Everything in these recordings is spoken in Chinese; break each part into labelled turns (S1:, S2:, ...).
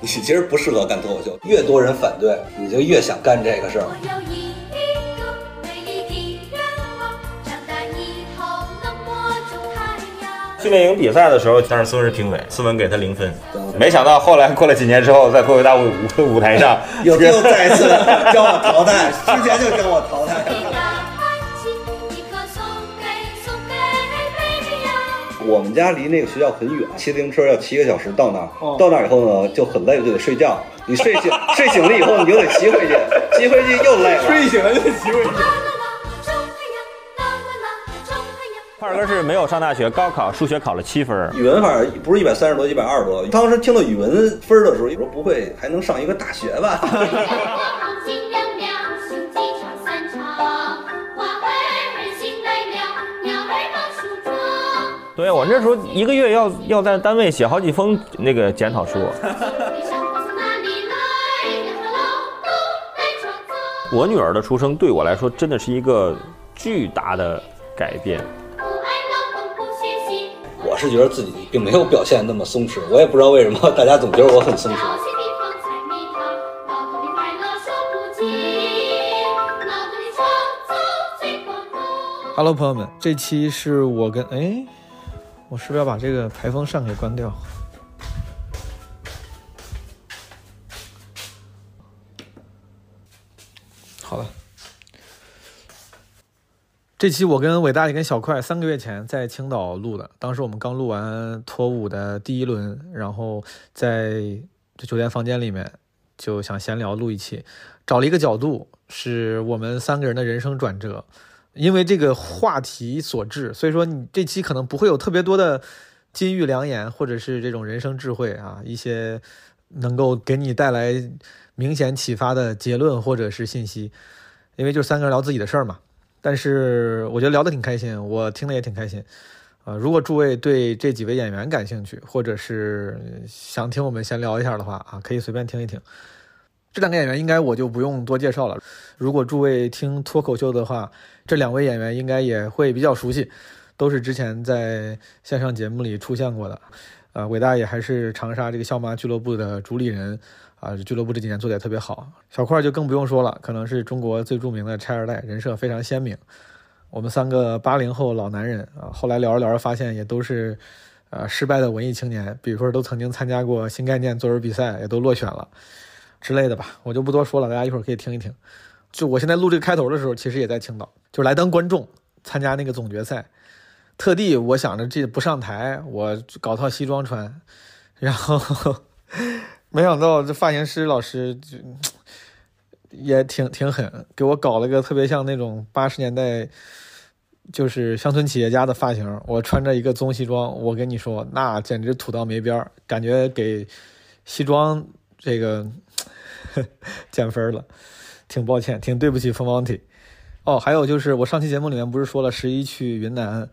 S1: 你其实不适合干脱口秀，越多人反对，你就越想干这个事儿
S2: 我。有一个美丽的愿望，长大以后能摸住太阳。
S3: 训练营比赛的时候，但是孙是评委，斯文给他零分
S1: 对。，
S3: 没想到后来过了几年之后，在脱口大舞舞舞台上
S1: 又又再次将我淘汰，之前就将我淘汰。
S2: 一个爱情，一颗送给送给啊美丽 呀。
S1: 我们家离那个学校很远，骑自行车要骑一个小时到那儿。
S4: 哦
S1: 到那儿以后呢，就很累，就得睡觉。你睡醒睡醒了以后，你又得骑回去，骑回去又累了。
S4: 睡醒了就骑回去。
S2: 啦啦啦，种太阳，啦啦啦，种太阳。
S3: 块儿哥是没有上大学，高考数学考了七分儿。
S1: 语文反正不是一百三十多，一百二十多。当时听到语文分儿的时候，我说不会还能上一个大学吧？
S2: 红星亮亮，雄鸡唱三唱，花儿儿醒来了，鸟儿忙梳妆。
S3: 对啊我那时候一个月要要在单位写好几封那个检讨书。
S2: 你上我从哪里来？两条劳动来创造。
S3: 我女儿的出生对我来说真的是一个巨大的改变。
S2: 不爱劳动不学习，
S1: 我是觉得自己并没有表现那么松弛，我也不知道为什么大家总觉得我很松弛。
S2: 找些地方采蜜糖，劳动的快乐说不尽，劳动的创造最广大。
S4: Hello，朋友们，这期是我跟哎，我是不是要把这个排风扇给关掉？好了，这期我跟伟大爷跟小快三个月前在青岛录的，当时我们刚录完脱舞的第一轮，然后在这酒店房间里面就想闲聊录一期，找了一个角度是我们三个人的人生转折。因为这个话题所致，所以说你这期可能不会有特别多的金玉良言，或者是这种人生智慧啊，一些能够给你带来明显启发的结论或者是信息，因为就三个人聊自己的事儿嘛。但是我觉得聊得挺开心，我听得也挺开心。呃，如果诸位对这几位演员感兴趣，或者是想听我们闲聊一下的话啊，可以随便听一听。这两个演员应该我就不用多介绍了。如果诸位听脱口秀的话，这两位演员应该也会比较熟悉，都是之前在线上节目里出现过的。呃，伟大也还是长沙这个笑妈俱乐部的主理人啊、俱乐部这几年做的也特别好。小块儿就更不用说了，可能是中国最著名的拆二代，人设非常鲜明。我们三个八零后老男人啊、后来聊着聊着发现也都是，呃，失败的文艺青年，比如说都曾经参加过新概念作文比赛，也都落选了之类的吧，我就不多说了，大家一会儿可以听一听。就我现在录这个开头的时候，其实也在青岛，就来当观众参加那个总决赛。特地我想着这不上台，我搞套西装穿，然后没想到这发型师老师就也挺挺狠，给我搞了个特别像那种八十年代就是乡村企业家的发型。我穿着一个棕西装，我跟你说，那简直土到没边儿，感觉给西装这个 减分了。挺抱歉，挺对不起冯王体。哦，还有就是我上期节目里面不是说了十一去云南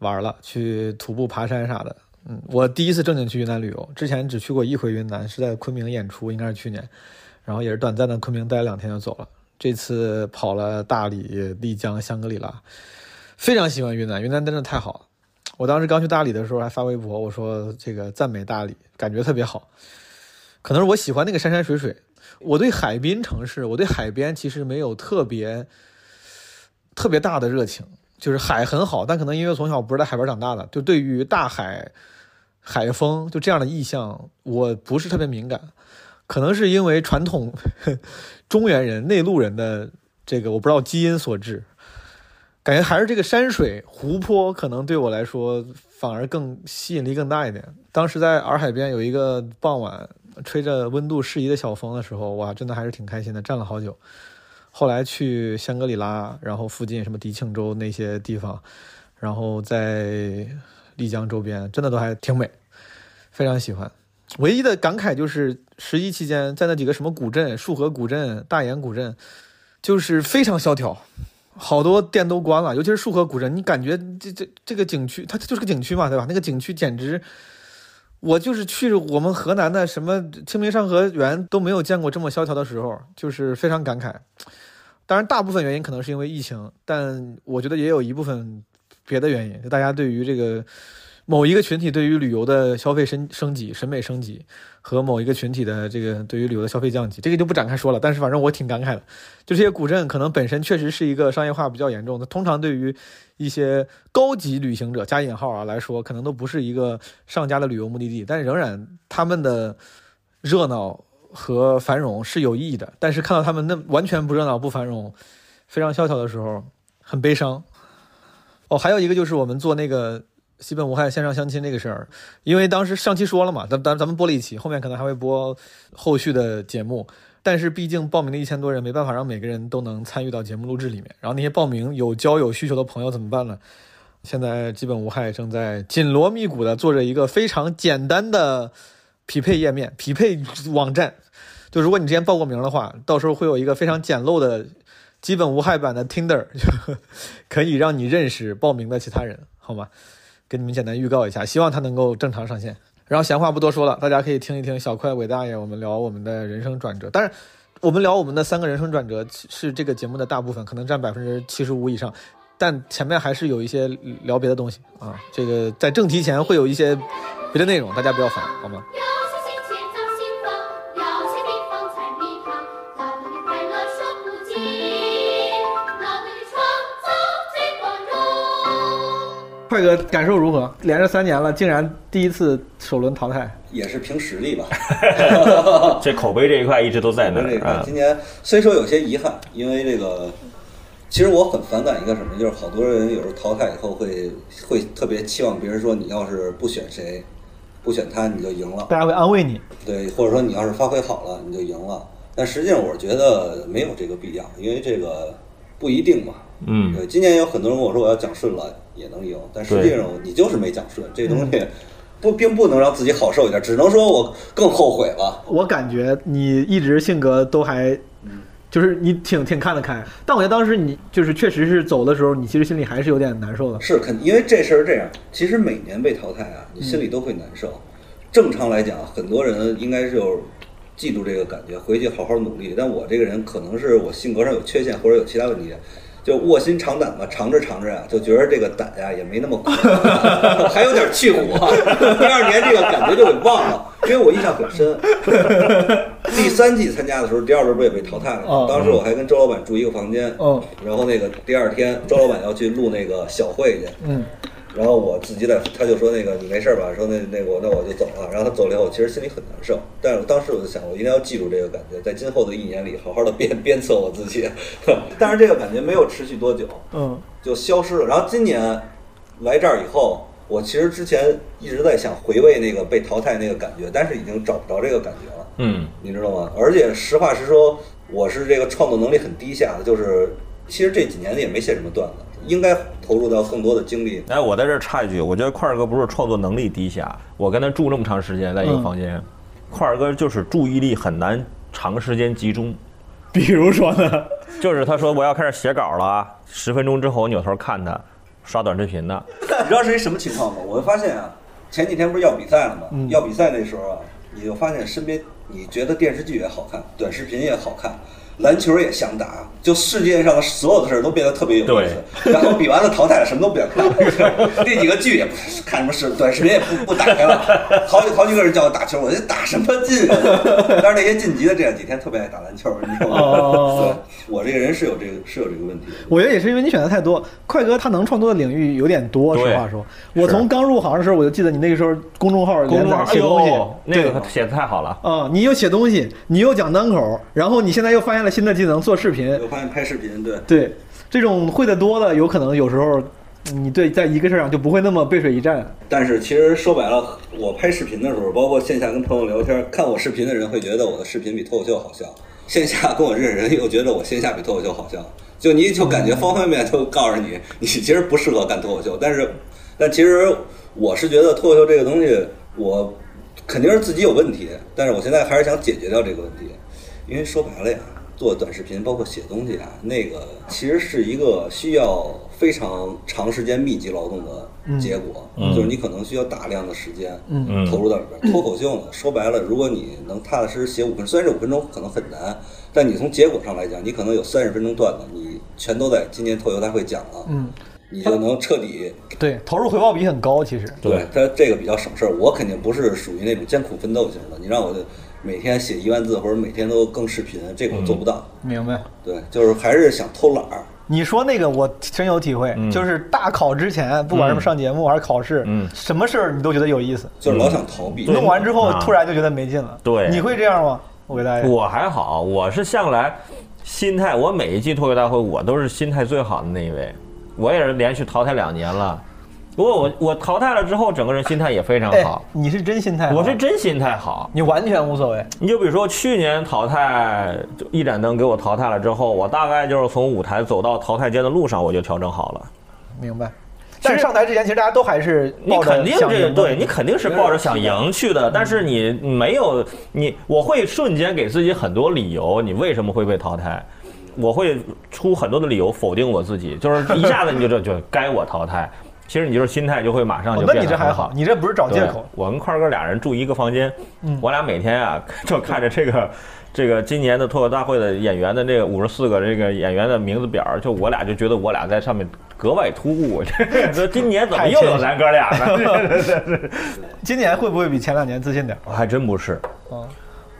S4: 玩了，去徒步爬山啥的。嗯，我第一次正经去云南旅游，之前只去过一回云南，是在昆明演出，应该是去年，然后也是短暂的昆明待了两天就走了。这次跑了大理、丽江、香格里拉，非常喜欢云南，云南真的太好了。我当时刚去大理的时候还发微博，我说这个赞美大理，感觉特别好。可能是我喜欢那个山山水水，我对海滨城市，我对海边其实没有特别特别大的热情。就是海很好，但可能因为从小不是在海边长大的，就对于大海、海风就这样的意象，我不是特别敏感。可能是因为传统 中原人、内陆人的这个我不知道基因所致，感觉还是这个山水、湖泊可能对我来说反而更吸引力更大一点。当时在洱海边有一个傍晚，吹着温度适宜的小风的时候，哇，真的还是挺开心的，站了好久。后来去香格里拉，然后附近什么迪庆州那些地方，然后在丽江周边，真的都还挺美，非常喜欢。唯一的感慨就是十一期间在那几个什么古镇，束河古镇、大研古镇，就是非常萧条，好多店都关了，尤其是束河古镇，你感觉这这这个景区，它它就是个景区嘛，对吧？那个景区简直我就是去我们河南的什么清明上河园都没有见过这么萧条的时候，就是非常感慨。当然，大部分原因可能是因为疫情，但我觉得也有一部分别的原因，就大家对于这个某一个群体对于旅游的消费升升级、审美升级，和某一个群体的这个对于旅游的消费降级，这个就不展开说了。但是反正我挺感慨的，就这些古镇可能本身确实是一个商业化比较严重的，通常对于一些高级旅行者（加引号啊）来说，可能都不是一个上佳的旅游目的地，但仍然他们的热闹和繁荣是有意义的。但是看到他们那完全不热闹、不繁荣、非常萧条的时候，很悲伤。哦，还有一个就是我们做那个西本无害线上相亲这个事儿，因为当时上期说了嘛，咱咱咱们播了一期，后面可能还会播后续的节目。但是毕竟报名了一千多人，没办法让每个人都能参与到节目录制里面。然后那些报名有交友需求的朋友怎么办呢？现在基本无害正在紧锣密鼓地做着一个非常简单的匹配页面、匹配网站。就如果你之前报过名的话，到时候会有一个非常简陋的基本无害版的 Tinder，就 可以让你认识报名的其他人，好吗？给你们简单预告一下，希望它能够正常上线。然后闲话不多说了，大家可以听一听小快伟大爷我们聊我们的人生转折。当然，我们聊我们的三个人生转折其是这个节目的大部分，可能占百分之七十五以上。但前面还是有一些聊别的东西啊，这个在正题前会有一些别的内容，大家不要烦，好吗？
S2: 有些新鲜造新风，有些地方采蜜糖，老的快乐说不尽，老的创造最光荣。
S4: 快哥感受如何？连着三年了，竟然第一次首轮淘汰，
S1: 也是凭实力吧。
S3: 这口碑这一块一直都在那
S1: 那这
S3: 儿
S1: 个
S3: 啊
S1: 今。年虽说有些遗憾，因为这个，其实我很反感一个什么，就是好多人有时候淘汰以后会会特别期望别人说你要是不选谁，不选他你就赢了，
S4: 大家会安慰你。
S1: 对，或者说你要是发挥好了你就赢了。但实际上我觉得没有这个必要，因为这个不一定嘛。
S3: 嗯，
S1: 对，今年有很多人跟我说我要讲顺了也能赢，但实际上你就是没讲顺，这东西不并不能让自己好受一点，只能说我更后悔了。
S4: 我感觉你一直性格都还，就是你挺挺看得开，但我觉得当时你就是确实是走的时候，你其实心里还是有点难受的。
S1: 是肯，因为这事儿是这样，其实每年被淘汰啊，你心里都会难受。正常来讲，很多人应该是有记住这个感觉，回去好好努力。但我这个人可能是我性格上有缺陷，或者有其他问题。就卧薪尝胆吧，尝着尝着啊，就觉得这个胆呀、也没那么苦， 还有点去骨、啊。第二年这个感觉就给忘了，因为我印象很深。第三季参加的时候，第二轮不也被淘汰了
S4: 哦
S1: 吗？当时我还跟周老板住一个房间，
S4: 哦
S1: 然后那个第二天周老板要去录那个小会去，
S4: 嗯，
S1: 然后我自己在，他就说那个你没事儿吧？说那那我那我就走了。然后他走了以后，我其实心里很难受，但是我当时我就想，我一定要记住这个感觉，在今后的一年里好好的鞭鞭策我自己。 但是这个感觉没有持续多久，
S4: 嗯，
S1: 就消失了。然后今年来这儿以后，我其实之前一直在想回味那个被淘汰那个感觉，但是已经找不着这个感觉了。
S3: 嗯，
S1: 你知道吗？而且实话实说，我是这个创作能力很低下的，就是其实这几年也没写什么段子，应该投入到更多的精力。
S3: 哎，我在这儿插一句，我觉得块儿哥不是创作能力低下，我跟他住那么长时间在一个
S4: 嗯
S3: 房间，块儿哥就是注意力很难长时间集中。
S4: 比如说呢，
S3: 就是他说我要开始写稿了，啊十分钟之后我扭头看他刷短视频呢，
S1: 你知道是一什么情况吗？我就发现啊，前几天不是要比赛了吗？
S4: 嗯
S1: 要比赛那时候啊，你就发现身边你觉得电视剧也好看，短视频也好看。篮球也想打，就世界上所有的事儿都变得特别有意思。然后比完了淘汰了，什么都不想看。 那几个剧也不看什么视，短视频也不不打开了。好几好几个人叫我打球，我这打什么劲啊？但是那些晋级的这几天特别爱打篮球，你知道
S4: 哦
S1: 吗？对， 我这个人是有这个是有这个问题的。
S4: 我觉得也是因为你选的太多。快哥他能创作的领域有点多，
S3: 对
S4: 实话说，我从刚入行的时候，我就记得你那个时候公众号
S3: 公
S4: 连
S3: 众号哎
S4: 载写东西，
S3: 那
S4: 对
S3: 个他写的太好了。
S4: 啊、你又写东西，你又讲单口，然后你现在又发现了新的技能，做视频，
S1: 我发现拍视频对。
S4: 对，这种会的多的，有可能有时候你对在一个事儿上就不会那么背水一战。
S1: 但是其实说白了，我拍视频的时候，包括线下跟朋友聊天，看我视频的人会觉得我的视频比脱口秀好笑，线下跟我认识人又觉得我线下比脱口秀好笑。就你就感觉方方面面都告诉你， 你其实不适合干脱口秀。但是，但其实我是觉得脱口秀这个东西，我肯定是自己有问题，但是我现在还是想解决掉这个问题，因为说白了呀，做短视频包括写东西啊，那个其实是一个需要非常长时间密集劳动的结果，
S3: 嗯
S1: 就是你可能需要大量的时间
S4: 嗯
S1: 投入到里边。脱口秀呢，说白了，如果你能踏踏实实写五分钟，虽然这五分钟可能很难，但你从结果上来讲，你可能有三十分钟段子，你全都在今年脱口秀大会讲了。
S4: 嗯，
S1: 你就能彻底
S4: 对，投入回报比很高，其实
S1: 对他这个比较省事儿。我肯定不是属于那种艰苦奋斗型的，你让我就每天写一万字或者每天都更视频，这个我做不到。
S3: 嗯
S4: 明白。
S1: 对，就是还是想偷懒儿。
S4: 你说那个我深有体会，就是大考之前，不管是上节目还是考试，
S3: 嗯
S4: 什么事儿你都觉得有意思，
S1: 就是老想逃避，
S4: 弄完之后
S3: 啊
S4: 突然就觉得没劲了。
S3: 对
S4: 你会这样吗？我给大家，
S3: 我还好，我是向来心态，我每一季脱口大会我都是心态最好的那一位，我也是连续淘汰两年了。不过我我淘汰了之后，整个人心态也非常
S4: 哎
S3: 好，，
S4: 你是真心态好，
S3: 我是真心态好。
S4: 你完全无所谓，
S3: 你就比如说去年淘汰就一盏灯给我淘汰了之后，我大概就是从舞台走到淘汰间的路上我就调整好了。
S4: 明白。但是上台之前，其实大家都还是
S3: 你
S4: 抱着
S3: 肯定
S4: 想赢
S3: 这
S4: 的
S3: 对你肯定是抱着想赢去的，但
S4: 嗯
S3: 是你没有你，我会瞬间给自己很多理由，你为什么会被淘汰？我会出很多的理由否定我自己，就是一下子你就 这就该我淘汰。其实你就是心态就会马上就
S4: 哦那
S3: 变得
S4: 你这还
S3: 很
S4: 好，你这不是找
S3: 对
S4: 借口，
S3: 我跟块哥俩人住一个房间，我俩每天啊 就看着这个这个今年的脱口大会的演员的这个五十四个这个演员的名字表儿，就我俩就觉得我俩在上面格外突兀。 这今年怎么又有咱哥俩呢？
S4: 今年会不会比前两年自信点儿？
S3: 我还真不是
S4: 哦，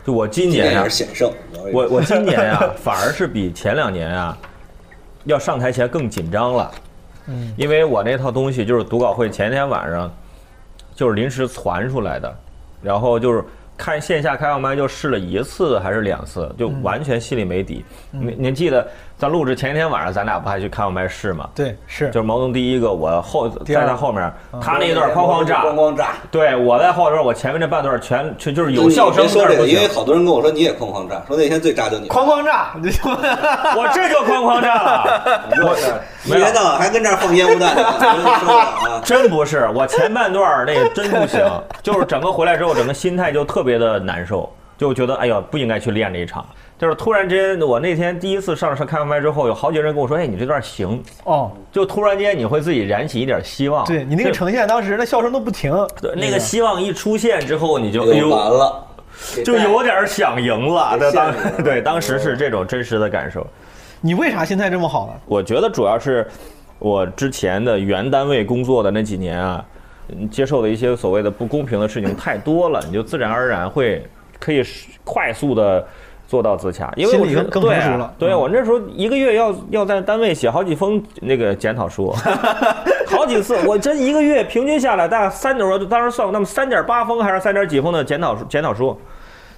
S3: 就我今
S1: 今
S3: 年
S1: 年
S3: 啊
S1: 也是，险胜。
S3: 我我今年啊，反而是比前两年啊，要上台前更紧张了。
S4: 嗯，
S3: 因为我那套东西就是读稿会前天晚上，就是临时传出来的，然后就是看线下开放麦就试了一次还是两次，就完全心里没底。
S4: 嗯
S3: 您您记得咱录制前一天晚上，咱俩不还去开放麦试吗？
S4: 对，是
S3: 就是毛东第一个，我后
S4: 第二
S3: 在
S4: 个
S3: 他后面，他那一段哐哐炸，
S1: 咣咣炸，
S3: 对我在后边，我前面这半段全全就是有笑声，
S1: 别说这
S3: 但是不
S1: 个，因为
S3: 行
S1: 好多人跟我说你也哐哐炸，说那天最炸就你。
S4: 哐哐炸，你就
S3: 我这就哐哐炸 了。 我
S1: 一天到晚还跟这儿放烟雾弹 呢，我跟你说啊，
S3: 真不是，我前半段儿那个真不 行，就是整个回来之后，整个心态就特别的难受，就觉得哎呀不应该去练这一场。就是突然之间，我那天第一次上上开放麦之后，有好几个人跟我说：“哎，你这段行。
S4: 哦，”
S3: 就突然间你会自己燃起一点希望。
S4: 对你那个
S3: 就
S4: 呈现，当时那笑声都不停，嗯
S3: 对那个希望一出现之后，你就哎
S1: 就完
S3: 呦，
S1: 了，
S3: 就有点想赢了。
S1: 给
S3: 对
S1: 带
S3: 当
S1: 给带了
S3: 对当时是这种真实的感受。
S4: 你为啥心态这么好呢？
S3: 我觉得主要是我之前的原单位工作的那几年啊，嗯接受的一些所谓的不公平的事情太多了，你就自然而然会可以快速的做到自洽，因为
S4: 心
S3: 我
S4: 里
S3: 觉得
S4: 更
S3: 对
S4: 更成
S3: 啊
S4: 熟了
S3: 对
S4: 嗯
S3: 我那时候一个月要要在单位写好几封那个检讨书，好几次，我真一个月平均下来大概三我当时算过，那么三点八封还是三点几封的检讨书检讨书。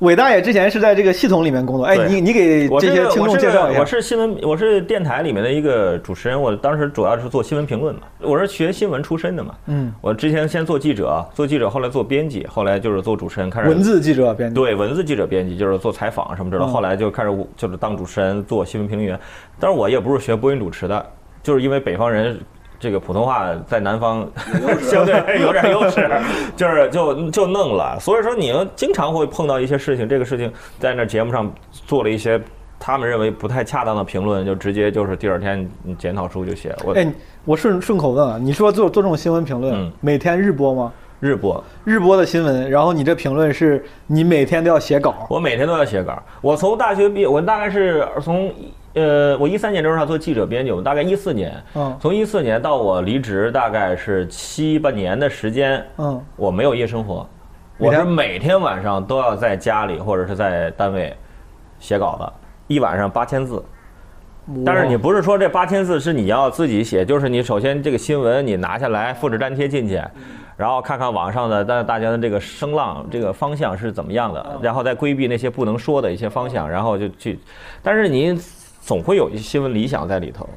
S4: 伟大爷之前是在这个系统里面工作，哎，
S3: 对
S4: 你你给
S3: 我
S4: 这
S3: 是
S4: 些
S3: 个
S4: 听
S3: 我
S4: 众
S3: 是
S4: 介
S3: 个
S4: 绍一下，
S3: 我是新闻，我是电台里面的一个主持人，我当时主要是做新闻评论嘛，我是学新闻出身的嘛。
S4: 嗯，
S3: 我之前先做记者，做记者，后来做编辑，后来就是做主持人，开始
S4: 文字记者编辑，
S3: 对文字记者、编辑，就是做采访什么之类的。
S4: 嗯
S3: 后来就开始我就是当主持人，做新闻评论员。但是我也不是学播音主持的，就是因为北方人这个普通话在南方 相对有点优势，就是就就弄了。所以说你们经常会碰到一些事情，这个事情在那节目上做了一些。他们认为不太恰当的评论，就直接就是第二天你检讨书就写了我
S4: 哎，我顺顺口问啊，你说做做这种新闻评论
S3: 嗯，
S4: 每天日播吗？
S3: 日播，
S4: 日播的新闻，然后你这评论是你每天都要写稿，
S3: 我每天都要写稿儿。我从大学毕业，我大概是从呃，我一三年的时候做记者编辑，我大概一四年，
S4: 嗯
S3: 从一四年到我离职，大概是七八年的时间，
S4: 嗯，
S3: 我没有夜生活，
S4: 每
S3: 我
S4: 天
S3: 是每天晚上都要在家里或者是在单位写稿子，一晚上八千字。但是你不是说这八千字是你要自己写，就是你首先这个新闻你拿下来复制粘贴进去，然后看看网上的大大家的这个声浪这个方向是怎么样
S4: 嗯
S3: 的，然后再规避那些不能说的一些方向，然后就去，但是你总会有一些新闻理想在里头，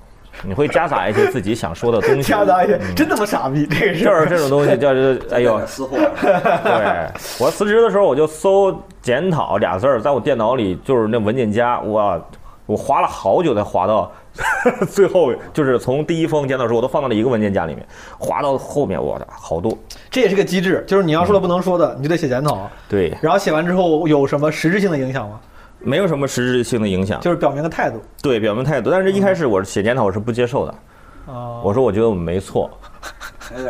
S3: 你会夹杂一些自己想说的东西，
S4: 掐杂也真他妈傻逼，这个事
S3: 就是
S4: 儿
S3: 这种东西叫是哎呦，
S1: 私 货，
S3: 对我辞职的时候，我就搜“检讨”俩字儿，在我电脑里就是那文件夹，我我划了好久才划到 最后，就是从第一封检讨书我都放到了一个文件夹里面，划到后面，我的好多。
S4: 这也是个机制，就是你要
S3: 嗯
S4: 说的不能说的，你就得写检讨，啊
S3: 对，
S4: 然后写完之后有什么实质性的影响吗？
S3: 没有什么实质性的影响，
S4: 就是表明个态度
S3: 对表明态度。但是一开始我是写检讨，我是不接受的，
S4: 啊。
S3: 我说我觉得我没错。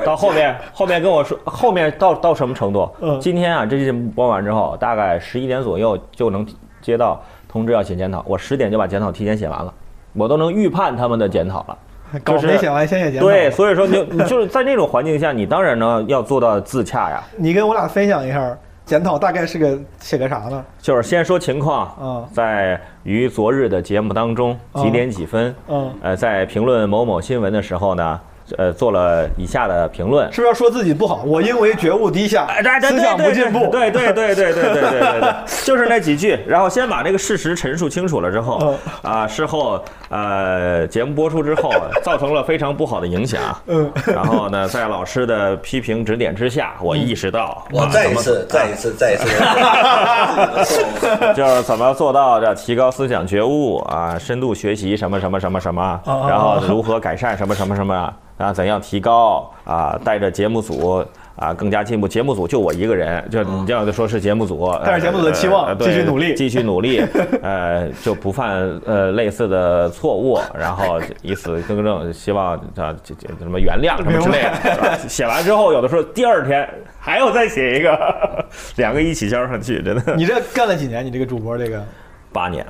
S3: 到后面，后面跟我说，后面到到什么程度？
S4: 嗯
S3: 今天啊，这期节目播完之后，大概十一点左右就能接到通知要写检讨，我十点就把检讨提前写完了，我都能预判他们的检讨了。
S4: 稿
S3: 就是
S4: 没写完，先写结啊论。
S3: 对，所以说 你你就是在那种环境下，你当然呢要做到自洽呀，
S4: 你跟我俩分享一下，检讨大概是个写个啥呢？
S3: 就是先说情况，
S4: 嗯
S3: 在于昨日的节目当中
S4: 嗯
S3: 几点几分，
S4: 嗯，
S3: 呃，在评论某某新闻的时候呢，呃，做了以下的评论。
S4: 是不是要说自己不好？我因为觉悟低下
S3: 哎，对，对
S4: 啊思想不进步。
S3: 对对对对对对对对对 对，就是那几句，然后先把那个事实陈述清楚了之后，
S4: 嗯
S3: 啊，事后呃节目播出之后，造成了非常不好的影响。
S4: 嗯，
S3: 然后呢，在老师的批评指点之下，
S4: 嗯
S3: 我意识到，
S1: 我
S3: 啊
S1: 再
S3: 怎
S1: 一
S3: 么
S1: 次，再一次， 再一次。
S3: 就是怎么做到这提高思想觉悟啊，深度学习什么什么什么什么，
S4: 哦
S3: 然后如何改善什么什么什么啊，怎样提高啊，带着节目组。啊，更加进步。节目组就我一个人，就你这样就说是节目组，
S4: 嗯带着节目组的期望
S3: 呃对
S4: 继续努力
S3: 继续努 力，呃，就不犯呃类似的错误，然后以此更正，希望啊这这什么原谅什么之类的。是吧写完之后，有的时候第二天还要再写一个， 两个一起交上去，真的。
S4: 你这干了几年？你这个主播这个
S3: 八年，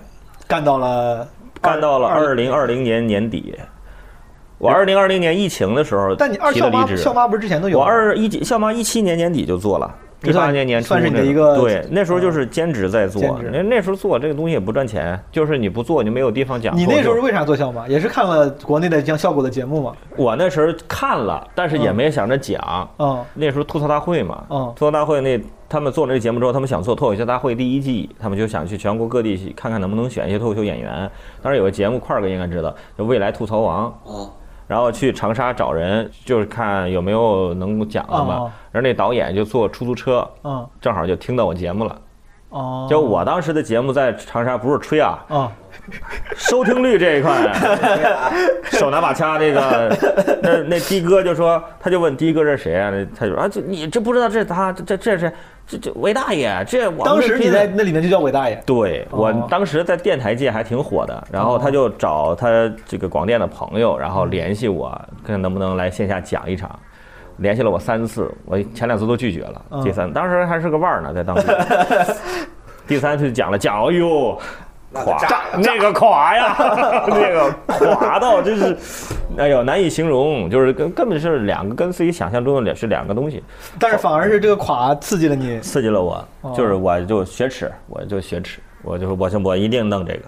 S4: 干到了
S3: 干到了二零二零年年底。我二零二零年疫情的时候，
S4: 但你二
S3: 提
S4: 校
S3: 了离
S4: 妈
S3: 职。
S4: 校妈不是之前都有
S3: 我
S4: 吗？
S3: 二一几校妈一七年年底就做了，一
S4: 这
S3: 八
S4: 算
S3: 年年初
S4: 算是你的
S3: 那
S4: 一个嗯
S3: 对，那时候就是兼职在
S4: 兼
S3: 做，
S4: 职
S3: 那那时候做这个东西也不赚钱，就是你不做你就没有地方讲。
S4: 你那时候是为啥做校妈？也是看了国内的这样效果的节目嘛？
S3: 我那时候看了，但是也没想着讲。
S4: 嗯
S3: 那时候吐槽大会嘛，
S4: 嗯
S3: 吐槽大会那他们做了这节目之后，他们想做脱口秀大会第一季，他们就想去全国各地看看能不能选一些脱口秀演员。当时有个节目，块儿哥应该知道，就未来吐槽王。
S1: 啊，
S3: 然后去长沙找人，就是看有没有能够讲的
S4: 哦
S3: 嘛。然后那导演就坐出租车，
S4: 嗯
S3: 正好就听到我节目了。
S4: 哦，
S3: 就我当时的节目在长沙不是吹啊，
S4: 啊
S3: 收听率这一块，手拿把掐那个，那那的哥就说，他就问的哥这是谁啊？那他就说啊，就你这不知道这是他，这这这是这这韦大爷，这我们
S4: 当时你在
S3: 这
S4: 那里面就叫伟大爷。
S3: 对我
S4: 哦
S3: 当时在电台界还挺火的，然后他就找他这个广电的朋友，然后联系我，看能不能来线下讲一场。联系了我三次，我前两次都拒绝了，第三当时还是个腕儿呢，在当 时。第三次讲了讲，哎呦，垮那个垮 呀，那个垮到真是，哎呦难以形容，就是根根本是两个跟自己想象中的两是两个东西。
S4: 但是反而是这个垮刺激了你，
S3: 刺激了我
S4: 哦，
S3: 就是我就雪耻，我就雪耻，我就说我就我一定弄这个，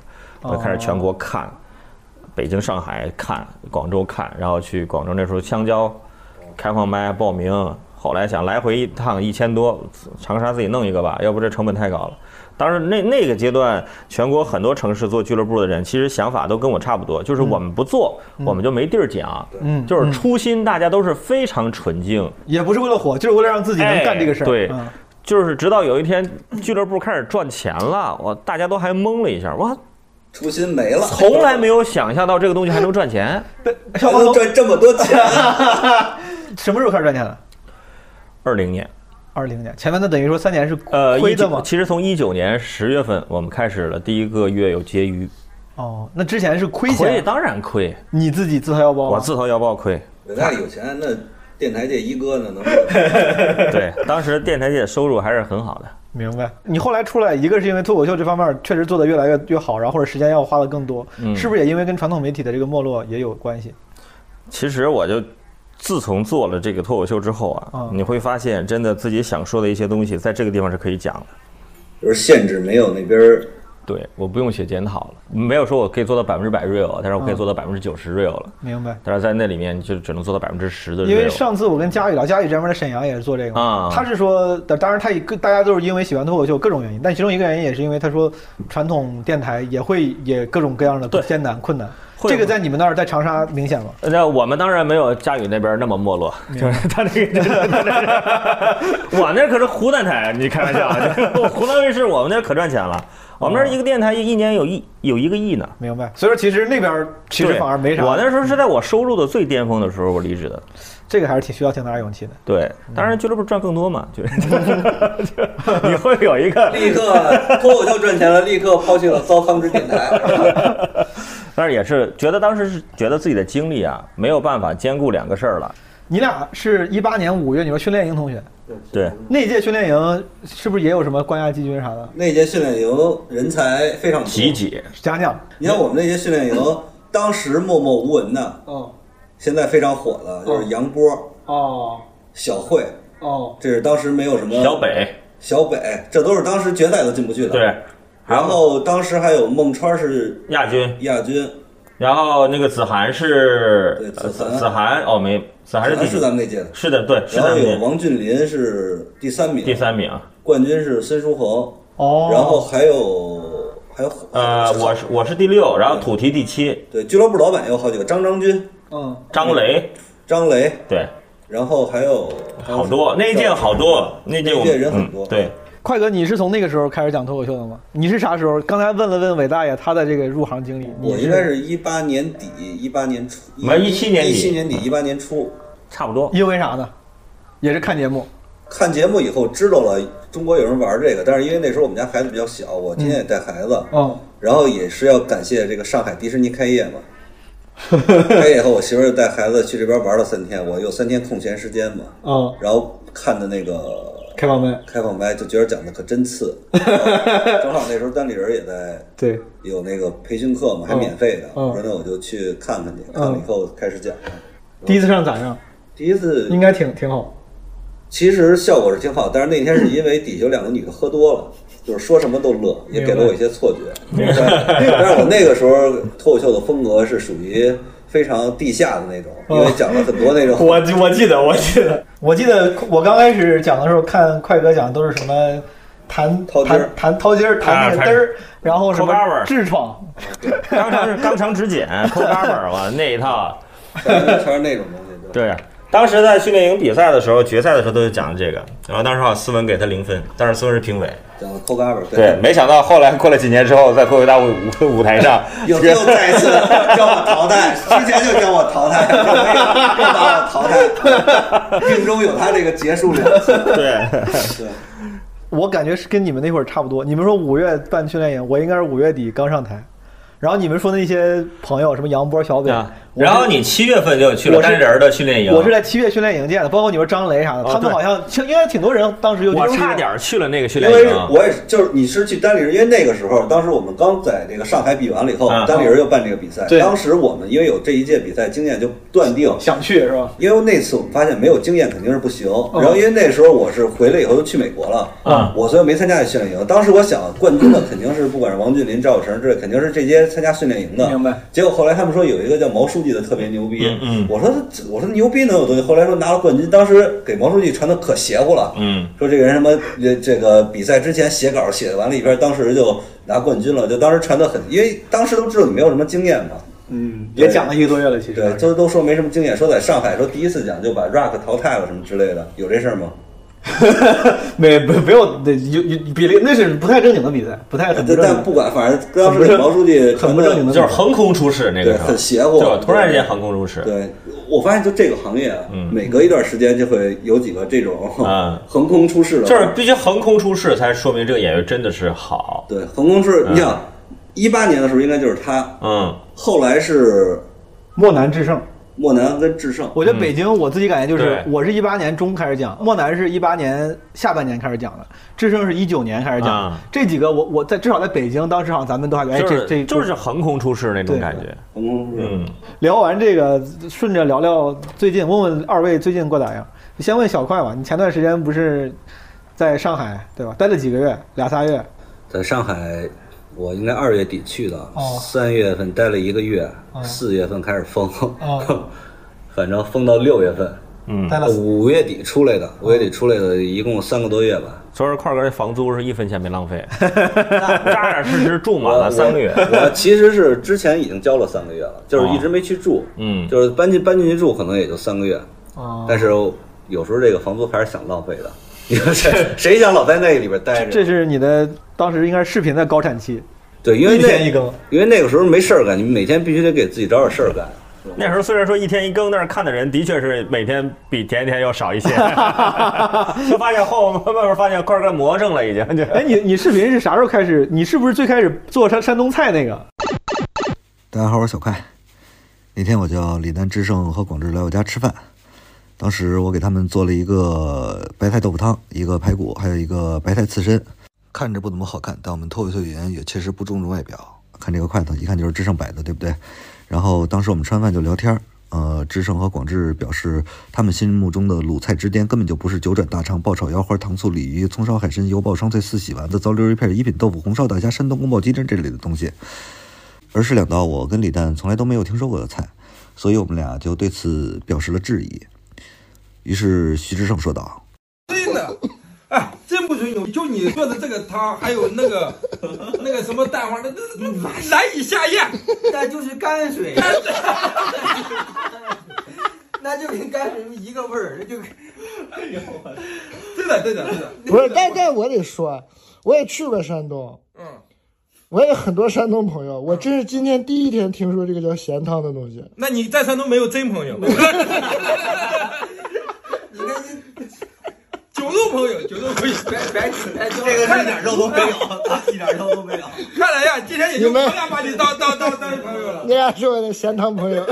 S3: 我
S4: 哦
S3: 就开始全国看，北京、上海看，广州看，然后去广州那时候香蕉开放麦报名，后来想来回一趟一千多，长沙自己弄一个吧，要不这成本太高了。当时那那个阶段，全国很多城市做俱乐部的人，其实想法都跟我差不多，就是我们不做，我们就没地儿讲，
S4: 嗯
S3: 就是初心大家都是非常纯净，
S4: 也不是为了火，就是为了让自己能干这个事儿。
S3: 哎对
S4: 嗯
S3: 就是直到有一天俱乐部开始赚钱了，我大家都还懵了一下，哇，
S1: 初心没了，
S3: 从来没有想象到这个东西还能赚钱。
S1: 还能赚这么多钱。
S4: 什么时候开始赚钱的？
S3: 二零年，
S4: 二零年前面那等于说三年是
S3: 呃，
S4: 亏
S3: 一
S4: 的
S3: 九，
S4: 嘛？
S3: 其实从一九年十月份我们开始了第一个月有结余，
S4: 哦，那之前是亏
S3: 亏
S4: 钱，
S3: 当然亏，
S4: 你自己自掏腰包吗。
S3: 我自掏腰包 亏。
S1: 伟大有钱，那电台界一哥呢，能不能？
S3: 对，当时电台界收入还是很好的。
S4: 明白。你后来出来，一个是因为脱口秀这方面确实做得越来越越好，然后或者时间要花的更多，
S3: 嗯
S4: 是不是也因为跟传统媒体的这个没落也有关系？
S3: 其实我就自从做了这个脱口秀之后啊
S4: 嗯，
S3: 你会发现真的自己想说的一些东西，在这个地方是可以讲的。
S1: 就是限制没有那边儿
S3: 对，我不用写检讨了，没有说我可以做到百分之百 real，但是我可以
S4: 嗯
S3: 做到百分之九十 real 了。
S4: 明白。
S3: 但是在那里面就只能做到百分之十的 real。
S4: 因为上次我跟佳宇聊，佳宇这边在沈阳也是做这个嘛
S3: 啊
S4: 他是说，当然他也大家都是因为喜欢脱口秀各种原因，但其中一个原因也是因为他说传统电台也会也各种各样的
S3: 对
S4: 艰难困难，
S3: 会
S4: 这个在你们那儿在长沙明显吗？
S3: 那我们当然没有佳宇那边那么没落，就是 他那个， 我那可是湖南台，你开玩笑啊，湖南卫视我们那可赚钱了，我们那
S4: 哦
S3: 一个电台一年有一有一个亿呢。
S4: 明白。所以说其实那边儿其实
S3: 对
S4: 反而没啥，
S3: 我那时候是在我收入的最巅峰的时候我离职的，
S4: 这个还是挺需要挺大勇气的。
S3: 对，当然俱乐部赚更多嘛，就是 就你会有一个
S1: 立刻脱口秀赚钱了，立刻抛弃了糟糠之电 台。
S3: 但是也是觉得当时是觉得自己的经历啊没有办法兼顾两个事儿了，
S4: 你俩是一八年五月，你说训练营同学，
S3: 对，
S4: 那届训练营是不是也有什么关押季军啥的？
S1: 那届训练营人才非常多
S3: 集。体
S4: 讲讲。
S1: 你看我们那届训练营，当时默默无闻的，
S4: 嗯，
S1: 现在非常火
S3: 嗯
S1: 的就是杨波、
S4: 哦
S1: 小慧，
S4: 哦，
S1: 这是当时没有什么
S3: 小北，
S1: 小北，这都是当时决赛都进不去的。，
S3: 对，
S1: 然后当时还有孟川是
S3: 亚军，
S1: 亚军，
S3: 然后那个子涵是
S1: 对
S3: 呃
S1: 子涵
S3: 子涵哦没，子涵是第
S1: 是咱们那届的。
S3: 是的对是
S1: 然后
S3: 的
S1: 有
S3: 名
S1: 王俊霖是第三名，
S3: 第三名，啊
S1: 冠军是孙书恒，
S4: 哦，
S1: 然后还有还有
S3: 呃我是我是第六，然后土提第七，
S1: 对俱乐部老板有好几个，张张军、
S4: 嗯，
S3: 张雷
S1: 张雷，
S3: 对
S1: 然后还有
S3: 好多那一届好多那一届我
S1: 那一
S3: 们
S1: 届人很
S3: 嗯
S1: 多
S3: 对
S4: 快哥，你是从那个时候开始讲脱口秀的吗？你是啥时候？刚才问了问伟大爷他的这个入行经历，你
S1: 我应该是一八年底，一八年初，
S3: 没17年底
S1: 一七年底，一八年初
S3: 差不 多
S4: 因为啥呢？也是看节目，
S1: 看节目以后知道了中国有人玩这个，但是因为那时候我们家孩子比较小，我今天也带孩子，
S4: 嗯，
S1: 然后也是要感谢这个上海迪士尼开业嘛。开业以后，我媳妇儿带孩子去这边玩了三天，我有三天空闲时间嘛，
S4: 嗯，
S1: 然后看的那个
S4: 开放麦，
S1: 开放麦，就觉得讲的可真次。正好那时候单立人也在
S4: 对，
S1: 有那个培训课嘛，还免费的。
S4: 嗯
S1: 我说那我就去看看去，看了以后开始讲了。
S4: 第一次上咋样？
S1: 第一次
S4: 应该挺挺好。
S1: 其实效果是挺好，但是那天是因为底下有两个女的喝多了，就是说什么都乐，也给了我一些错觉。但是但是我那个时候脱口秀的风格是属于非常地下的那种，因
S4: 哦
S1: 为讲了很多那种。
S4: 我记我记得，我记得，我记得我刚开始讲的时候，看快哥讲都是什么弹
S1: 掏筋儿
S4: 弹弹掏筋儿，弹那个
S3: 啊
S4: 嘚儿，然后什
S3: 抠
S4: 么
S3: 嘎巴儿
S4: 痔疮，
S3: 肛肠肛肠指检抠嘎巴儿哇那一套。
S1: 全是那种东西，对。
S3: 对，啊当时在训练营比赛的时候，决赛的时候都是讲这个，然后当时好像斯文给他零分，但是斯文是评委。
S1: 讲了抠嘎巴儿，，
S3: 对，没想到后来过了几年之后，在脱口大舞舞舞台上
S1: 又又再一次将我淘汰，之前就将我淘汰，又把我淘汰，命中有他这个结束两次。
S3: 对，
S1: 对，
S4: 我感觉是跟你们那会儿差不多。你们说五月办训练营，我应该是五月底刚上台。然后你们说那些朋友，什么杨波、小北，我是
S3: 啊然后你七月份就去
S4: 我
S3: 了
S4: 是
S3: 单人儿的训练营，
S4: 我是在七月训练营见的，包括你说张雷啥的，
S3: 哦
S4: 他们
S3: 对
S4: 好像其实应该挺多人当时有
S3: 我
S4: 这种
S3: 差点儿去了那个训
S1: 因
S3: 练
S1: 为
S3: 营。
S1: 我也是，就是你是去单立人，因为那个时候，当时我们刚在这个上海比完了以后，
S3: 嗯
S1: 单立人又办这个比赛。
S4: 对
S1: 当时我们因为有这一届比赛经验，就断定，
S4: 想去是吧？
S1: 因为那次我们发现没有经验肯定是不行。
S3: 哦
S1: 然后因为那时候我是回来以后就去美国了，
S3: 嗯
S1: 我所以没参加这训练营。当时我想冠军的肯定是不管是王俊霖、赵小成之类，肯定是这些参加训练营的。
S4: 明白。
S1: 结果后来他们说有一个叫毛书记的特别牛逼，
S3: 嗯嗯
S1: 我说我说牛逼能有多牛？后来说拿了冠军，当时给毛书记传的可邪乎了，
S3: 嗯，
S1: 说这个人什么这这个比赛之前写稿写完了一篇，当时就拿冠军了，就当时传的很，因为当时都知道你没有什么经验嘛，
S4: 嗯，
S1: 也讲了
S4: 一个多月了，其
S1: 对，都都说没什么经验，说在上海说第一次讲就把 Rock 淘汰了什么之类的，有这事儿吗？
S4: 没不不要那有有比例，那是不太正经的比赛，不太很
S1: 但但不管，反正当时给毛书记传
S4: 很不
S1: 的
S4: 正经的
S3: 就是横空出世那
S1: 对
S3: 个时候，
S1: 很邪乎
S3: 就，突然间横空出世。
S1: 对，我发现就这个行业，啊，每隔一段时间就会有几个这种
S3: 嗯
S1: 横空出世的，
S3: 就是必须横空出世，才说明这个演员真的是好。
S1: 对横空出世。你想，一八年的时候应该就是他，
S3: 嗯，
S1: 后来是
S4: 莫南制胜。
S1: 莫南跟智胜，
S4: 我觉得北京，我自己感觉就是
S3: 嗯对，
S4: 我是一八年中开始讲，莫南是一八年下半年开始讲的，智胜是一九年开始讲的
S3: 啊，
S4: 这几个我我在至少在北京，当时好像咱们都还觉得，哎，
S3: 就
S4: 这
S3: 是
S4: 这
S3: 就是横空出世那种
S4: 对
S3: 感觉。
S1: 横空出世。
S3: 嗯，
S4: 聊完这个，顺着聊聊最近，问问二位最近过咋样？先问小快吧，你前段时间不是在上海对吧？待了几个月，俩仨月。
S1: 在上海，我应该二月底去的
S4: 哦，
S1: 三、月份待了一个月，四、月份开始封，
S4: 哦
S1: 反正封到六月份，
S3: 嗯
S4: 待了
S1: 五月底出来的，五
S4: 哦
S1: 月底出来的，一共三个多月吧。
S3: 所以说块儿哥这房租是一分钱没浪费，扎扎实实住满了三个月。哦
S1: 我我其实是之前已经交了三个月了，就是一直没去住，
S3: 嗯
S1: 就是搬进搬进去住可能也就三个月，
S4: 哦
S1: 但是有时候这个房租还是想浪费的。你说谁谁想老在那里边待着？
S4: 这是你的当时应该是视频的高产期，
S1: 对，因为
S4: 一
S1: 那
S4: 天一更，
S1: 因为那个时候没事儿干，你每天必须得给自己找点事儿干。
S3: 那时候虽然说一天一更，但是看的人的确是每天比前一天要少一些。就发现后慢慢发现块儿哥魔怔了，已经就。
S4: 哎，你你视频是啥时候开始？你是不是最开始做山山东菜那个？
S5: 大家好，我是小快。那天我叫李丹、之胜和广志来我家吃饭，当时我给他们做了一个白菜豆腐汤，一个排骨，还有一个白菜刺身。看着不怎么好看，但我们脱口秀演员也确实不注重外表。看这个筷子，一看就是知胜摆的，对不对？然后当时我们吃完饭就聊天儿，呃，知盛和广智表示，他们心目中的鲁菜之巅根本就不是九转大肠、爆炒腰花、糖醋鲤鱼、葱烧海参、油爆双脆、四喜丸子、糟溜鱼片、一品豆腐、红烧大虾、山东宫保鸡丁这类的东西，而是两道我跟李诞从来都没有听说过的菜，所以我们俩就对此表示了质疑。于是徐志胜说道
S6: 真的，哎，真不吹牛，就你做的这个汤，还有那个那个什么蛋花，那那那难以下咽。
S7: 那就是泔水，那就跟泔水一个味儿，那就跟
S6: 真的，真的，真的。
S8: 不是，但但我得说，啊我也去过山东，
S6: 嗯，
S8: 我也有很多山东朋友，我真是今天第一天听说这个叫咸汤的东西。
S6: 那你在山东没有真朋友，
S7: 你看你
S6: 九路朋友，九路朋友。
S7: 白白白交
S5: 这
S7: 了。
S5: 个是一点肉都没有，一点肉都没有。
S6: 看来呀，今天也就我俩把你当当当当朋友了。
S8: 那俩是我的咸汤朋友，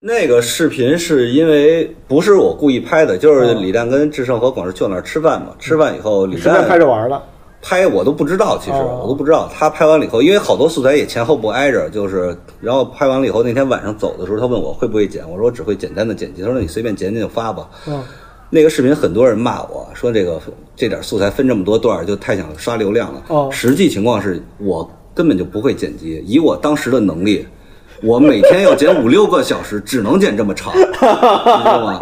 S1: 那个视频是因为不是我故意拍的，
S4: 哦
S1: 就是李诞跟志胜和广志去我那儿吃饭嘛。吃饭以后，李
S4: 顺便
S1: 诞
S4: 拍着玩了。
S1: 拍我都不知道，其实
S4: 哦
S1: 我都不知道。他拍完了以后，因为好多素材也前后不挨着，就是然后拍完了以后，那天晚上走的时候，他问我会不会剪，我说我只会简单的剪辑。他说你随便剪剪就发吧。
S4: 嗯，
S1: 那个视频很多人骂我说这个这点素材分这么多段儿就太想刷流量了。
S4: 哦
S1: 实际情况是我根本就不会剪辑，以我当时的能力，我每天要剪五六个小时，只能剪这么长，你知道吗？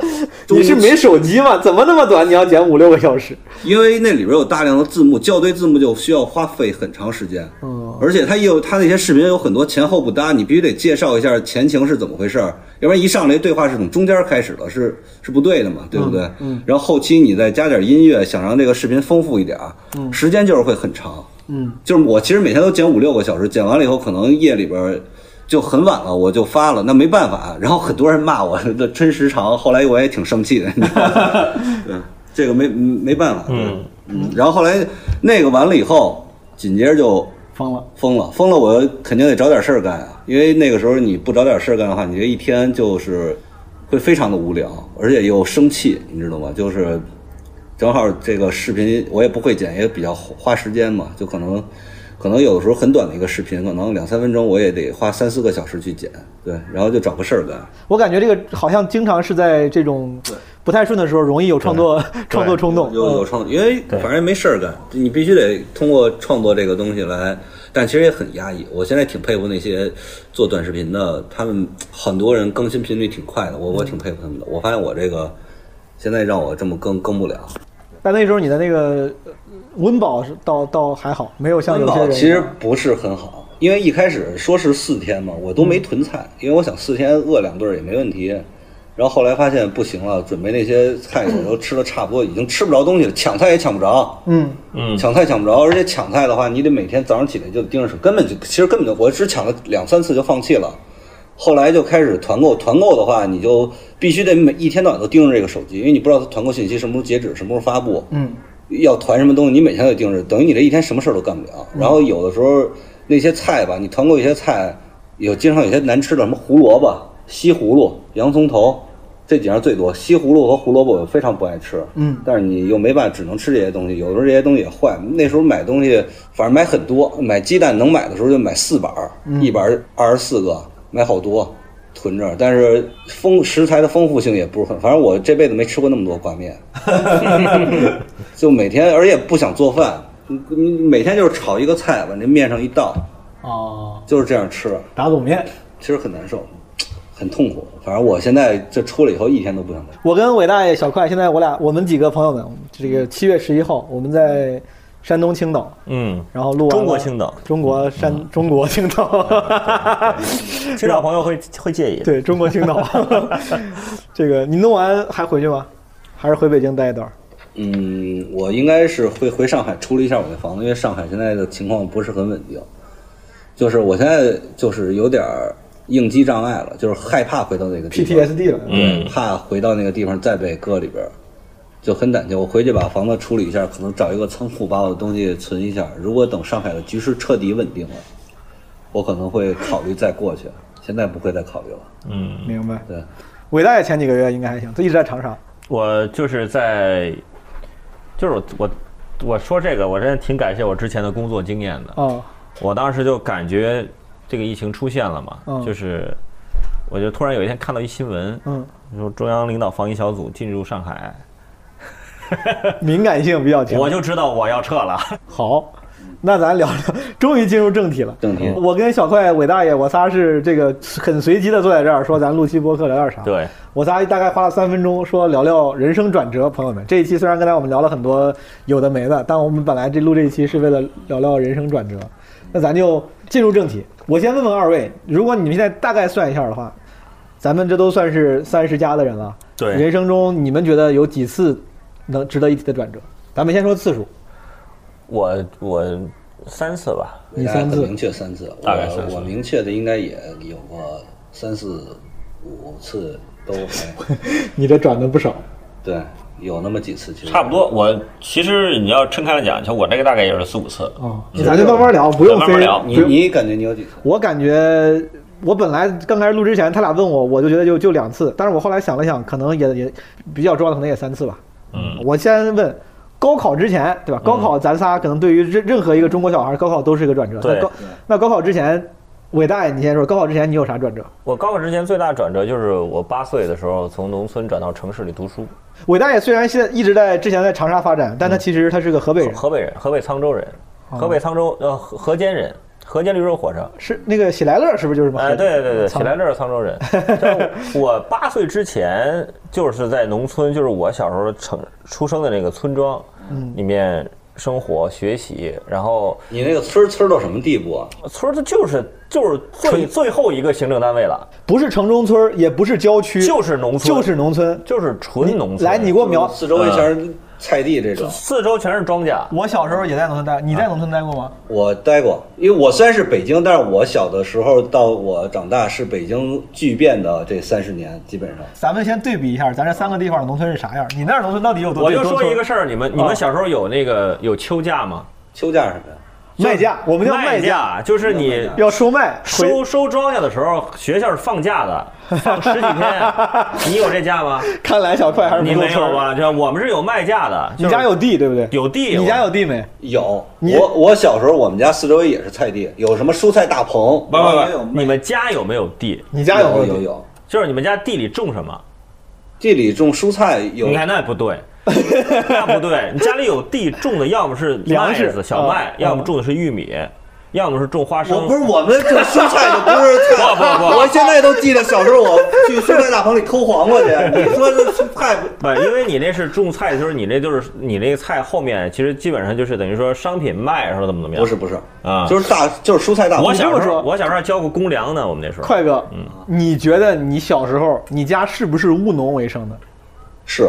S4: 你是没手机吗？怎么那么短？你要剪五六个小时？
S1: 因为那里边有大量的字幕，校对字幕就需要花费很长时间。
S4: 嗯，
S1: 而且它也有它那些视频有很多前后不搭，你必须得介绍一下前情是怎么回事儿，要不然一上来对话是从中间开始的，是是不对的嘛，对不对？嗯。然后后期你再加点音乐，想让这个视频丰富一点儿，时间就是会很长。
S4: 嗯，
S1: 就是我其实每天都剪五六个小时，剪完了以后可能夜里边儿就很晚了，我就发了，那没办法。啊然后很多人骂我的真时长，后来我也挺生气的，你知道吗？对，这个没没办法。对
S3: 嗯
S1: 嗯。然后后来那个完了以后，紧接着就
S4: 疯了。
S1: 疯了，疯了，我肯定得找点事儿干啊，因为那个时候你不找点事儿干的话，你这一天就是会非常的无聊，而且又生气，你知道吗？就是正好这个视频我也不会剪，也比较花时间嘛，就可能可能有的时候很短的一个视频，可能两三分钟我也得花三四个小时去剪，对，然后就找个事儿干。
S4: 我感觉这个好像经常是在这种不太顺的时候，容易有创作创作冲动。嗯
S1: 有有创，因为
S3: 对
S1: 反正没事儿干，你必须得通过创作这个东西来。但其实也很压抑，我现在挺佩服那些做短视频的，他们很多人更新频率挺快的，我我挺佩服他们的。我发现我这个现在让我这么更更不了。
S4: 但那时候你的那个呃温饱是倒倒还好，没有像
S1: 温
S4: 有些
S1: 饱
S4: 人
S1: 其实不是很好，因为一开始说是四天嘛，我都
S4: 嗯
S1: 没囤菜，因为我想四天饿两顿儿也没问题。然后后来发现不行了，准备那些菜我都吃的差不多，已经吃不着东西了，抢菜也抢不着。
S4: 嗯，
S3: 嗯，
S1: 抢菜抢不着，而且抢菜的话，你得每天早上起来就盯着手，根本就其实根本就我只抢了两三次就放弃了。后来就开始团购，团购的话，你就必须得每一天到晚都盯着这个手机，因为你不知道它团购信息什么时候截止，什么时候发布，
S4: 嗯，
S1: 要团什么东西，你每天都得盯着，等于你这一天什么事儿都干不了。然后有的时候那些菜吧，你团购一些菜，有经常有些难吃的，什么胡萝卜、西葫芦、洋葱头，这几样最多。西葫芦和胡萝卜我非常不爱吃，
S4: 嗯
S1: 但是你又没办法，只能吃这些东西。有的时候这些东西也坏，那时候买东西反正买很多，买鸡蛋能买的时候就买四板儿，一板儿二十四个，买好多。囤着，但是丰食材的丰富性也不是很，反正我这辈子没吃过那么多挂面， 就每天，而且不想做饭，你你每天就是炒一个菜，往那面上一倒，
S4: 哦，
S1: 就是这样吃，
S4: 打卤面。
S1: 其实很难受，很痛苦。反正我现在这出来以后，一天都不想再。
S4: 我跟伟大爷、小快，现在我俩我们几个朋友们，这个七月十一号，我们在山东青岛，
S3: 嗯，
S4: 然后录完了
S3: 中国青岛，
S4: 中国嗯山，中国青岛，
S3: 青岛朋友会会介意。
S4: 对，中国青岛。这个你弄完还回去吗？还是回北京待一段儿？
S1: 嗯，我应该是会回上海处理一下我那房子，因为上海现在的情况不是很稳定，就是我现在就是有点儿应激障碍了，就是害怕回到那个地方
S4: PTSD 了
S1: 对
S3: 嗯，
S1: 怕回到那个地方再被搁里边儿，就很胆怯。我回去把房子处理一下，可能找一个仓库把我的东西存一下。如果等上海的局势彻底稳定了，我可能会考虑再过去。现在不会再考虑了。
S3: 嗯，
S4: 明白。
S1: 对，
S4: 伟大爷前几个月应该还行，他一直在长沙。
S3: 我就是在，就是我我我说这个，我真的挺感谢我之前的工作经验的。
S4: 哦，
S3: 我当时就感觉这个疫情出现了嘛，
S4: 嗯
S3: 就是我就突然有一天看到一新闻，
S4: 嗯，
S3: 说中央领导防疫小组进入上海，
S4: 敏感性比较强。
S3: 我就知道我要撤 了。
S4: 好，那咱聊聊，终于进入正题了。
S1: 正题
S4: 我跟小快、伟大爷，我仨是这个很随机的坐在这儿说咱录期播客聊点啥。，
S3: 对，
S4: 我仨大概花了三分钟说聊聊人生转折。朋友们，这一期虽然刚才我们聊了很多有的没的，但我们本来这录这一期是为了聊聊人生转折。那咱就进入正题。我先问问二位，如果你们现在大概算一下的话，咱们这都算是三十加的人了。
S3: 对
S4: 人生中你们觉得有几次能值得一提的转折？咱们先说次数，
S3: 我我三次吧，
S4: 你三
S1: 大家
S4: 次
S1: 很明确三次，
S3: 大概
S1: 我
S3: 三次
S1: 我明确的应该也有过三四五次都还
S4: 你这转的不少。啊
S1: 对，有那么几次其实
S3: 差不多。我其实你要撑开了讲，就我这个大概也是四五次。
S4: 哦，咱就慢慢聊，不用
S3: 慢
S4: 非
S3: 慢聊
S1: 你
S4: 不用
S1: 你感觉你有几次？
S4: 我感觉我本来刚开始录之前，他俩问我，我就觉得就就两次，但是我后来想了想，可能也也比较重要的，可能也三次吧。
S3: 嗯，
S4: 我先问。高考之前，对吧？高考，咱仨可能对于任任何一个中国小孩，高考都是一个转折。
S3: 对
S4: 那高那高考之前，伟大爷，你先说，高考之前你有啥转折？
S3: 我高考之前最大转折就是我八岁的时候从农村转到城市里读书，
S4: 伟大爷虽然现在一直在之前在长沙发展，但他其实他是个河北
S3: 嗯
S4: 人，哦
S3: 河北人，河北沧州人，河北沧州呃河河间人，河间驴肉火烧。
S4: 是那个喜来乐，是不是就是什么？
S3: 哎，对对对，
S4: 操
S3: 喜来乐是沧州 人。但我我八岁之前就是在农村，就是我小时候成出生的那个村庄
S4: 嗯
S3: 里面生活、学习，然后
S1: 你那个村儿村儿到什么地步啊？
S3: 村儿它就是就是最最后一个行政单位了，
S4: 不是城中村，也不是郊区，
S3: 就是农村
S4: 就是农村。
S3: 就是纯农村。
S4: 来，你给我描。
S1: 四
S3: 嗯
S1: 周围全是菜地这种。
S3: 四周全是庄稼，
S4: 我小时候也在农村待，你在农村待过吗？
S1: 我待过，因为我虽然是北京，但是我小的时候到我长大是北京巨变的这三十年，基本上。
S4: 咱们先对比一下，咱这三个地方的农村是啥样？你那儿农村到底有多？啊
S3: 我就说一
S4: 有多
S3: 个
S4: 村
S3: 事儿，你们你们小时候有那个有秋假吗？
S1: 秋假是什么呀？
S4: 卖价，我们叫
S3: 卖
S4: 价，
S3: 价，就是你
S4: 要收卖，
S3: 收收庄稼的时候，学校是放假的，放十几 天。你有这假吗？
S4: 回看来小快还是
S3: 你
S4: 不够
S3: 没
S4: 村
S3: 有
S4: 儿。
S3: 吧？就我们是有卖价的，
S4: 你家有地对不对？
S3: 有啊地，
S4: 你家有地没？
S1: 有，
S4: 你
S1: 我我小时候我们家四周围也是菜地，有什么蔬菜大棚，不
S3: 不不不，你们家有没有地？
S4: 你家有没
S1: 有
S4: 有
S1: 有
S4: 地？
S1: 有，
S3: 就是你们家地里种什么？
S1: 地里种蔬菜有
S3: 你看那不 对，那不对，你家里有地种的，要么是
S4: 粮
S3: 麦
S4: 食
S3: 子、小麦
S4: 啊，
S3: 要么种的是玉米，要么是种花
S1: 我
S3: 生
S1: 不。是我们这蔬菜就不是菜，
S3: 不 不不
S1: 我现在都记得小时候我去蔬菜大棚里抠黄 瓜去。你说这蔬菜不
S3: 不，因为你那是种菜的时候，你那就是你那个菜后面其实基本上就是等于说商品卖，说怎么怎么样。
S1: 不是，不是
S3: 啊
S1: 就是大就是蔬菜大棚。
S3: 我小
S4: 这么
S3: 时候
S4: 说
S3: 我小时候还交过公粮呢，我们那时候。
S4: 快哥，你觉得你小时候你家是不是务农为生的？
S1: 是，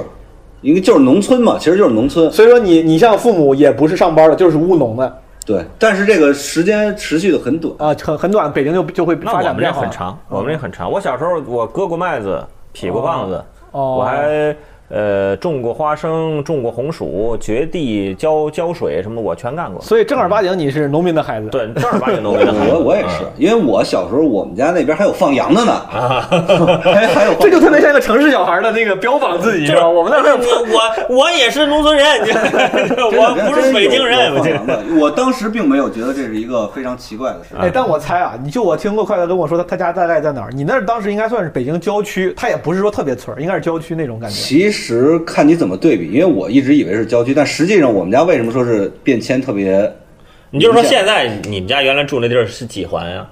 S1: 因为就是农村嘛，其实就是农村。
S4: 所以说你你像父母也不是上班的，就是务农的
S1: 对，哦但是这个时间持续的很短。
S4: 啊，很很短，北京就就会
S3: 那
S4: 发
S3: 我们
S4: 展
S3: 这
S4: 变好
S3: 很。长，我们这很长。我小时候我割过麦子，劈过棒子，
S4: 哦
S3: 我还呃种过花生，种过红薯，掘地、浇浇水什么，我全 干过。
S4: 所以正儿八经你是农民的孩子。
S3: 对，正儿八经农民的孩子
S1: 我我也是，因为我小时候我们家那边还有放羊的呢，还还有放
S4: 这就特别像一个城市小孩的那个标榜自己，是吧？我们那儿还有
S3: 我我也是农村人，
S1: 真的
S3: 我不是
S1: 真
S3: 北京
S1: 有
S3: 人，
S1: 有
S3: 我
S1: 放
S3: 这
S1: 羊的。我当时并没有觉得这是一个非常奇怪的事。
S4: 哎，但我猜啊，你就我听过快乐跟我说他他家大概在哪儿，你那儿当时应该算是北京郊区，他也不是说特别村儿，应该是郊区那种感觉。
S1: 其实看你怎么对比，因为我一直以为是郊区，但实际上我们家为什么说是变迁特别？
S3: 你就是说现在你们家原来住那地儿是几环啊呀？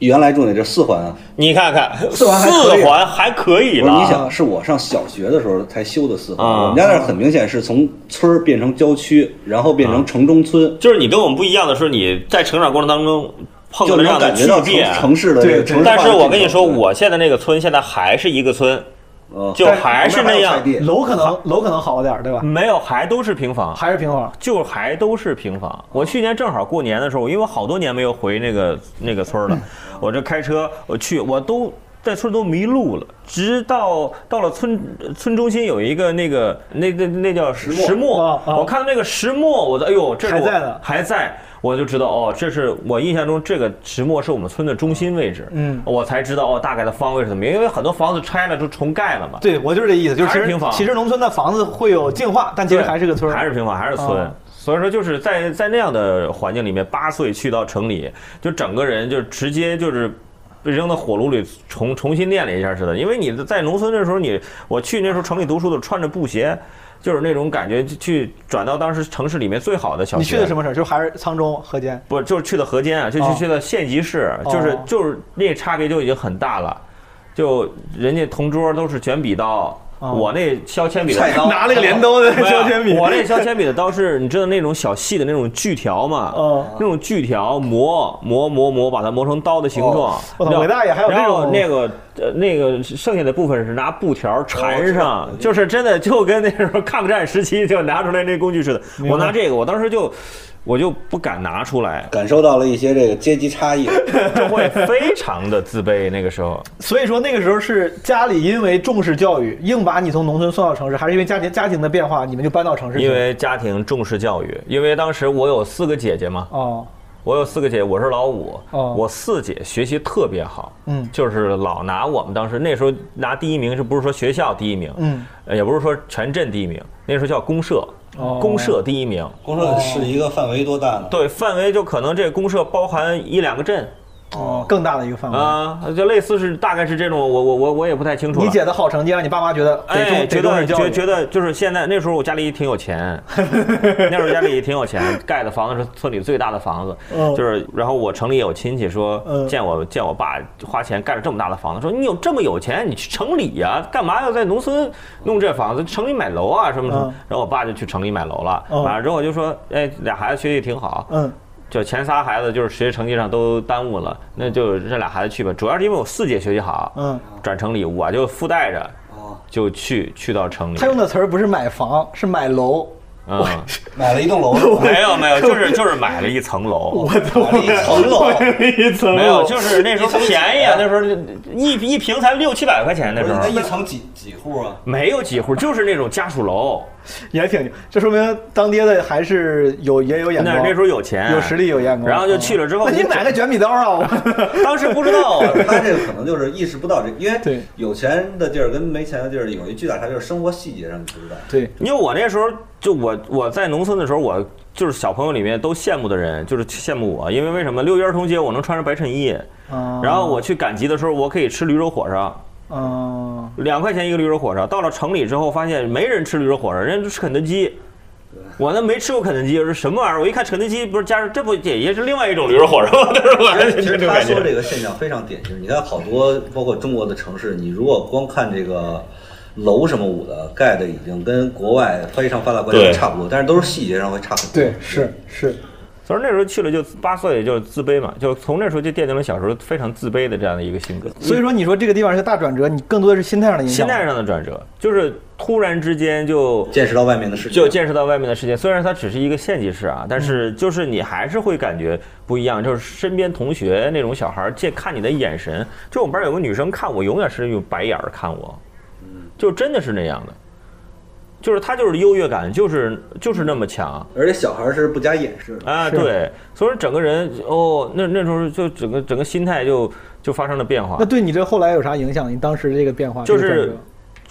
S1: 原来住那这四环啊，
S3: 你看看，
S1: 四环还可以
S3: 四环还可以
S1: 不是
S3: 了。
S1: 你想，是我上小学的时候才修的四环。
S3: 啊
S1: 我们家那儿很明显是从村儿变成郊区，然后变成城中村，
S3: 就是你跟我们不一样的是，你在成长过程当中碰
S1: 就
S3: 到这
S1: 能
S3: 样的
S1: 感
S3: 巨
S1: 觉到城
S3: 变。
S1: 城市的这
S4: 对
S1: 个城市化
S3: 啊但
S1: 的
S3: 是
S1: 进程。
S3: 我跟你说，我现在那个村现在还是一个村，
S1: 呃
S3: 就还是那样
S1: 旁边还有菜地
S4: 楼可能楼可能好嗯点儿，对吧？
S3: 没有，还都是平房，
S4: 还是平房。
S3: 就还都是平房。我去年正好过年的时候，因为我好多年没有回那个那个村儿了，我这开车我去，我都在村儿都迷路了，直到到了村村中心有一个那个那那那叫石
S1: 磨
S3: 石
S4: 啊
S3: 磨，
S4: 啊
S3: 我看到那个石磨，我的哎呦，这是我
S4: 还在呢
S3: 还在。我就知道哦，这是我印象中这个石磨是我们村的中心位置，
S4: 嗯
S3: 我才知道哦大概的方位是怎么样，因为很多房子拆了就重盖了嘛，
S4: 对，我就是这意思，就是其
S3: 还是
S4: 实
S3: 平房
S4: 其实农村的房子会有净化，但其实
S3: 对
S4: 还是个村儿，
S3: 还是平房，还是村。
S4: 啊
S3: 所以说，就是在在那样的环境里面，八岁去到城里，就整个人就直接就是被扔到火炉里重重新练了一下似的。因为你在农村的时候，你我去那时候城里读书的，穿着布鞋，就是那种感觉，就去转到当时城市里面最好的小学。
S4: 你去的什么城？就还是沧州、河 间。
S3: 不就是去的河间啊，就
S4: 哦
S3: 去去的县级市，就是
S4: 哦
S3: 就是那差别就已经很大了。就人家同桌都是卷笔刀，
S4: 哦
S3: 我那削铅笔的
S1: 菜刀 拿
S4: 了个镰刀的
S3: 不是
S4: 削铅笔
S3: 我那削铅笔的刀是，你知道那种小细的那种锯条吗？
S4: 哦
S3: 那种锯条磨磨磨磨，把它磨成刀的形状。
S4: 哦我操
S3: 然后
S4: 伟大爷还有这种
S3: 然后那个呃那个剩下的部分是拿布条缠上
S1: 哦，这
S3: 就是真的就跟那时候抗战时期就拿出来那工具似的。
S4: 明白
S3: 我拿这个，我当时就我就不敢拿出来，
S1: 感受到了一些这个阶级差异。
S3: 就 会非常的自卑。那个时候，
S4: 所以说那个时候是家里因为重视教育，硬把你从农村送到城市，还是因为家庭家庭的变化，你们就搬到城市去？
S3: 因为家庭重视教育，因为当时我有四个姐姐嘛，
S4: 哦，
S3: 我有四个姐，我是老五，
S4: 哦
S3: 我四姐学习特别好，
S4: 嗯
S3: 就是老拿我们当时那时候拿第一名，是不是说学校第一名，
S4: 嗯
S3: 呃，也不是说全镇第一名，那时候叫公社，
S4: 哦
S3: 公社第一名，
S1: 公社是一个范围多大呢？
S3: 对，范围就可能这公社包含一两个镇
S4: 哦，更大的一个范围。
S3: 啊、就类似是大概是这种，我我我我也不太清楚了。
S4: 你姐的好成绩让你爸妈觉得得重、
S3: 哎，
S4: 得
S3: 觉
S4: 重
S3: 得
S4: 视教
S3: 觉
S4: 育，
S3: 觉得就是现在那时候我家里挺有钱，那时候家里挺有钱，盖的房子是村里最大的房子，
S4: 嗯
S3: 就是然后我城里也有亲戚说、
S4: 嗯
S3: 见我见我爸花钱盖了这么大的房子，说你有这么有钱，你去城里呀、干嘛要在农村弄这房子？城里买楼啊什么什么？
S4: 嗯
S3: 然后我爸就去城里买楼了，
S4: 嗯
S3: 完了之后我就说，哎，俩孩子学习挺好，
S4: 嗯，
S3: 就前仨孩子就是学习成绩上都耽误了，那就这俩孩子去吧。主要是因为我四姐学习好，
S4: 嗯，
S3: 转城里我啊就附带着，就去去到城里
S4: 他。用的词儿不是买房，是买 楼。
S3: 嗯，
S1: 买了一 栋楼是吧，
S3: 没有没有，就是就是买了一层楼，
S1: 买了一层楼。
S4: 一层
S3: 没有，就是那时候便宜啊，那时候一一平才六七百块钱那
S1: 不
S3: 时
S1: 是，
S3: 候
S1: 那。一层几几户啊？
S3: 没有几户，就是那种家属楼。
S4: 也挺，这说明当爹的还是有也有眼
S3: 那
S4: 光，
S3: 那时候有钱，
S4: 有实力有眼光。
S3: 然后就去了之后
S4: 那你买个卷笔刀啊！ 我
S3: 当时不知道 啊，
S1: 他这个可能就是意识不到这，因
S4: 对
S1: 为有钱的地儿跟没钱的地儿有一巨大差，就是生活细节上你不知道。
S4: 对，
S3: 因为我那时候就我我在农村的时候，我就是小朋友里面都羡慕的人，就是羡慕我，因为为什么六一儿童节我能穿着白衬衣，
S4: 啊
S3: 然后我去赶集的时候我可以吃驴肉火烧，
S4: 嗯，
S3: 两块钱一个驴肉火烧。到了城里之后发现没人吃驴肉火烧，人家都吃肯德基。我那没吃过肯德基，我说什么玩意儿？我一看肯德基，不是加上这不也也是另外一种驴肉火烧吗？ 但是我
S1: 哎其
S3: 这
S1: 实
S3: 种
S1: 他
S3: 感
S1: 说
S3: 觉。
S1: 这个现象非常典型，你看好多包括中国的城市，你如果光看这个楼什么五的盖的已经跟国外非常发达国家
S3: 对
S1: 差不多，但是都是细节上会差很多。
S4: 对，是是，
S3: 所以那时候去了就八岁，就是自卑嘛，就从那时候就奠定了小时候非常自卑的这样的一个性格。
S4: 所以说你说这个地方是个大转折，你更多的是心态上的影
S3: 心
S4: 响。
S3: 态上的转折，就是突然之间就
S1: 见识到外面的世界，
S3: 就见识到外面的世界。虽然它只是一个县级市啊，但是就是你还是会感觉不一样，就是身边同学那种小孩儿，借看你的眼神，就我们班有个女生看我，永远是用白眼儿看我，就真的是那样的，就是她就是优越感，就是就是那么强。
S1: 而且小孩是不加掩饰的。
S3: 啊，对，所以说整个人哦，那那时候就整个整个心态就就发生了变化
S4: 那。对你这后来有啥影响？你当时这个变化
S3: 啊就
S4: 这
S3: 是
S4: 个转折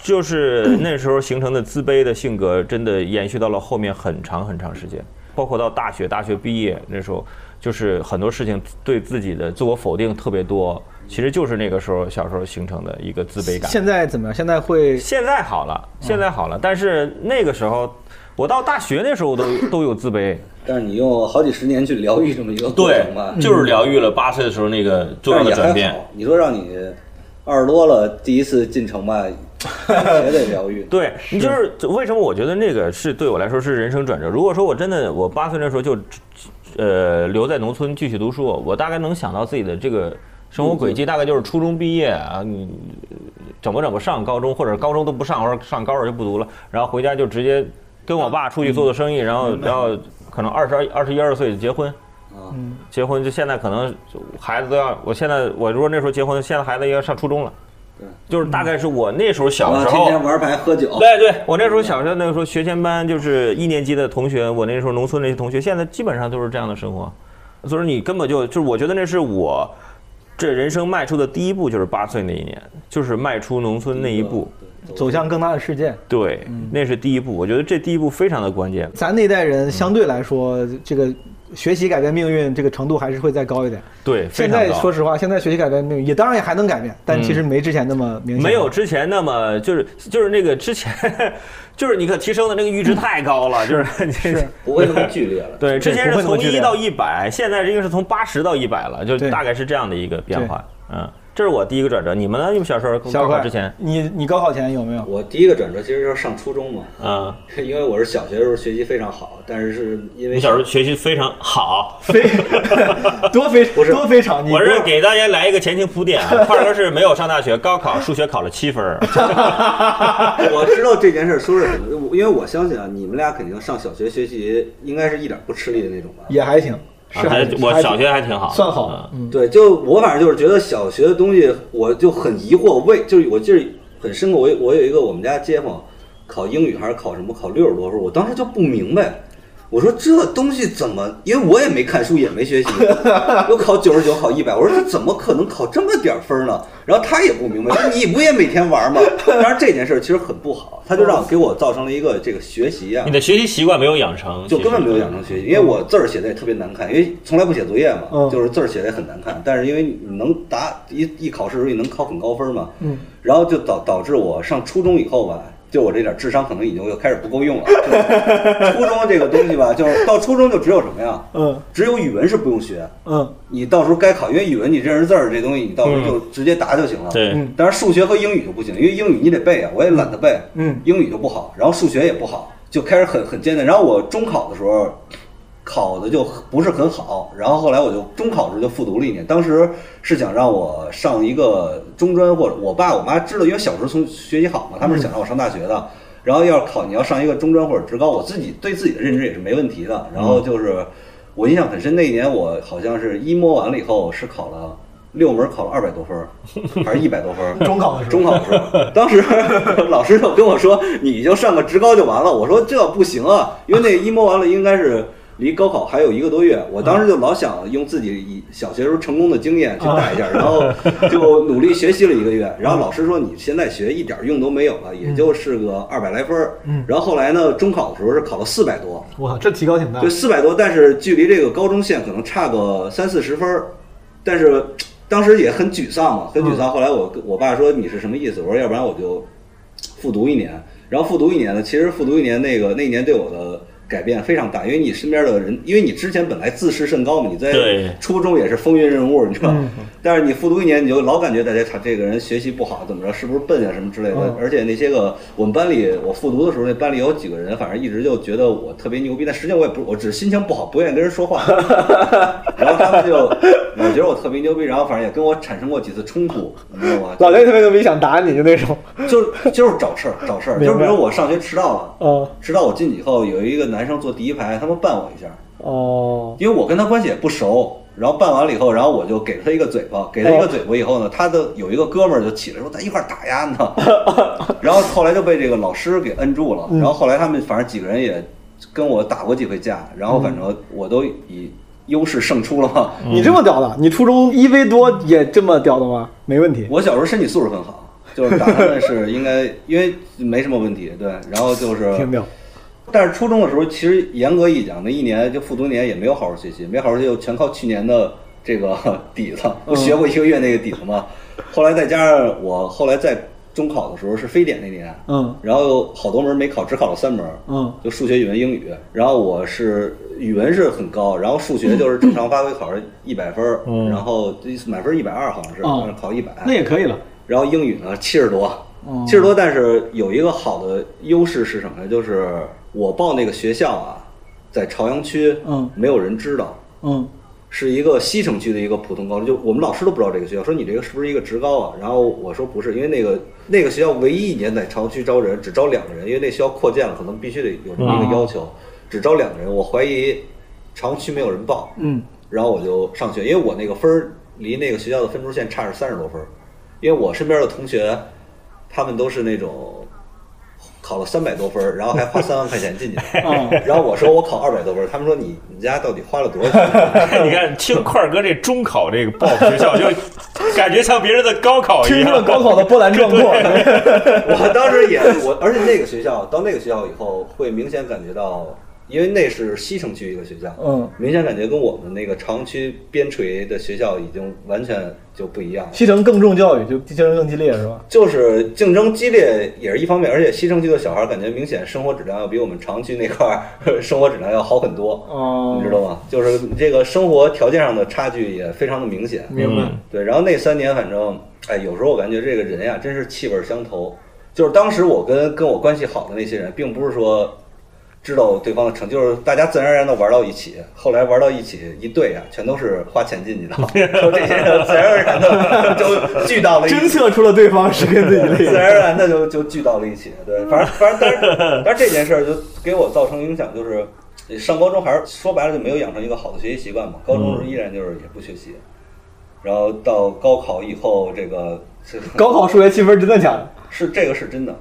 S3: 就是 那时候形成的自卑的性格，真的延续到了后面很长很长时间，包括到大学，大学毕业那时候，就是很多事情对自己的自我否定特别多，其实就是那个时候小时候形成的一个自卑感。
S4: 现嗯在怎么样？现在会
S3: 现在好了，现在好了，但是那个时候，我到大学那时候都都有自卑，
S1: 但是你用好几十年去疗愈这么一个过程
S4: 嗯
S1: 吧，
S3: 就是疗愈了八岁的时候那个重
S1: 但是也还好。你说让你二十多了第一次进城吧，也得疗愈。
S3: 对你就是为什么我觉得那个是对我来说是人生转折。如果说我真的我八岁那时候就，呃，留在农村继续读书，我大概能想到自己的这个生活轨迹，大概就是初中毕业啊，你整吧整吧上高中，或者高中都不上，或者上高二就不读了，然后回家就直接跟我爸出去做做生意，然后然后可能二十二、二十一二岁就结婚。结婚就现在可能孩子都要，我现在我如果那时候结婚，现在孩子也要上初中了，就是大概是我那时候小
S1: 啊，
S3: 时
S1: 天
S3: 候，
S1: 天玩牌喝酒，
S3: 对对，我那时候小学那个时候学前班就是一年级的同学，我那时候农村那些同学，现在基本上都是这样的生活，所以说你根本就就是我觉得那是我这人生迈出的第一步，就是八岁那一年，就是迈出农村那一步，
S4: 走向更大的世界。
S3: 对，那是第一步，我觉得这第一步非常的关键。
S4: 咱那代人相对来说，这个学习改变命运这个程度还是会再高一点。
S3: 对，
S4: 现
S3: 非常
S4: 在
S3: 高嗯
S4: 说实话，现在学习改变命运也当然也还能改变，但其实没之前那么明显。
S3: 没有之前那么就是就是那个之前 就是你可提升的那个阈值太高了，就是你
S4: 是
S1: 不会那么剧烈了。
S3: 对，之前
S4: 不
S3: 是
S4: 会那么
S3: 从
S4: 剧
S3: 一
S4: 烈
S3: 到一百，现在应该是从八十到一百了，就
S4: 对
S3: 大概是这样的一个变化。嗯，这是我第一个转折。你们呢？你们小时候
S4: 小
S3: 高考
S4: 块
S3: 之前，
S4: 你你高考前有没有？
S1: 我第一个转折其实就是上初中嘛，
S3: 嗯，
S1: 因为我是小学的时候学习非常好，但是是因为
S3: 你小时候学习非常好。
S4: 非 多非
S1: 不是
S4: 多非常，你
S3: 我是给大家来一个前情铺 垫啊，块哥是没有上大学，高考数学考了七分儿， 啊
S1: 我知道这件事儿说是什么，因为我相信啊，你们俩肯定上小学学习应该是一点不吃力的那种吧。
S4: 也还行，
S3: 啊
S4: 是还
S3: 这我
S4: 还
S3: 小学还挺好，
S4: 算好，
S3: 嗯
S4: 嗯，
S1: 对，就我反正就是觉得小学的东西，我就很疑惑，为就是我记得很深刻，我有我有一个我们家街坊考英语还是考什么考六十多分，我当时就不明白。我说这东西怎么？因为我也没看书，也没学习，又考九十九，考一百。我说他怎么可能考这么点儿分儿呢？然后他也不明白，说你不也每天玩吗？当然这件事儿其实很不好，他就让给我造成了一个这个学习啊
S3: 你，的学习习惯没有养成，
S1: 就
S3: 其
S1: 根本
S3: 实
S1: 没有养成学习，因为我字儿写的也特别难看，因为从来不写作业嘛
S4: 嗯，
S1: 就是字儿写的也很难看。但是因为你能答一一考试的时候，你能考很高分嘛，然后就导导致我上初中以后吧，就我这点智商可能已经又开始不够用了。就是初中这个东西吧，就是到初中就只有什么呀？
S4: 嗯
S1: 只有语文是不用学，
S4: 嗯
S1: 你到时候该考，因为语文你认识字儿这东西，你到时候就直接答就行了。
S3: 对，
S4: 嗯
S1: 当然数学和英语就不行，因为英语你得背啊，我也懒得背，
S4: 嗯
S1: 英语就不好，然后数学也不好，就开始很很艰难。然后我中考的时候考的就不是很好，然后后来我就中考的时候就复读了一年，当时是想让我上一个中专或者我爸我妈知道，因为小时候从学习
S4: 嗯
S1: 好嘛，他们是想让我上大学的。然后要是考你要上一个中专或者职高，我自己对自己的认知也是没问题
S4: 嗯
S1: 的。然后就是我印象很深，那一年我好像是一摸完了以后是考了六门，考了二百多分儿，还是一百多分儿？
S4: 中考的时候
S1: 中考的时候，当时 老师就跟我说：“你就上个职高就完了。”我说：“这不行啊，因为那一摸完了应该是。”离高考还有一个多月，我当时就老想用自己以小学时候成功的经验去带一下，然后就努力学习了一个月。然后老师说你现在学一点用都没有了，也就是个二百来分儿。
S4: 嗯
S1: 然后后来呢，中考的时候是考了四百多，
S4: 哇，这提高挺大
S1: 就，四百多，但是距离这个高中线可能差个三四十分儿，但是当时也很沮丧嘛，很沮丧。后来我跟我爸说你是什么意思？我说要不然我就复读一年。然后复读一年呢，其实复读一年那个那一年对我的改变非常大，因为你身边的人，因为你之前本来自视甚高嘛，你在
S3: 对
S1: 初中也是风云人物，你知道。
S4: 嗯
S1: 但是你复读一年，你就老感觉大家他这个人学习不好，怎么着，是不是笨呀、啊什么之类的
S4: 嗯。
S1: 而且那些个我们班里，我复读的时候，那班里有几个人，反正一直就觉得我特别牛逼，但实际上我也不，我只是心情不好，不愿意跟人说 话。然后他们就，我觉得我特别牛逼，然后反正也跟我产生过几次冲突，你知道吗？
S4: 老雷特别牛逼，想打你就那种，
S1: 就是就是找事儿，找事儿。
S4: 明
S1: 就
S4: 白
S1: 比如我上学迟到了，
S4: 嗯
S1: 迟到我进去以后，有一个男生坐第一排，他们绊我一下，
S4: 哦，
S1: 因为我跟他关系也不熟，然后办完了以后，然后我就给他一个嘴巴，给他一个嘴巴以后呢，他的有一个哥们儿就起来说咱一块儿打呀呢， 然后后来就被这个老师给摁住了，然后后来他们反正几个人也跟我打过几回架，然后反正我都以优势胜出了嘛。
S3: 嗯
S4: 你这么屌的，你初中一 v 多也这么屌的吗？没问题，
S1: 我小时候身体素质很好，就是打他们是应该因为没什么问题，对，然后就是
S4: 挺屌，
S1: 但是初中的时候，其实严格意义讲，那一年就复读年也没有好好学习，没好好学习，全靠去年的这个 底子，
S4: 嗯
S1: 我学过一个月那个底子嘛。后来再加上我后来在中考的时候是非典那年，
S4: 嗯
S1: 然后好多门没考，只考了三门，
S4: 嗯，
S1: 就数学、语文、英语。然后我是语文是很高，然后数学就是正常发挥，考了一百分儿，然后满分一百二好像是，
S4: 嗯哦
S1: 考一百，
S4: 那也可以了，
S1: 然后英语呢七十多
S4: 哦，
S1: 七十多，但是有一个好的优势是什么呢？就是我报那个学校啊，在朝阳区，
S4: 嗯
S1: 没有人知道，
S4: 嗯
S1: 是一个西城区的一个普通高中，就我们老师都不知道这个学校，说你这个是不是一个职高啊？然后我说不是，因为那个那个学校唯一一年在朝阳区招人，只招两个人，因为那学校扩建了，可能必须得有这么一个要求，只招两个人。我怀疑朝阳区没有人报，
S4: 嗯，
S1: 然后我就上学，因为我那个分儿离那个学校的分数线差是三十多分儿，因为我身边的同学，他们都是那种考了三百多分儿，然后还花三万块钱进去，然后我说我考二百多分儿，他们说你你家到底花了多少钱？
S3: 你看，听块儿哥这中考这个报学校，就感觉像别人的高考一
S4: 听出
S3: 样。嗯
S4: 了高考的波澜壮 阔，
S1: 我当时也我，而且那个学校到那个学校以后，会明显感觉到因为那是西城区一个学校，
S4: 嗯，
S1: 明显感觉跟我们那个长区边陲的学校已经完全就不一样了。
S4: 西城更重教育，就竞争更激烈，是吧？
S1: 就是竞争激烈也是一方面，而且西城区的小孩感觉明显生活质量要比我们长区那块儿 生活质量要好很多，
S4: 哦
S1: 你知道吗？就是这个生活条件上的差距也非常的明显。
S4: 明白。
S1: 对，然后那三年反正，哎，有时候我感觉这个人呀，真是气味相投。就是当时我跟跟我关系好的那些人，并不是说知道对方的成，就是大家自然而然的玩到一起。后来玩到一起一对啊，全都是花钱进去的， 就这些人自然而然的 就聚到了一
S4: 侦
S1: 起。
S4: 测出了对方是跟自 己类
S1: 自
S4: 似
S1: 然而然的就就聚到了一起，对，反正反正但是但是这件事儿就给我造成影响，就是你上高中还是说白了就没有养成一个好的学习习惯嘛，高中
S3: 嗯
S1: 时候依然就是也不学习，然后到高考以后，这个这个
S4: 高考数学七分真的假的？
S1: 是这个是 真的，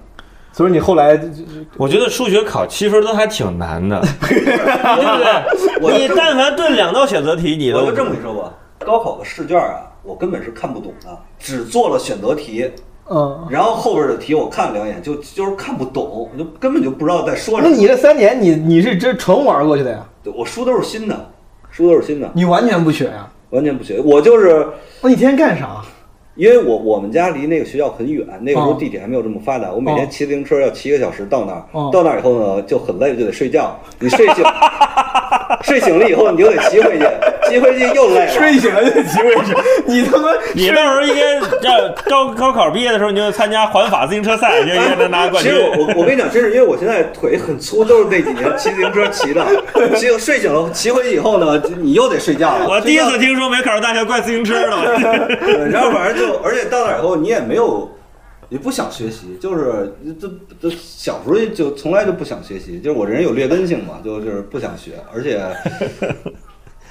S4: 所以你后来就就就
S3: 我觉得数学考七分都还挺难 的， 对不对？你但凡对两道选择题，你
S1: 我
S3: 都
S1: 就这么跟你说吧，高考的试卷啊，我根本是看不懂的，只做了选择题，
S4: 嗯。
S1: 然后后边的题我看了两眼，就就是看不懂，我就根本就不知道在说什
S4: 那
S1: 么，
S4: 你这三年你你是真纯玩过去的呀？
S1: 对我书都是新的，书都是新的，
S4: 你完全不学呀？
S1: 完全不学，我就是。
S4: 那你天天干啥？
S1: 因为我我们家离那个学校很远，那个时候
S3: 嗯
S4: 哦
S1: 地铁还没有这么发达，我每
S4: 哦
S1: 天骑自行车要骑一个小时到那儿，
S3: 嗯
S4: 哦
S1: 到那儿以后呢就很累，就得睡觉。你睡醒， 睡醒了以后你就得骑回去，骑回去又累了。
S4: 睡醒了就骑回去， 你他妈
S3: 你到时候应该要高高考毕业的时候，你就参加环法自行车赛，就应该能拿冠
S1: 其
S3: 军
S1: 实。我我我跟你讲，真是因为我现在腿很粗，都是那几年骑自行车骑的。 骑睡醒了，骑回去以后呢，你又得睡觉了。
S3: 我第一
S1: 睡觉
S3: 次听说没考上大学怪自行车 的，
S1: 对，然后反正就，而且到那儿以后你也没有，你不想学习，就是这这小时候就从来就不想学习，就是我这人有劣根性嘛，就就是不想学，而 且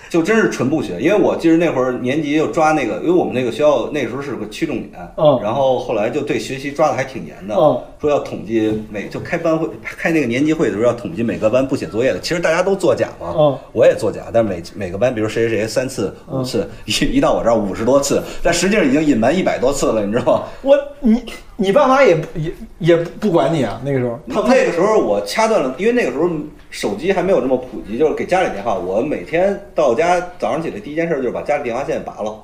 S1: 就真是纯不学，因为我记得那会儿年级就抓那个，因为我们那个学校那时候是个区重点，
S4: 嗯
S1: 然后后来就对学习抓的还挺严的，
S4: 嗯
S1: 说要统计每就开班会开那个年级会的时候要统计每个班不写作业的，其实大家都作假嘛，
S4: 嗯
S1: 我也作假，但是每每个班，比如谁谁谁三次、五次， 一一到我这儿五十多次，但实际上已经隐瞒一百多次了，你知道吗？
S4: 我你你爸妈也不也也不管你啊？那个时候
S1: 他那个时候我掐断了，因为那个时候手机还没有这么普及，就是给家里电话。我每天到家早上起来第一件事就是把家里电话线拔了，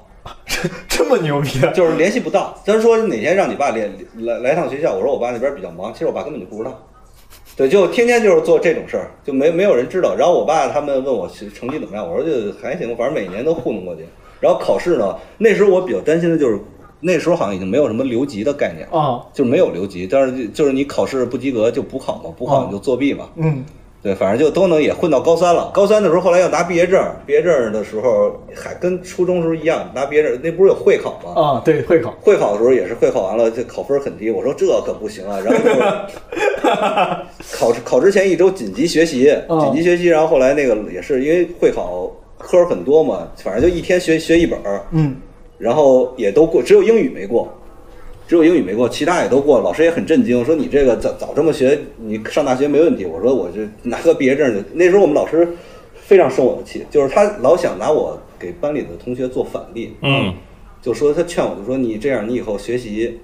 S4: 这么牛逼啊？
S1: 就是联系不到。他说哪天让你爸联来来趟学校，我说我爸那边比较忙，其实我爸根本就不知道。对，就天天就是做这种事儿，就没没有人知道。然后我爸他们问我学成绩怎么样，我说就还行，反正每年都糊弄过去。然后考试呢，那时候我比较担心的就是，那时候好像已经没有什么留级的概念了，
S4: 啊，
S1: 就是没有留级，但是就就是你考试不及格就补考嘛，补考
S4: 哦
S1: 你就作弊嘛。
S4: 嗯，
S1: 对，反正就都能也混到高三了。高三的时候，后来要拿毕业证儿，毕业证儿的时候还跟初中时候一样，拿毕业证儿那不是有会考吗？
S4: 啊，对，会考。
S1: 会考的时候也是会考完了，这考分很低。我说这可不行啊，然后就 考考之前一周紧急学习，
S4: 嗯
S1: 紧急学习，然后后来那个也是因为会考科儿很多嘛，反正就一天学学一本儿，
S4: 嗯，
S1: 然后也都过，只有英语没过，只有英语没过，其他也都过。老师也很震惊，说你这个早早这么学，你上大学没问题。我说我这拿个毕业证就，那时候我们老师非常生我的气，就是他老想拿我给班里的同学做反例，
S3: 嗯，
S1: 就说他劝我，就说你这样，你以后学习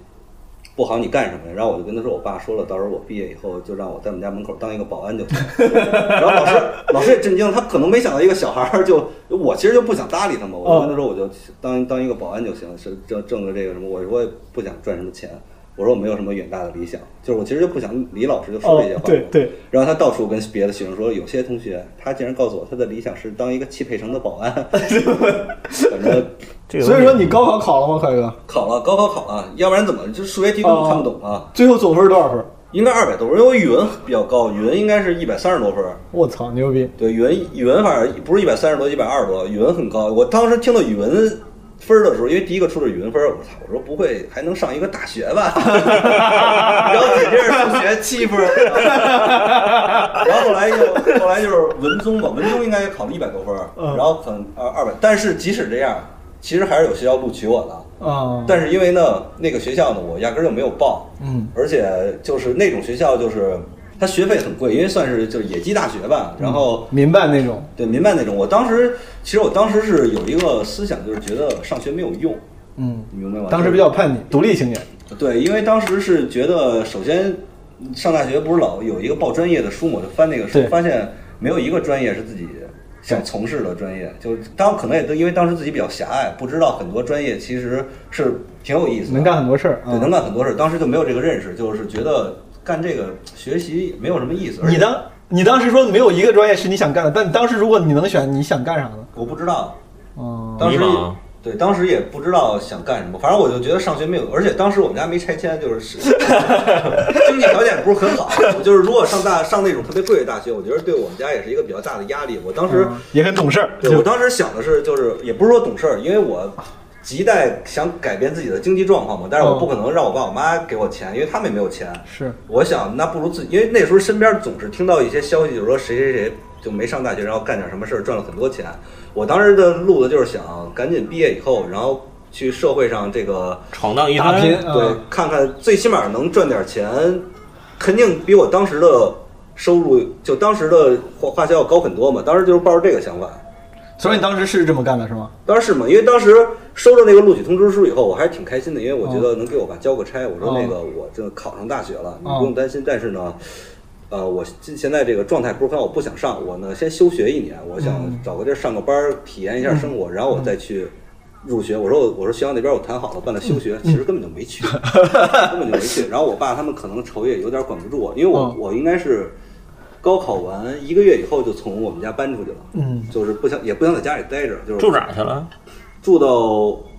S1: 不好，你干什么呀？然后我就跟他说，我爸说了，到时候我毕业以后就让我在我们家门口当一个保安就行。 然后老师老师也震惊，他可能没想到一个小孩儿就我其实就不想搭理他嘛，我就跟他说我就当当一个保安就行，是挣挣个这个什么，我我也不想赚什么钱。我说我没有什么远大的理想，就是我其实就不想理老师就说这些话、
S4: 哦对对。
S1: 然后他到处跟别的学生说，有些同学他竟然告诉我他的理想是当一个汽配城的保安， 反正
S3: 这个
S4: 所以说你高考考了吗，凯哥？
S1: 考了，高考考了，要不然怎么这数学题根本看不懂啊？
S4: 最后总分多少分？
S1: 应该二百多分，因为我语文比较高，语文应该是一百三十多分。
S4: 我操，牛逼！
S1: 对，语文语文反正不是一百三十多，一百二十多，语文很高。我当时听到语文分儿的时候，因为第一个出的语文分儿，我操，我说不会还能上一个大学吧？ 然后紧接着数学七分儿， 然后后来就后来就是文综吧，文综应该也考了一百多分儿，然后可能二二百，但是即使这样，其实还是有学校录取我的。
S4: 啊，
S1: 但是因为呢，那个学校呢，我压根儿就没有报，嗯，而且就是那种学校，就是它学费很贵，因为算是就是野鸡大学吧，然后
S4: 民办那种，
S1: 对民办那种，我当时其实我当时是有一个思想，就是觉得上学没有用，
S4: 嗯，
S1: 你明白吗？
S4: 当时比较叛逆，独立青年。
S1: 对，因为当时是觉得，首先上大学不是老有一个报专业的书嘛，我就翻那个书
S4: 对，
S1: 发现没有一个专业是自己想从事的专业，就是当可能也都因为当时自己比较狭隘，不知道很多专业其实是挺有意思的，
S4: 能干很多事儿。
S1: 对，
S4: 嗯
S1: 能干很多事儿。当时就没有这个认识，就是觉得干这个学习没有什么意思。而且
S4: 你当你当时说没有一个专业是你想干的，但你当时如果你能选，你想干啥呢？
S1: 我不知道，
S4: 嗯，
S1: 当时
S3: 迷茫
S1: 对，当时也不知道想干什么，反正我就觉得上学没有，而且当时我们家没拆迁，就是 经济条件不是很好。我就是如果上大上那种特别贵的大学，我觉得对我们家也是一个比较大的压力。我当时、
S4: 也很懂事儿，
S1: 对我当时想的是，就是也不是说懂事儿，因为我亟待想改变自己的经济状况嘛，但是我
S4: 嗯
S1: 不可能让我爸我妈给我钱，因为他们也没有钱。
S4: 是
S1: 我想，那不如自己，因为那时候身边总是听到一些消息，就是说谁谁谁就没上大学，然后干点什么事儿，赚了很多钱。我当时的路子就是想赶紧毕业以后，然后去社会上这个
S3: 闯荡一
S4: 打
S3: 番，
S4: 拼
S1: 对，看看最起码能赚点钱，肯定比我当时的收入就当时的花花销要高很多嘛。当时就是抱着这个想法。
S4: 所以你当时是这么干的，是吗？
S1: 当然是嘛，因为当时收到那个录取通知书以后，我还是挺开心的，因为我觉得能给我爸交个差。我说那个我这考上大学了，你不用担心。但是呢，呃，我现现在这个状态不是很好，我不想上，我呢先休学一年，我想找个地儿上个班儿，体验一下生活，然后我再去。入学，我说我我说学校那边我谈好了，办了休学，其实根本就没去，根本就没去。然后我爸他们可能愁也有点管不住我，因为我
S4: 嗯
S1: 我应该是高考完一个月以后就从我们家搬出去了，
S4: 嗯，
S1: 就是不想也不想在家里待着，就是
S3: 住哪儿去了？
S1: 住到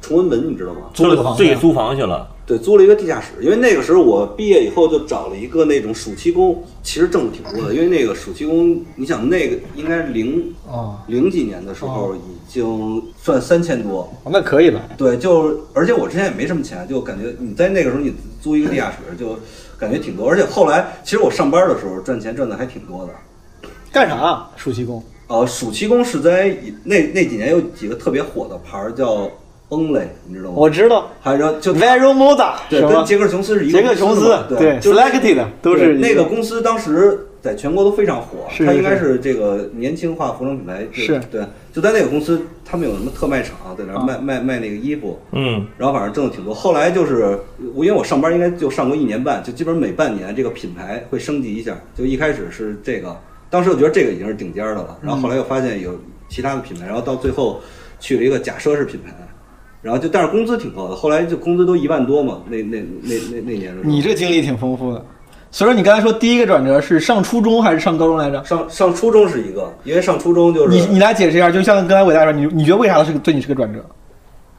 S1: 崇文门，你知道吗？
S4: 租了个房
S3: 自己
S4: 子，
S3: 租房去了。
S1: 对，租了一个地下室，因为那个时候我毕业以后就找了一个那种暑期工，其实挣的挺多的，因为那个暑期工，你想那个应该是零
S4: 啊，
S1: 零几年的时候已经哦算三千多，
S4: 那可以了，
S1: 对，就是而且我之前也没什么钱，就感觉你在那个时候你租一个地下室就感觉挺多，而且后来其实我上班的时候赚钱赚的还挺多的，
S4: 干啥啊？暑期工
S1: 呃，暑期工是在那那几年有几个特别火的牌儿叫 Only，你知道吗？
S4: 我知道
S1: 还有就
S4: v e r o Moda
S1: 对，
S4: 什
S1: 跟
S4: 么
S1: 杰克琼斯是一个
S4: 杰克琼
S1: 公
S4: 斯
S1: 司嘛，对，就是
S4: Selected 都
S1: 对
S4: 是一
S1: 那个公司当时在全国都非常火，
S4: 是
S1: 它
S4: 是
S1: 应该是这个年轻化服装品牌，就是对，就在那个公司，他们有什么特卖场，在
S4: 啊
S1: 那儿卖卖卖那个衣服，
S3: 嗯，
S1: 然后反正挣的挺多。后来就是我，因为我上班应该就上过一年半，就基本每半年这个品牌会升级一下。就一开始是这个，当时我觉得这个已经是顶尖儿的了，然后后来又发现有其他的品牌，然后到最后去了一个假奢侈品牌，然后就但是工资挺高的，后来就工资都一万多嘛，那那那那那年的时候。
S4: 你这经历挺丰富的。所以说你刚才说第一个转折是上初中还是上高中来着？
S1: 上上初中是一个，因为上初中就是
S4: 你你来解释一下，就像刚才伟大说，你你觉得为啥是个对你是个转折？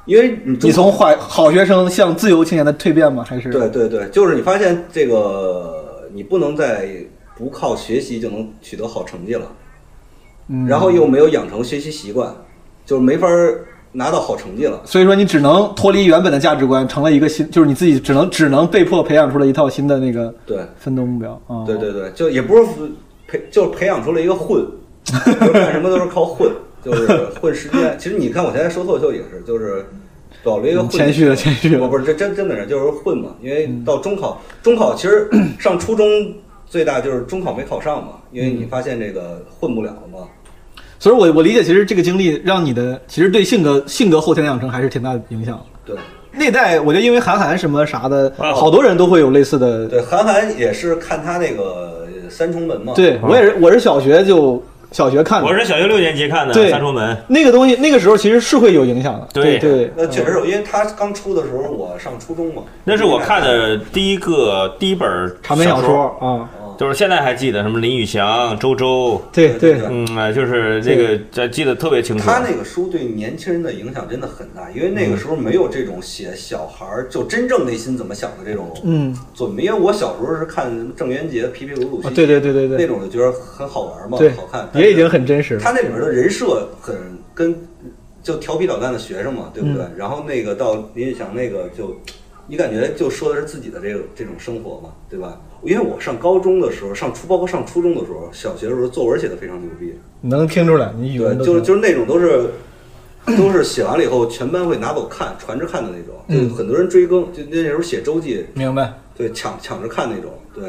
S1: 因为你
S4: 你从坏好学生向自由青年的蜕变吗？还是
S1: 对对对，就是你发现这个你不能再不靠学习就能取得好成绩了，
S4: 嗯
S1: 然后又没有养成学习习惯，就是没法儿拿到好成绩了。
S4: 所以说你只能脱离原本的价值观，成了一个新，就是你自己只能只能被迫培养出了一套新的那个
S1: 对
S4: 奋斗目标啊。
S1: 对对对，就也不是培，就是培养出了一个混，就是干什么都是靠混， 就是混时间。其实你看我现在说脱口秀也是，就是搞了一个混。
S4: 嗯谦虚了，谦虚
S1: 我
S4: 了。嗯
S1: 不是这真真的是就是混嘛，因为到中考，中考其实上初中最大就是中考没考上嘛，因
S4: 嗯
S1: 为你发现这个混不了了嘛。
S4: 所以我我理解，其实这个经历让你的其实对性格性格后天的养成还是挺大的影响。
S1: 对
S4: 那代我觉得因为韩寒什么啥的，
S3: 啊
S4: 好多人都会有类似的。
S1: 对，韩寒也是看他那个呃三重门嘛。
S4: 对我也是，我是小学就小学看的
S3: 哦我，是小学六年级看的
S4: 对
S3: 《三重门》，
S4: 那个东西那个时候其实是会有影响的。对
S3: 对
S4: 对，
S1: 那确实有，因为他刚出的时候我上初中嘛。
S3: 那是我看的第一个第一本
S4: 长篇小说
S3: 说，
S4: 啊，
S3: 就是现在还记得什么林语祥、周周，
S4: 对
S1: 对
S4: 对
S1: 对
S3: 嗯，呃就是这个嗯这记得特别清楚。
S1: 他那个书对年轻人的影响真的很大，因为那个时候没有这种写小孩儿就真正内心怎么想的这种
S4: 嗯
S1: 作品。因为我小时候是看郑渊洁、皮皮鲁鲁西
S4: 啊，对对对对
S1: 那
S4: 对
S1: 种就觉得很好玩嘛，
S4: 对
S1: 好看，，但是
S4: 也已经很真实了。
S1: 他那里面的人设很跟就调皮捣蛋的学生嘛，对不对？然后那个到林语祥那个就，你感觉就说的是自己的这个这种生活嘛，对吧？因为我上高中的时候，上初包括上初中的时候，小学的时候作文写的非常牛逼，
S4: 能听出来，你语
S1: 对
S4: 文，都
S1: 就是
S4: 行
S1: 就是那种都是。都是写完了以后，全班会拿走看，传着看的那种，就很多人追更，就那时候写周记，
S4: 明白。
S1: 对，抢抢着看那种，对。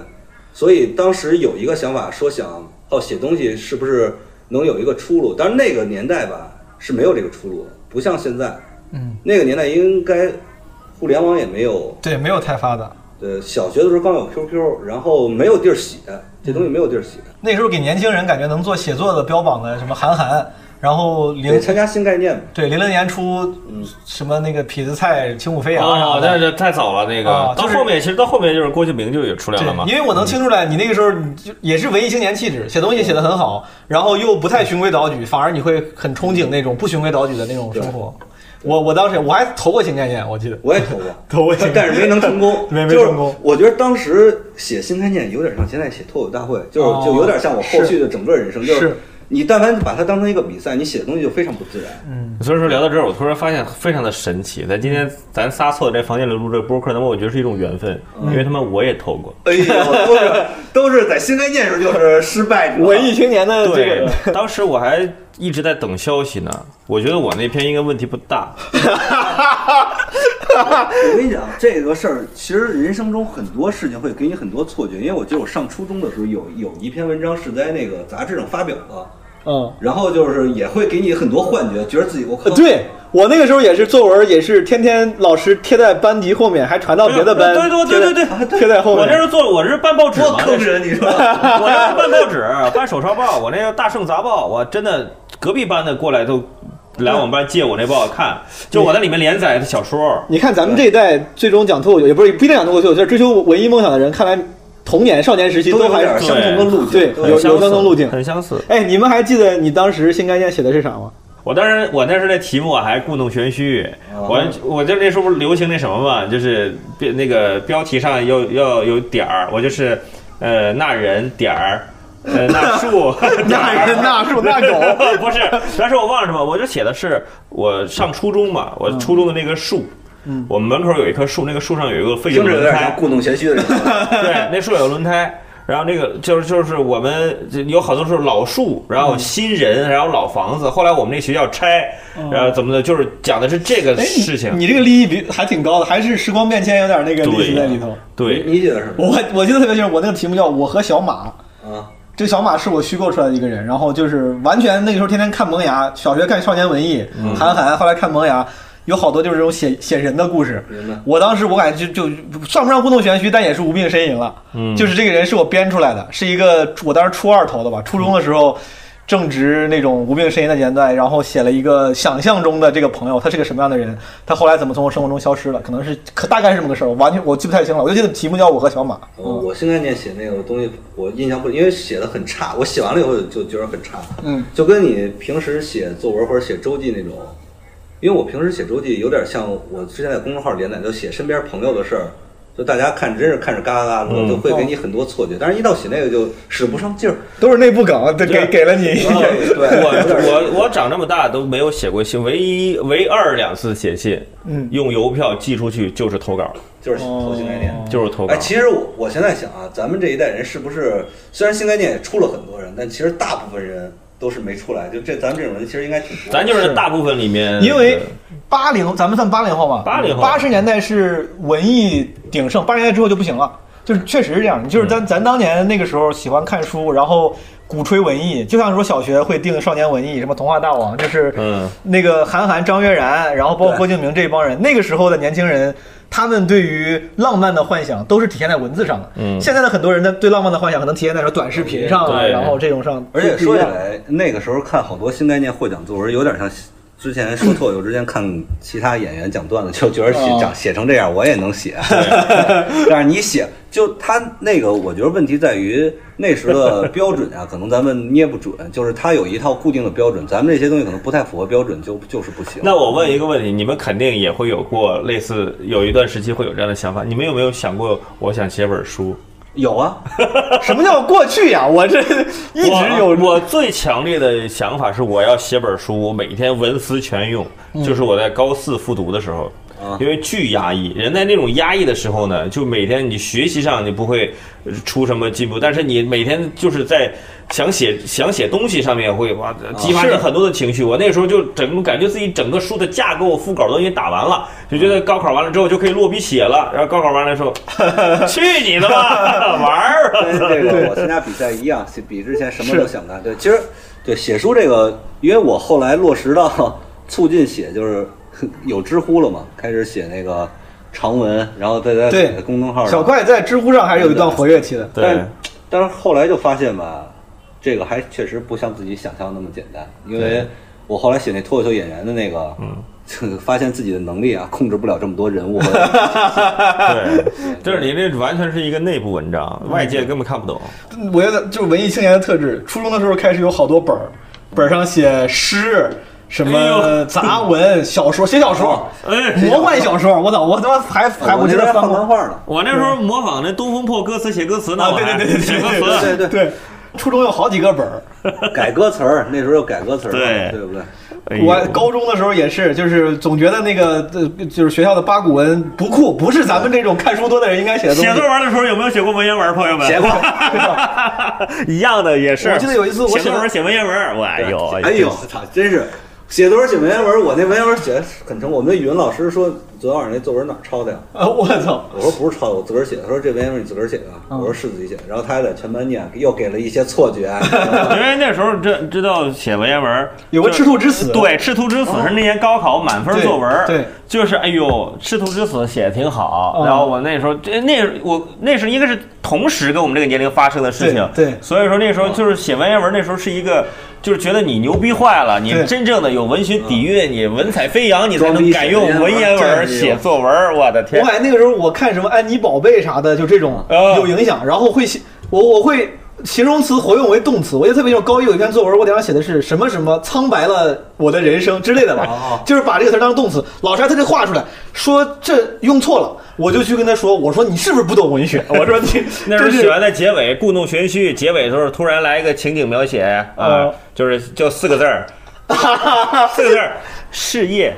S1: 所以当时有一个想法，说想哦，写东西是不是能有一个出路？但是那个年代吧是没有这个出路的，不像现在。
S4: 嗯，
S1: 那个年代应该互联网也没有，
S4: 对，没有太发达。
S1: 呃，小学的时候刚有 QQ，然后没有地儿写，这东西没有地儿写，
S4: 那时候给年轻人感觉能做写作的标榜的什么韩寒，然后
S1: 得
S4: 零
S1: 参加新概念嘛。
S4: 对零零年初
S1: 嗯
S4: 什么那个痞子蔡、轻舞飞扬啥
S3: 哦，
S4: 的
S3: 那，是太早了，那个、
S4: 啊就是
S3: 到后面其实到后面就是郭敬明就也出来了嘛
S4: 对，因，为我能听出来，你那个时候你就也是文艺青年气质，写东西写得很好，然后又不太循规蹈矩，反而你会很憧憬那种不循规蹈矩的那种生活。我我当时我还投过新概念，我记得
S1: 我也投过，
S4: 投过新概念，，
S1: 但是没能成功
S4: 没没
S1: 就是
S4: 成功
S1: 我觉得当时写新概念有点像现在写脱口大会，就是就有点像我后续的整个人生，就是是你但凡把它当成一个比赛，你写的东西就非常不自然。
S3: 所以说聊到这儿，我突然发现非常的神奇。咱今天咱仨凑在这房间里录这播客，那么我觉得是一种缘分，
S4: 嗯
S3: 因为他们我也投过。
S1: 哎呦，都是都是在新概念时候就是失败者，
S4: 文艺青年的嗯这
S3: 对
S4: 个，
S3: 当时我还一直在等消息呢。我觉得我那篇应该问题不大。
S1: 我跟你讲，这个事儿其实人生中很多事情会给你很多错觉，因为我记得我上初中的时候有有一篇文章是在那个杂志上发表的，
S4: 嗯。
S1: 然后就是也会给你很多幻觉，觉得自己我靠，
S4: 呃对我那个时候也是作文，也是天天老师贴在班级后面，还传到别的班，
S3: 对对对对
S4: 贴在
S3: 对对，
S4: 贴在后
S3: 我这
S4: 面。
S3: 是做，我这是办报纸
S1: 多
S3: 嘛，
S1: 坑人，你说
S3: 我这是办报纸，办手抄报，我那个大圣杂报，我真的隔壁班的过来都来我们班借我那报看，就我在里面连载的小说。
S4: 你看咱们这一代最终讲脱口秀，也不是不一定讲脱口秀，就是追求文艺梦想的人，看来童年少年时期
S1: 都有
S4: 还
S1: 点
S4: 是
S1: 相同的路
S4: 对
S1: 径，
S4: 有
S1: 都
S3: 很
S4: 有
S3: 相
S4: 相
S3: 似
S4: 同路径。
S3: 很相似。
S4: 哎，你们还记得你当时新概念写的是啥吗？
S3: 我当时我那时候那题目我还故弄玄虚，
S1: 啊
S3: 我我就那时候不是流行那什么嘛，就是标那个标题上要要有点儿，我就是呃那人点儿。 呃，那树，点儿
S4: 那人那树那 狗
S3: 不是，但是我忘了什么，我就写的是我上初中嘛，
S1: 嗯
S3: 我初中的那个树，我们门口有一棵树，那个树上有一个废旧
S1: 听着有
S3: 轮
S1: 点
S3: 胎
S1: 像，故弄玄虚的人。
S3: 对，那树有轮胎。然后那个就是就是我们这有好多是老树，然后新人，然后老房子。后来我们那学校拆，然后怎么的，就是讲的是这个
S4: 哎，你
S3: 事情。
S4: 你这个利益比还挺高的，还是时光变迁有点那个历史在里头。
S3: 对，
S1: 你记得是吗？
S4: 我我记得特别清楚，我那个题目叫《我和小马》。
S1: 啊，
S4: 这小马是我虚构出来的一个人，然后就是完全那个时候天天看《萌芽》，小学看《少年文艺》
S3: 嗯
S4: 韩寒，后来看《萌芽》，有好多就是这种写写人的故事。
S1: 明白。
S4: 我当时我感觉就就算不上故弄玄虚，但也是无病呻吟了。
S3: 嗯
S4: 就是这个人是我编出来的，是一个我当时初二投的吧，初中的时候。正值那种无病呻吟的年代，然后写了一个想象中的这个朋友，他是个什么样的人？他后来怎么从我生活中消失了？可能是可大概是这么个事儿，我完全我记不太清了。我就记得题目叫《我和小马》。
S1: 我我新概念写那个东西，我印象不，因为写的很差，我写完了以后就觉得很差，
S4: 嗯，
S1: 就跟你平时写作文或者写周记那种，因为我平时写周记有点像我之前在公众号连载，就写身边朋友的事儿，就大家看真是看着嘎嘎嘎乐，
S3: 嗯
S1: 就会给你很多错觉，但是一到写那个就使不上劲儿，啊
S4: 都是内部梗，对给
S3: 对
S4: 给了你一些。
S1: 对，
S3: 我我我长这么大都没有写过信，唯一唯二两次写信，
S4: 嗯 哦
S3: 用邮票寄出去就是投稿，
S1: 就是投新概念。
S3: 就是投稿
S1: 哎，。其实我我现在想啊，咱们这一代人是不是虽然新概念也出了很多人，但其实大部分人都是没出来，就这咱们这种人其实应该挺多的。
S3: 咱就是大部分里面，
S4: 因为八零，咱们算八零后吧，
S3: 80后
S4: 八十年代是文艺鼎盛，八十年代之后就不行了，就是确实是这样，就是咱、咱当年那个时候喜欢看书，然后鼓吹文艺，就像说小学会定少年文艺，什么童话大王，就是
S3: 嗯
S4: 那个韩寒、张悦然，然后包括
S1: 对
S4: 郭敬明这一帮人，那个时候的年轻人。他们对于浪漫的幻想都是体现在文字上的。
S3: 嗯
S4: 现在的很多人呢，对浪漫的幻想可能体现在说短视频上啊，
S3: 对
S4: 然后这种上。
S1: 而且说起
S4: 不一样，
S1: 来，那个时候看好多新概念获奖作文，有点像之前说脱口秀之前看其他演员讲段子，就觉得写讲写成这样我也能写。啊 但是你写，就他那个，我觉得问题在于那时的标准啊，可能咱们捏不准，就是他有一套固定的标准，咱们这些东西可能不太符合标准，就就是不行。
S3: 那我问一个问题，你们肯定也会有过类似，有一段时期会有这样的想法。你们有没有想过，我想写本书？
S1: 有啊，
S4: 什么叫过去呀、我这一直有
S3: 我我最强烈的想法是，我要写本书，我每天文思泉涌。
S4: 嗯
S3: 就是我在高四复读的时候，
S1: 啊
S3: 因为巨压抑，人在那种压抑的时候呢，就每天你学习上你不会呃出什么进步，但是你每天就是在想写想写东西上面会哇激发你
S4: 是
S3: 很多的情绪。我那时候就整个感觉自己整个书的架构、副稿都已经打完了，就觉得高考完了之后就可以落笔写了。然后高考完了之后， 去你的吧， 玩儿吧。
S1: 跟这个我参加比赛一样，比之前什么都想干。对，其实对写书这个，因为我后 来落实到促进写，就是有知乎了嘛，开始写那个长文，然后再在
S4: 对
S1: 自己的公众号上
S4: 小快在知乎上还是有一段活跃期的。
S3: 对，
S1: 但是后来就发现吧，这个还确实不像自己想象那么简单，因为我后来写那脱口秀演员的那个，嗯， 发现自己的能力啊，控制不了这么多人物和。
S3: 对，就是你这完全是一个内部文章，外界根本看不懂。
S4: 我觉得就是文艺青年的特质。初中的时候开始有好多本儿，本儿上写诗、什么杂 文、小说，写小说，
S3: 哎，
S4: 魔幻小说。我操，我他妈还 还
S1: 我
S4: 哎我
S1: 那时
S4: 觉
S1: 候
S4: 得
S1: 还
S4: 翻
S1: 画
S4: 过
S1: 漫。画呢，
S3: 我那时候模仿那东风破歌词写歌词呢，
S4: 啊，
S3: 我
S4: 对
S3: 还
S4: 对对
S3: 写
S4: 对
S3: 歌
S4: 对
S3: 词。
S4: 对对对，初中有好几个本儿。
S1: 改歌词儿，那时候又改歌词儿
S3: 对
S1: 嘛，对不对？
S3: 哎呦
S4: 我高中的时候也是，就是总觉得那个呃就是学校的八股文不酷，不是咱们这种看书多的人应该写的东西
S3: 写。作文的时候有没有写过文言文？朋友们，
S1: 写过，
S3: 一样的也是。
S4: 我记得有一次我
S3: 写
S4: 写
S3: 作
S4: 的
S3: 文写文言文，我哎呦
S1: 哎呦，我操，真是写作文写文言文，我那文言文写的很成功。我们那语文老师说，昨天晚上那作文哪儿抄的呀？
S4: 啊，我操！
S1: 我说不是抄的，我自个儿写的。他说这文言文你自个儿写的啊？我说是自己写的。然后他还在全班念，又给了一些错觉。啊
S3: 因为那时候知知道写文言文，
S4: 哎有个
S3: 就
S4: 赤兔之死哦
S3: 对，赤兔之死是那年高考满分作文，
S4: 对对
S3: 就是哎呦，赤兔之死写的挺好。
S4: 嗯
S3: 然后我那时候，这那我那时候应该是同时跟我们这个年龄发生的事情，
S4: 对对哦
S3: 所以说那时候就是写文言文，那时候是一个。就是觉得你牛逼坏了，你
S4: 对
S3: 真正的有文学底蕴，你文采飞扬，你才
S1: 装
S3: 能
S1: 逼
S3: 敢
S1: 写
S3: 用文
S1: 文言
S3: 言
S1: 文
S3: 文
S1: 这
S3: 写
S1: 有
S3: 作文。我的天
S4: 我！感觉那个时候我看什么安妮宝贝啥的，就这种
S3: 啊
S4: 有影响，然后会写我我会形容词活用为动词，我就特别有高一有一篇作文，我顶上写的是什么什么苍白了我的人生之类的
S3: 啊
S4: 吧，就是把这个词儿当动词，老师还特地画出来说这用错了，我就去跟他说，我说你是不是不懂文学？我说你
S3: 那时
S4: 就
S3: 候
S4: 是
S3: 写完的结尾故弄玄虚，结尾的时候突然来一个情景描写，啊、
S4: 哦
S3: 就是就四个字 儿，四个字儿，事业。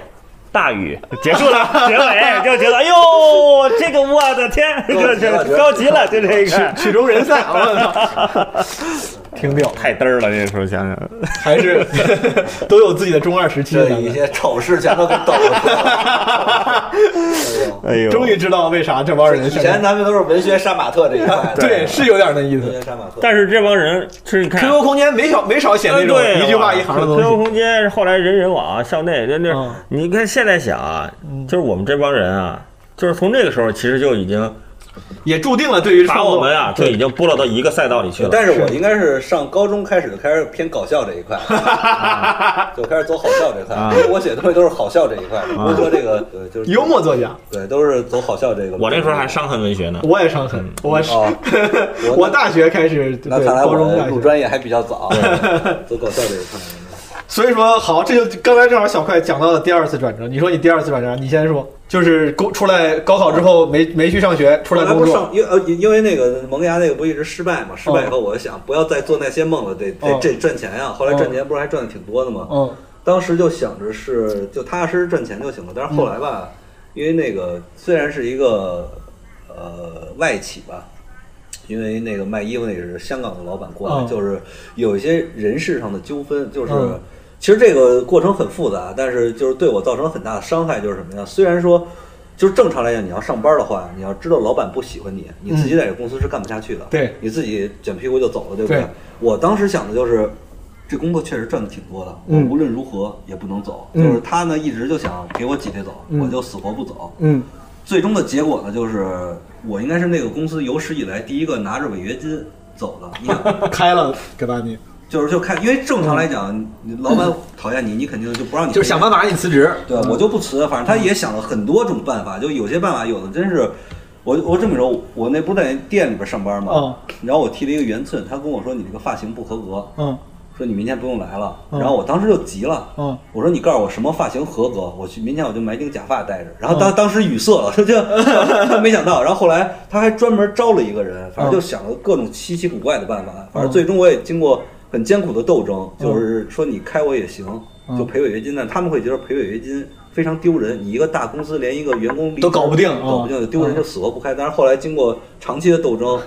S3: 大雨结束了，结尾 就觉得，哎呦，这个我的天，
S1: 高级
S3: 就
S1: 了觉
S3: 就
S1: 得
S3: 高级了，就这个
S4: 曲终人散，啊 我操，挺屌，
S3: 太嘚儿了。那时候想想，
S4: 还是都有自己的中二时期的
S1: 这
S4: 咱
S1: 一
S4: 们。
S1: 些丑事全都给抖出来了。哎
S3: 哎呦，
S4: 终于知道为啥这帮
S1: 呦，
S4: 人
S1: 以前咱 们都是文学杀马特这一派的，
S4: 对是有点那意思
S1: 文。学杀马特。
S3: 但是这帮人是 你看
S4: QQ 空间没少没少写那种
S3: 嗯对
S4: 哎一句话一行的东
S3: QQ
S4: 西。
S3: 空间后来人人网、校内，那那、
S4: 嗯
S3: 你看现在想啊，就是我们这帮人啊，就是从这个时候其实就已经
S4: 也注定了对于
S3: 把
S4: 创作
S3: 我们啊，就已经拨落到一个赛道里去了。
S1: 但是我应该是上高中开始就开始偏搞笑这一块，就开始走好笑这一块，因为我写的东西都是好笑这一块，不是说这个呃就是
S4: 幽，默作家。
S1: 对，都是走好笑这个。
S3: 我那时候还伤痕文学呢，
S4: 我也伤痕，
S3: 嗯
S4: 我是、
S1: 哦 我
S4: 我大学开始，
S1: 那
S4: 对
S1: 看来
S4: 高
S1: 我
S4: 中大
S1: 入
S4: 学，
S1: 专业还比较早， 走搞笑这一块。
S4: 所以说好，这就刚才正好小快讲到了第二次转折。你说你第二次转折，你先说，就是高出来高考之后没没去上学，出
S1: 后
S4: 来
S1: 来不
S4: 工
S1: 是
S4: 作
S1: 上，，因为呃因为那个萌芽那个不一直失败嘛，失败以后我就想不要再做那些梦了，得得
S4: 嗯
S1: 这赚钱呀。后来赚钱不是还赚的挺多的吗？
S4: 嗯
S1: 当时就想着是就踏踏实实赚钱就行了，但是后来吧，
S4: 嗯
S1: 因为那个虽然是一个呃外企吧，因为那个卖衣服那是香港的老板过来，
S4: 嗯
S1: 就是有一些人事上的纠纷，就是、
S4: 嗯
S1: 其实这个过程很复杂，但是就是对我造成很大的伤害，就是什么呀？虽然说。就是正常来讲，你要上班的话，你要知道老板不喜欢你，你自己在这公司是干不下去的。
S4: 嗯对
S1: 你自己卷屁股就走了，对不对？
S4: 对
S1: 我当时想的就是，这工作确实赚的挺多的，我
S4: 嗯
S1: 无论如何也不能走。
S4: 嗯
S1: 就是他呢一直就想给我挤兑走，
S4: 嗯
S1: 我就死活不走。
S4: 嗯
S1: 最终的结果呢，就是我应该是那个公司有史以来第一个拿着违约金走的。你 想，
S4: 开了给大你，
S1: 就是就看，因为正常来讲，你老板讨厌你，你肯定就不让你
S4: 就是想嗯
S1: 办。
S4: 办法让你辞职，
S1: 对，啊我就不辞，反正他也想了很多种办法，就有些办法，有的真是，我我这么说，我那不是在店里边上班
S4: 嗯
S1: 吗？然后我剃了一个圆寸，他跟我说你这个发型不合格，
S4: 嗯
S1: 说你明天不用来了。
S4: 嗯
S1: 然后我当时就急了，
S4: 嗯，
S1: 我说你告诉我什么发型合格，我去明天我就买顶假发戴着。然后当当时语塞了， 他就没想到。然后后来他还专门招了一个人，反正就想了各种稀奇古怪的办法。反正最终我也经过很艰苦的斗争，就是说你开我也行，
S4: 嗯
S1: 就赔违约金。但他们会觉得赔违约金非常丢人，你一个大公司连一个员工离
S4: 都搞不定
S1: 搞不定就丢人
S4: 嗯
S1: 就死活不开。但是后来经过长期的斗 争，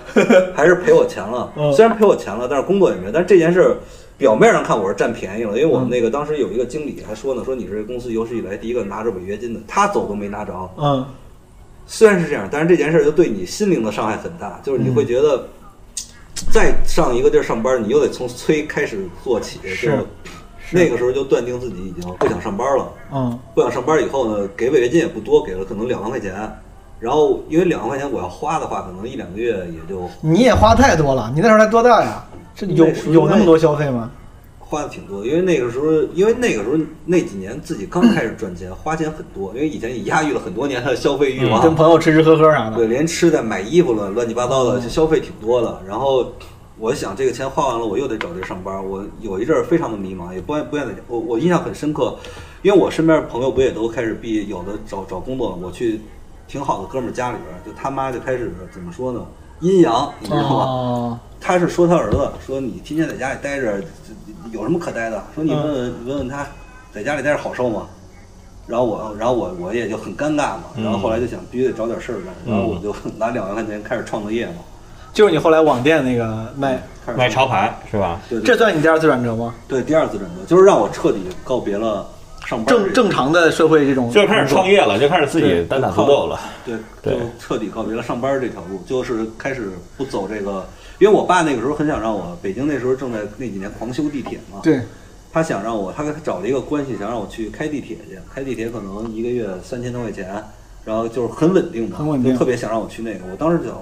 S1: 还是赔我钱了
S4: 嗯。
S1: 虽然赔我钱了，但是工作也没有。但是这件事儿表面上看我是占便宜了，因为我
S4: 嗯
S1: 们那个当时有一个经理还说呢，说你是公司有史以来第一个拿着违约金的，他走都没拿着。
S4: 嗯
S1: 虽然是这样，但是这件事儿就对你心灵的伤害很大，就是你会觉得。再上一个地儿上班，你又得从催开始做起，
S4: 是
S1: 就是那个时候就断定自己已经不想上班了。
S4: 嗯
S1: 不想上班以后呢，给违约金也不多，给了可能两万块钱。然后因为两万块钱我要花的话，可能一两个月也就
S4: 你也花太多了，你那时候才多大呀？这有
S1: 那时候
S4: 有那么多消费吗？
S1: 花的挺多，因为那个时候，因为那个时候那几年自己刚开始赚钱，花钱很多，因为以前也压抑了很多年的消费欲望，
S4: 跟朋友吃吃喝喝啥的
S1: 对，，连吃的、买衣服了，乱七八糟的，就消费挺多的。然后我想，这个钱花完了，我又得找地儿上班。我有一阵儿非常的迷茫，也不愿不愿意在家。我我印象很深刻，因为我身边朋友不也都开始毕业，有的找找工作了。我去挺好的哥们儿家里边儿，就他妈就开始怎么说呢？阴阳，你知道吗？
S4: 哦，
S1: 他是说他儿子说你天天在家里待着，这有什么可待的？说你问问、
S4: 嗯
S1: 你问问他，在家里待着好受吗？然后我，然后我我也就很尴尬嘛。
S4: 嗯
S1: 然后后来就想必须得找点事儿干，然后我就拿两万块钱开始创个业嘛，
S4: 就是你后来网店那个卖，
S1: 开始
S3: 卖潮牌是吧？
S1: 对对
S4: 这算你第二次转折吗？
S1: 对第二次转折，就是让我彻底告别了上班
S4: 正
S1: 这
S4: 正常的社会这种
S3: 就开始创
S4: 业，
S3: 业了，就开始自己单打独斗了。
S1: 对，
S3: 对
S1: 就彻底告别了上班这条路，就是开始不走这个，因为我爸那个时候很想让我，北京那时候正在那几年狂修地铁嘛，
S4: 对，
S1: 他想让我，他他找了一个关系，想让我去开地铁去，开地铁可能一个月三千多块钱，然后就是很稳定嘛，
S4: 很稳定
S1: 就特别想让我去那个。我当时就想，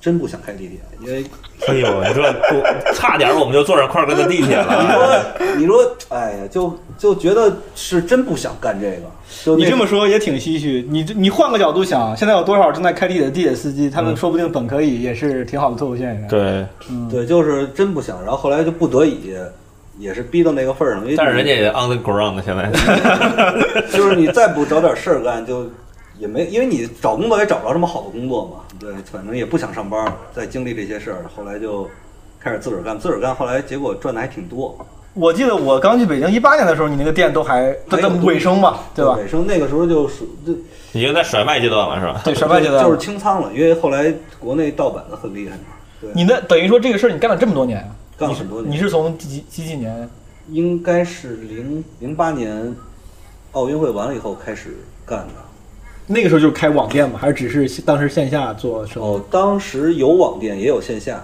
S1: 真不想开地铁，因为
S3: 哎呦，你这我差点我们就坐上块儿哥的地铁
S1: 你
S3: 了。
S1: 说你说，哎呀，就就觉得是真不想干这个。就那
S4: 你这么说也挺唏嘘。你这你换个角度想，现在有多少正在开地铁的地铁司机，他们说不定本可以也是挺好的脱口秀演 员。，
S3: 对，
S1: 对，就是真不想，然后后来就不得已，也是逼到那个份儿上。因为
S3: 但是人家也 on the ground 现在。
S1: 就是你再不找点事儿干，就也没，因为你找工作也找不着什么好的工作嘛。对，反正也不想上班儿，再经历这些事儿，后来就开始自个儿干，自个儿干，后来结果赚的还挺多，
S4: 我记得我刚去北京一八年的时候，你那个店都还都
S1: 还
S4: 在
S1: 有
S4: 尾声嘛，对吧？
S1: 尾声那个时候就属就
S3: 已经在甩卖阶段了，是吧？
S4: 对，甩卖阶段
S1: 就是清仓了，因为后来国内盗版的很厉害嘛。对，
S4: 你那等于说这个事儿你干了这么多年啊？
S1: 干了很多年
S4: 你是从几几几年？
S1: 应该是零零八年奥运会完了以后开始干的。
S4: 那个时候就是开网店嘛，还是只是当时线下做生意？
S1: 哦，当时有网店也有线下，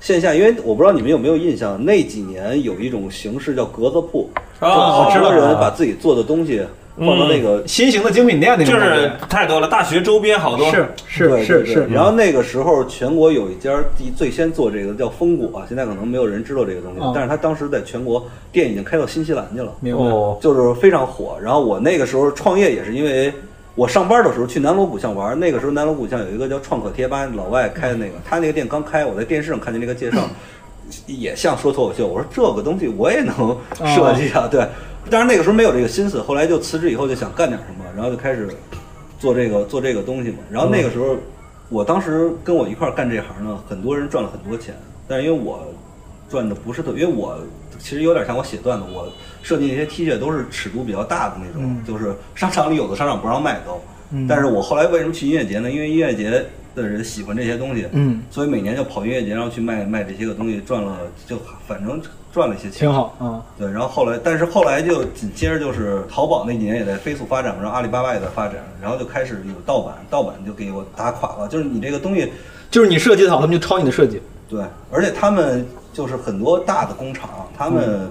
S1: 线下，因为我不知道你们有没有印象，那几年有一种形式叫格子铺，
S3: 哦
S1: 就是好多
S4: 我知
S1: 人
S4: 道嗯
S1: 把自己做的东西放到那个。
S4: 新型的精品店那种
S3: 就
S4: 感
S3: 是
S4: 觉。
S3: 太多了，大学周边好多。
S4: 是
S1: 对
S4: 是
S1: 对
S4: 是
S1: 对
S4: 是，
S1: 然后那个时候全国有一家第最先做这个叫风果、现在可能没有人知道这个东西，
S4: 嗯
S1: 但是他当时在全国店已经开到新西兰去了，
S4: 明白。
S3: 哦，
S1: 就是非常火。然后我那个时候创业也是因为我上班的时候去南锣鼓巷玩，那个时候南锣鼓巷有一个叫创可贴吧，老外开的那个，他那个店刚开，我在电视上看见那个介绍，也像说脱口秀，我说这个东西我也能设计啊，对。当然那个时候没有这个心思，后来就辞职以后就想干点什么，然后就开始做这个做这个东西嘛。然后那个时候，我当时跟我一块儿干这行呢，很多人赚了很多钱，但是因为我赚的不是特，因为我其实有点像我写段子，我设计那些 T 恤都是尺度比较大的那种，
S4: 嗯
S1: 就是商场里有的商场不让卖都。
S4: 嗯
S1: 但是我后来为什么去音乐节呢？因为音乐节的人喜欢这些东西，
S4: 嗯，
S1: 所以每年就跑音乐节，然后去卖卖这些个东西，赚了就反正赚了一些钱，
S4: 挺好啊。
S1: 对，然后后来，但是后来就紧接着就是淘宝那几年也在飞速发展嘛，然后阿里巴巴也在发展，然后就开始有盗版，盗版就给我打垮了。就是你这个东西，
S4: 就是你设计的好，他们就抄你的设计。
S1: 对，而且他们就是很多大的工厂，他
S4: 嗯
S1: 们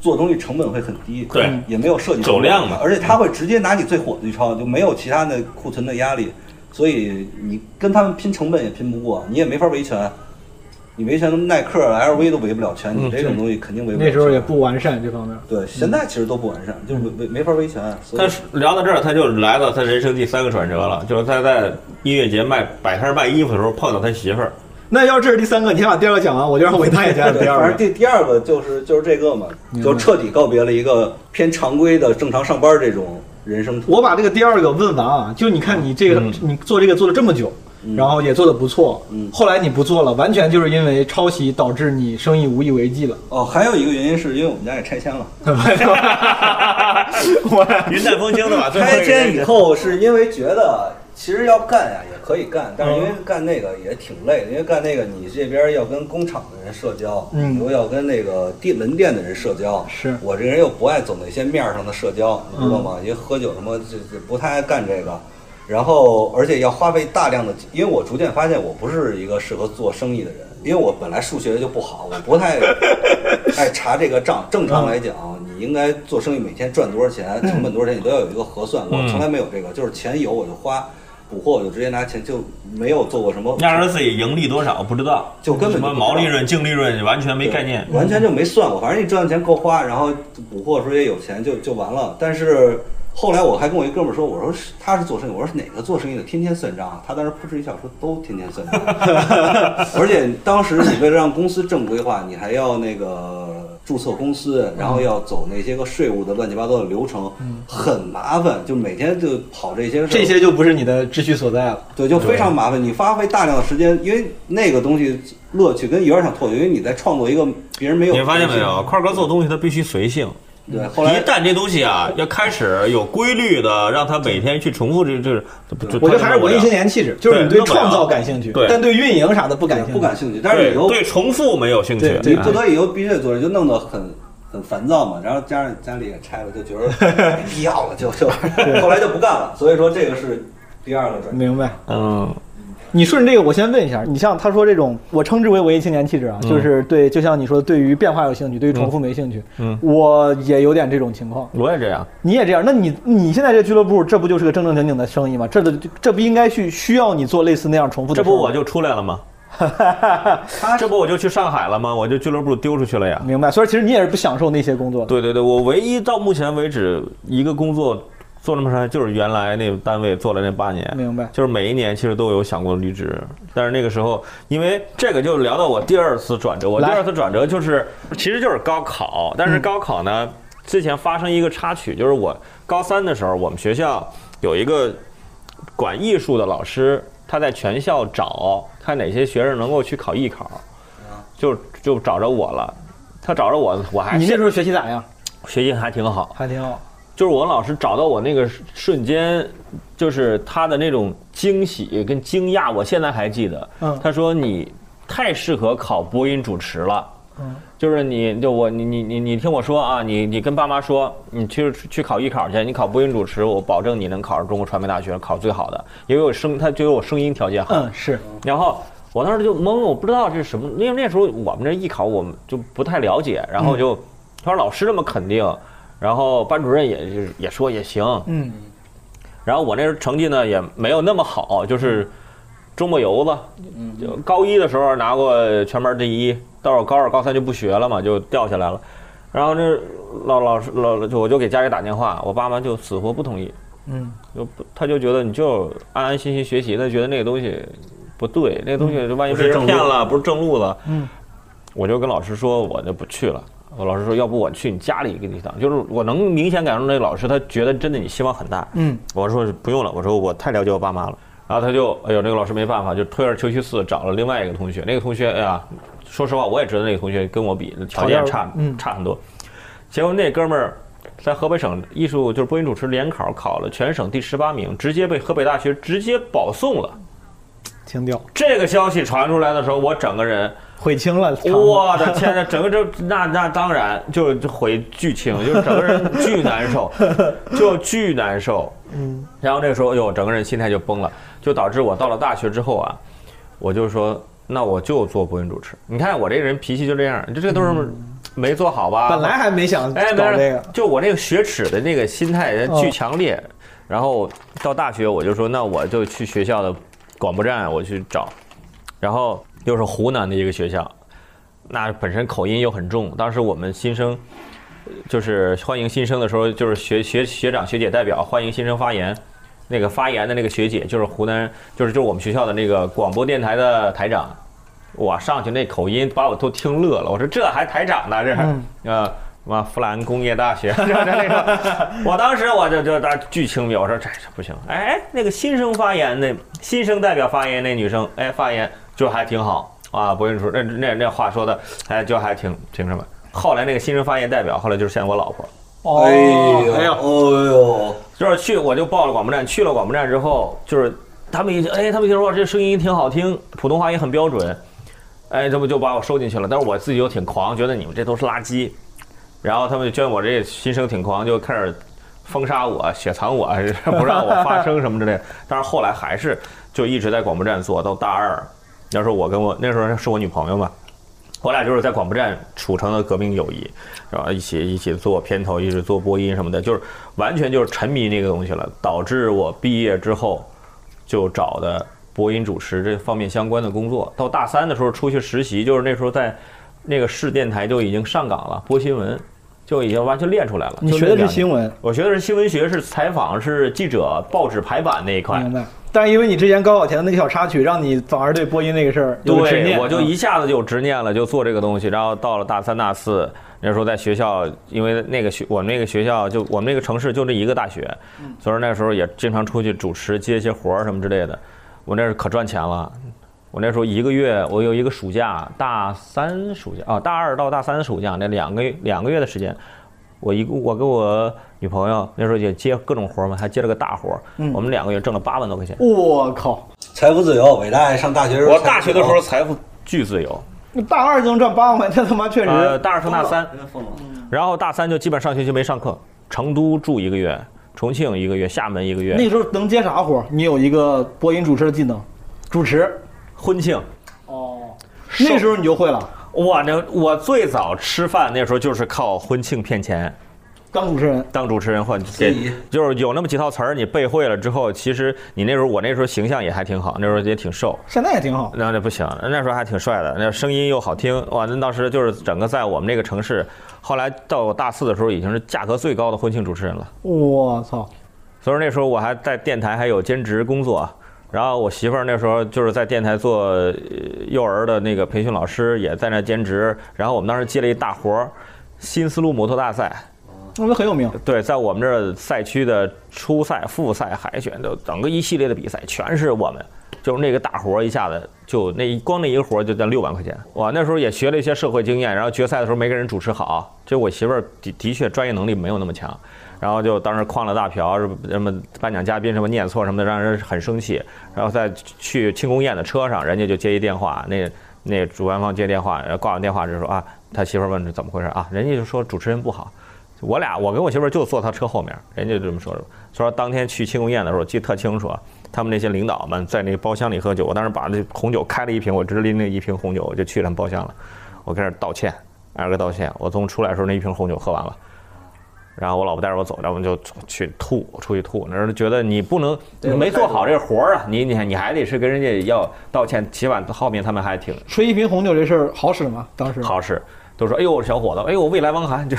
S1: 做东西成本会很低，
S3: 对
S1: 也没有设计成本
S3: 走量嘛
S1: 而且他
S4: 嗯
S1: 会直接拿你最火的去抄，就没有其他的库存的压力，所以你跟他们拼成本也拼不过，你也没法维权。你维权耐克、LV 都维不了权，你这种东西肯定维不了
S4: 嗯那
S1: 权。
S4: 时候也不嗯完善这方面。
S1: 对，现在其实都不完善，就是没没没法维权。所
S3: 但
S1: 以
S3: 是聊到这儿，他就来到他人生第三个转折了，就是他在音乐节卖摆摊卖衣服的时候碰到他媳妇 儿。
S4: 那要这是第三个，你先把第二个讲完，我就让伟大也讲
S1: 对，
S4: 第
S1: 反
S4: 二
S1: 正
S4: 个。
S1: 第第二个就是就是这个嘛，
S4: 明白
S1: 就彻底告别了一个偏常规的正常上班这种人生途。
S4: 我把这个第二个问完啊，就你看你这个，
S3: 嗯
S4: 你做这个做了这么久，
S1: 嗯
S4: 然后也做的不错，
S1: 嗯
S4: 后来你不做了，完全就是因为抄袭导致你生意无以为 继了。
S1: 哦，还有一个原因是因为我们家也拆迁了，
S4: 我
S3: 云淡风轻的吧，最后一
S1: 拆
S3: 个
S1: 迁以后是因为觉得其实要干呀也可以干，但是因为干那个也挺累的，因为干那个你这边要跟工厂的人社交，
S4: 嗯
S1: 又要跟那个地门店的人社交，
S4: 是
S1: 我这人又不爱走那些面儿上的社交，你知道吗？因为喝酒什么这这不太爱干这个。然后，而且要花费大量的，因为我逐渐发现我不是一个适合做生意的人，因为我本来数学就不好，我不 太爱查这个账。正常来讲，你应该
S3: 嗯
S1: 做生意每天赚多少钱，成本多少钱，你都要有一个核算。我从来没有这个，就是钱有我就花。补货，我就直接拿钱，就没有做过什么，
S3: 那时候自己盈利多少不知道，
S1: 就根本
S3: 什么
S1: 就不知道
S3: 毛利润、净利润完全没概念。
S1: 完全就没算过。反正你赚的钱够花，然后补货的时候也有钱，就就完了。但是后来我还跟我一哥们儿说，我说是他是做生意，我说是哪个做生意的天天算账啊？他当时扑哧一笑说都天天算 账，而且当时你为了让公司正规化，你还要那个。注册公司，然
S3: 嗯
S1: 后要走那些个税务的乱七八糟的流程，很麻烦，就每天就跑这些事儿。
S4: 这些就不是你的秩序所在了。
S1: 对，就非常麻烦。你花费大量的时间，因为那个东西乐趣跟有点想脱节，因为你在创作一个别人没有。
S3: 你发现没有，？块哥做东西他必须随性。
S1: 对，后来
S3: 一旦这东西啊要开始有规律的，让他每天去重复这这，这
S4: 我觉得还是文艺青。
S3: 这
S4: 年气质，就是你对
S3: 对
S4: 创造感兴趣，
S3: 对
S4: 但对运营啥的不感兴趣。
S1: 不感兴趣，
S3: 他
S1: 但
S3: 不了
S1: 是
S3: 对
S1: 你又
S3: 对重复没有兴趣
S4: 对，
S1: 你不得已又必须得做，就弄得很很烦躁嘛。然后加上家里也拆了，就觉得没必要了，就 就后来就不干了。所以说这个是第二个转折。
S4: 明白。
S3: 嗯，
S4: 你顺着这个，我先问一下，你像他说这种，我称之为文艺青年气质啊，就是对，就像你说，对于变化有兴趣，对于重复没兴趣。
S3: 嗯嗯
S4: 我也有点这种情况，
S3: 我也这样。
S4: 你也这样。那你你现在这俱乐部，这不就是个正正经经的生意吗？这的这不应该去需要你做类似那样重复的
S3: 这
S4: 事儿
S3: 不我
S4: 吗？
S3: 就出来了吗？这不我就去上海了吗？我就俱乐部丢出去了呀。
S4: 明白。所以其实你也是不享受那些工作的。
S3: 对对对，我唯一到目前为止一个工作做那么长时间，就是原来那个单位做了那八年。
S4: 明白。
S3: 就是每一年其实都有想过离职，但是那个时候，因为这个就聊到我第二次转折。我第
S4: 来嗯
S3: 二次转折就是，其实就是高考，但是高考呢，之前发生一个插曲，就是我高三的时候，我们学校有一个管艺术的老师，他在全校找看哪些学生能够去考艺考，就就找着我了。他找着我，我还
S4: 你那时候学习咋样？
S3: 学习还挺好，
S4: 还挺好。
S3: 就是我老师找到我那个瞬间，就是他的那种惊喜跟惊讶，我现在还记得。
S4: 嗯
S3: 他说你太适合考播音主持了。
S4: 嗯
S3: 就是你，就我，你你你你听我说啊，你你跟爸妈说，你去去考艺考去，你考播音主持，我保证你能考上中国传媒大学，考最好的，因为我声，他觉得我声音条件好。
S4: 嗯，是
S3: 然后我当时就懵，我不知道这是什么，因为那时候我们这艺考我们就不太了解，然后就他说老师这么肯定，然后班主任也就是也说也行，
S4: 嗯，
S3: 然后我那时候成绩呢也没有那么好，就是周末游子，就高一的时候拿过全班第一，到我高二高三就不学了嘛，就掉下来了。然后这老老师老就我就给家里打电话，我爸妈就死活不同意，
S4: 嗯，
S3: 就不他就觉得你就安安心心学习，他觉得那个东西不对，那个东西万一被人骗了，嗯不是正路了，
S4: 嗯，
S3: 我就跟老师说我就不去了。我老师说，要不我去你家里给你当，就是我能明显感受那老师他觉得真的你希望很大，
S4: 嗯，
S3: 我说不用了，我说我太了解我爸妈了。然后他就，哎呦，那个老师没办法，就退而求其次，找了另外一个同学。那个同学，哎呀，说实话，我也知道那个同学跟我比条件差
S4: 嗯
S3: 差很多。结果那哥们儿在河北省艺术就是播音主持联考考了全省第十八名，直接被河北大学直接保送了。
S4: 挺屌，
S3: 这个消息传出来的时候，我整个人
S4: 悔青了。长了
S3: 我的天呐，整个这那那当然就就回剧情，就是整个人巨难受，就巨难受。嗯，然后那个时候，哎呦，整个人心态就崩了，就导致我到了大学之后啊，我就说，那我就做播音主持。你看我这个人脾气就这样，就这都是没做好吧？
S4: 嗯本来还没想搞
S3: 哎，没
S4: 这
S3: 事
S4: 个，，哦
S3: 就我那个雪耻的那个心态巨强烈。然后到大学，我就说，那我就去学校的广播站，我去找。然后又是湖南的一个学校，那本身口音又很重。当时我们新生，呃就是欢迎新生的时候，就是学学学长学姐代表欢迎新生发言。那个发言的那个学姐就是湖南，就是就是我们学校的那个广播电台的台长。哇，上去那口音把我都听乐了。我说这还台长呢，这还、呃。嘛，富兰工业大学，这这那个，我当时我就就大巨轻蔑，我说这这不行。哎，那个新生发言那新生代表发言那女生，哎，发言就还挺好啊，不用说那那那话说的，哎，就还挺挺什么。后来那个新生发言代表，后来就是现在我老婆，
S4: 哦
S1: 哎呦，哎呦，
S3: 就是去我就报了广播站，去了广播站之后，就是他们一哎，他们一听说哇这声音挺好听，普通话也很标准，哎，这不就把我收进去了。但是我自己又挺狂，觉得你们这都是垃圾，然后他们就觉得我这心声挺狂，就开始封杀我、雪藏我，不让我发声什么之类的。但是后来还是就一直在广播站做到大二，那时候我跟我那时候是我女朋友嘛。我俩就是在广播站处成了革命友谊，然后一起一起做片头，一起做播音什么的，就是完全就是沉迷那个东西了，导致我毕业之后就找的播音主持这方面相关的工作。到大三的时候出去实习，就是那时候在那个市电台就已经上岗了，播新闻就已经完全练出来了。
S4: 你
S3: 就
S4: 学
S3: 那
S4: 的是
S3: 两年
S4: 新闻，
S3: 我学的是新闻学，是采访，是记者、报纸排版那一块
S4: 明。白？但是因为你之前高考前的那个小插曲，让你反而对播音那个事儿有了执
S3: 对，
S4: 念。嗯
S3: 我就一下子有执念了，就做这个东西。然后到了大三、大四，那时候在学校，因为那个学我们那个学校就我们那个城市就这一个大学，
S4: 嗯
S3: 所以说那时候也经常出去主持接一些活儿什么之类的。我那是可赚钱了，我那时候一个月，我有一个暑假，大三暑假啊，大二到大三暑假那两个月两个月的时间，我一个我跟我女朋友那时候也接各种活儿嘛，还接了个大活儿，
S4: 嗯
S3: 我们两个月挣了八万多块钱。
S4: 我靠，
S1: 财富自由，伟大上大学时候财
S3: 我
S1: 富
S3: 大学
S1: 自
S3: 的时
S1: 由
S3: 候财富巨自由。
S4: 那大二就能赚八万块，这他妈确实。
S3: 呃，大二升大三，
S1: 疯了
S3: 然后大三就基本上学期没上课，成都住一个月，重庆一个月，厦门一个月，
S4: 那时候能接啥活儿？你有一个播音主持的技能，主持。
S3: 婚庆。
S4: 哦，那时候你就会了，
S3: 哇，那我最早吃饭那时候就是靠婚庆骗钱，
S4: 当主持人。
S3: 当主持人或者
S1: 司仪
S3: 就是有那么几套词儿，你背会了之后，其实你那时候我那时候形象也还挺好，那时候也挺瘦，
S4: 现在也挺好，
S3: 那那不行，那时候还挺帅的，那声音又好听，哇，那当时就是整个在我们那个城市，后来到我大四的时候已经是价格最高的婚庆主持人了。
S4: 我操！
S3: 所以说那时候我还在电台还有兼职工作，然后我媳妇儿那时候就是在电台做呃幼儿的那个培训老师，也在那兼职。然后我们当时接了一大活儿，新丝路摩托大赛，
S4: 那都很有名。
S3: 对，在我们这儿赛区的初赛、复赛、海选的整个一系列的比赛，全是我们。就是那个大活儿一下子就那一光那一个活儿就挣六万块钱，哇！那时候也学了一些社会经验，然后决赛的时候没给人主持好，就我媳妇儿的的确专业能力没有那么强，然后就当时诓了大瓢，什么颁奖嘉宾什么念错什么的，让人很生气。然后在去庆功宴的车上，人家就接一电话，那那主办方接电话，然后挂完电话就说啊，他媳妇儿问是怎么回事啊，人家就说主持人不好。我俩，我跟我媳妇儿就坐他车后面，人家就这么说的。说当天去庆功宴的时候，记得特清楚啊，他们那些领导们在那个包厢里喝酒，我当时把那红酒开了一瓶，我直拎了一瓶红酒，我就去他们包厢了，我跟那儿道歉，挨个道歉。我从出来的时候，那一瓶红酒喝完了，然后我老婆带着我走，然后我们就去吐，出去吐。那时候觉得你不能，你没做好这个活儿啊，你你你还得是跟人家要道歉，起码后面他们还挺
S4: 吹一瓶红酒这事儿好使吗？当时
S3: 好使。都说，哎呦，小伙子，哎呦，未来汪涵， 就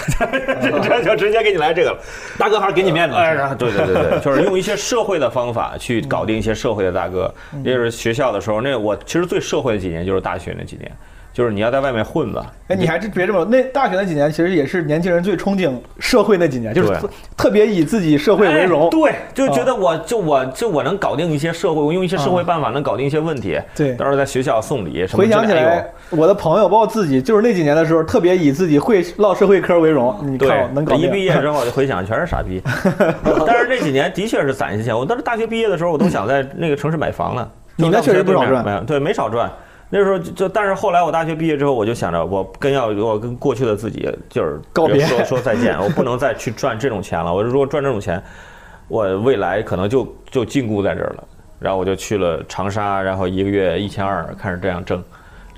S3: 这就直接给你来这个了。
S4: 大哥还是给你面子。
S3: 哎，然后对对对对，就是用一些社会的方法去搞定一些社会的大哥。就是学校的时候，那我其实最社会的几年就是大学那几年，就是你要在外面混吧。
S4: 哎，你还是别这么说。那大学那几年，其实也是年轻人最憧憬社会那几年，就是
S3: 对
S4: 特特别以自己社会为荣
S3: 哎。对，就觉得我就我就我能搞定一些社会，我用一些社会办法能搞定一些问题。
S4: 对
S3: 到时候在学校送礼什么
S4: 回
S3: 之类的。
S4: 想起
S3: 哎呦
S4: 来，我的朋友包括自己，就是那几年的时候，特别以自己会唠社会嗑为荣。你
S3: 嗯
S4: 看
S3: 对
S4: 我，能搞定
S3: 一毕业之后就回想全是傻 逼，但是这几年的确是攒些钱。我当时大学毕业的时候，我都想在那个城市买房呢。
S4: 你那确实不少赚
S3: 没有对，没少赚。那时候就，就但是后来我大学毕业之后，我就想着我跟要我跟过去的自己就是
S4: 告别
S3: 说说再见，我不能再去赚这种钱了。我如果赚这种钱，我未来可能就就禁锢在这儿了。然后我就去了长沙，然后一个月一千二，开始这样挣，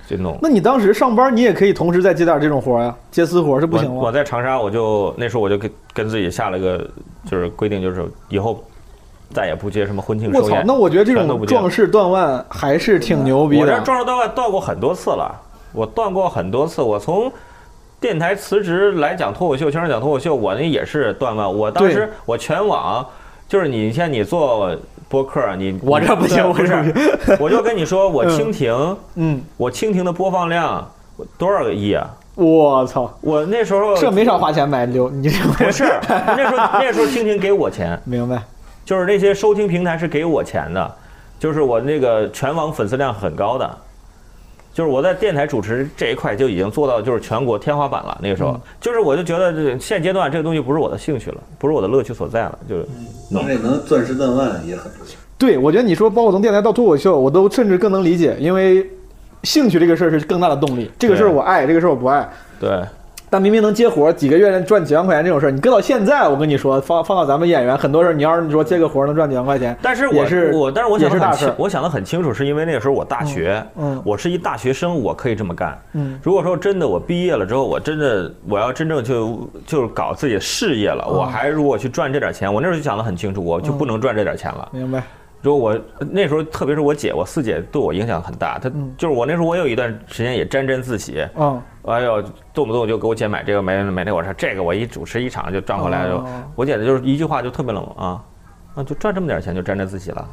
S3: 就弄。
S4: 那你当时上班，你也可以同时再接点这种活儿呀、接私活儿是不行
S3: 我我
S4: 吗？
S3: 在长沙，我就那时候我就跟跟自己下了个就是规定，就是以后再也不接什么婚庆
S4: 我
S3: 寿
S4: 操
S3: 宴。！
S4: 那我觉得这
S3: 全都
S4: 种
S3: 不接了嗯
S4: 壮士断腕还是挺牛逼
S3: 我这
S4: 的。
S3: 壮士断腕断过很多次了，我断过很多次。我从电台辞职来讲脱口秀，全是讲脱口秀，我那也是断腕。我当时
S4: 对
S3: 我全网就是你像你做播客，你
S4: 我这不行
S3: 对
S4: 我这不
S3: 是，我就跟你说，我
S4: 嗯
S3: 蜻蜓，
S4: 嗯，
S3: 我蜻蜓的播放量多少个亿啊？
S4: 我操，
S3: 我那时候
S4: 这没少花钱买流，你这
S3: 不是那时候那时候蜻蜓给我钱。
S4: 明白？
S3: 就是那些收听平台是给我钱的，就是我那个全网粉丝量很高的，就是我在电台主持这一块就已经做到就是全国天花板了。那个时
S4: 嗯
S3: 候，就是我就觉得这现阶段这个东西不是我的兴趣了，不是我的乐趣所在了，就是
S4: 嗯
S1: 能这能钻石断腕也很不错。
S4: 对，我觉得你说包括从电台到脱口秀，我都甚至更能理解，因为兴趣这个事儿是更大的动力。这个事儿我爱，这个事儿我不爱。
S3: 对。
S4: 但明明能接活儿，几个月能赚几万块钱这种事儿，你搁到现在，我跟你说，放放到咱们演员，很多事儿，你要是你说接个活儿能赚几万块钱，
S3: 但是
S4: 也
S3: 我
S4: 是
S3: 我，但是我想
S4: 也是
S3: 的
S4: 大
S3: 很
S4: 事
S3: 清
S4: 儿，。
S3: 我想的很清楚，是因为那个时候我大学，
S4: 嗯嗯
S3: 我是一大学生，我可以这么干。
S4: 嗯
S3: 如果说真的我毕业了之后，我真的我要真正就就是搞
S4: 嗯
S3: 自己的事业了，我还如果去赚这点钱，我那时候就想的很清楚，我就不能赚这点钱了。
S4: 明白？
S3: 就我那时候，特别是我姐，我四姐对我影响很大。她
S4: 嗯
S3: 就是我那时候，我有一段时间也沾沾自喜，
S4: 啊，
S3: 哎呦，动不动就给我姐买这个买买那个，我说这个我一主持一场就赚回来就
S4: 哦，
S3: 我姐就是一句话就特别冷啊，啊就赚这么点钱就沾沾自喜了。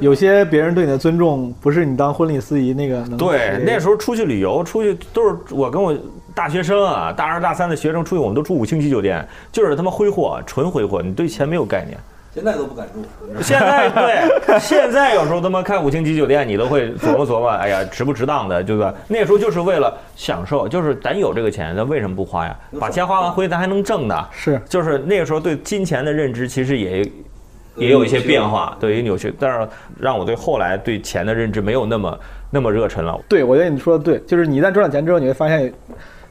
S4: 有些别人对你的尊重，不是你当婚礼司仪那个能
S3: 对，那时候出去旅游，出去都是我跟我大学生啊，大二大三的学生出去，我们都住五星级酒店，就是他妈挥霍，纯挥霍，你对钱没有概念。
S1: 现在都不敢住。
S3: 现在对，现在有时候他妈看五星级酒店，你都会琢磨琢磨，哎呀，值不值当的，对吧？那时候就是为了享受，就是咱有这个钱，咱为什么不花呀？把钱花完回去，咱还能挣呢。
S4: 是
S3: 就是那个时候对金钱的认知其实也也有一些变化，对于扭曲，但是让我对后来对钱的认知没有那么那么热忱了。
S4: 对，我觉得你说的对，就是你一旦赚了钱之后，你会发现，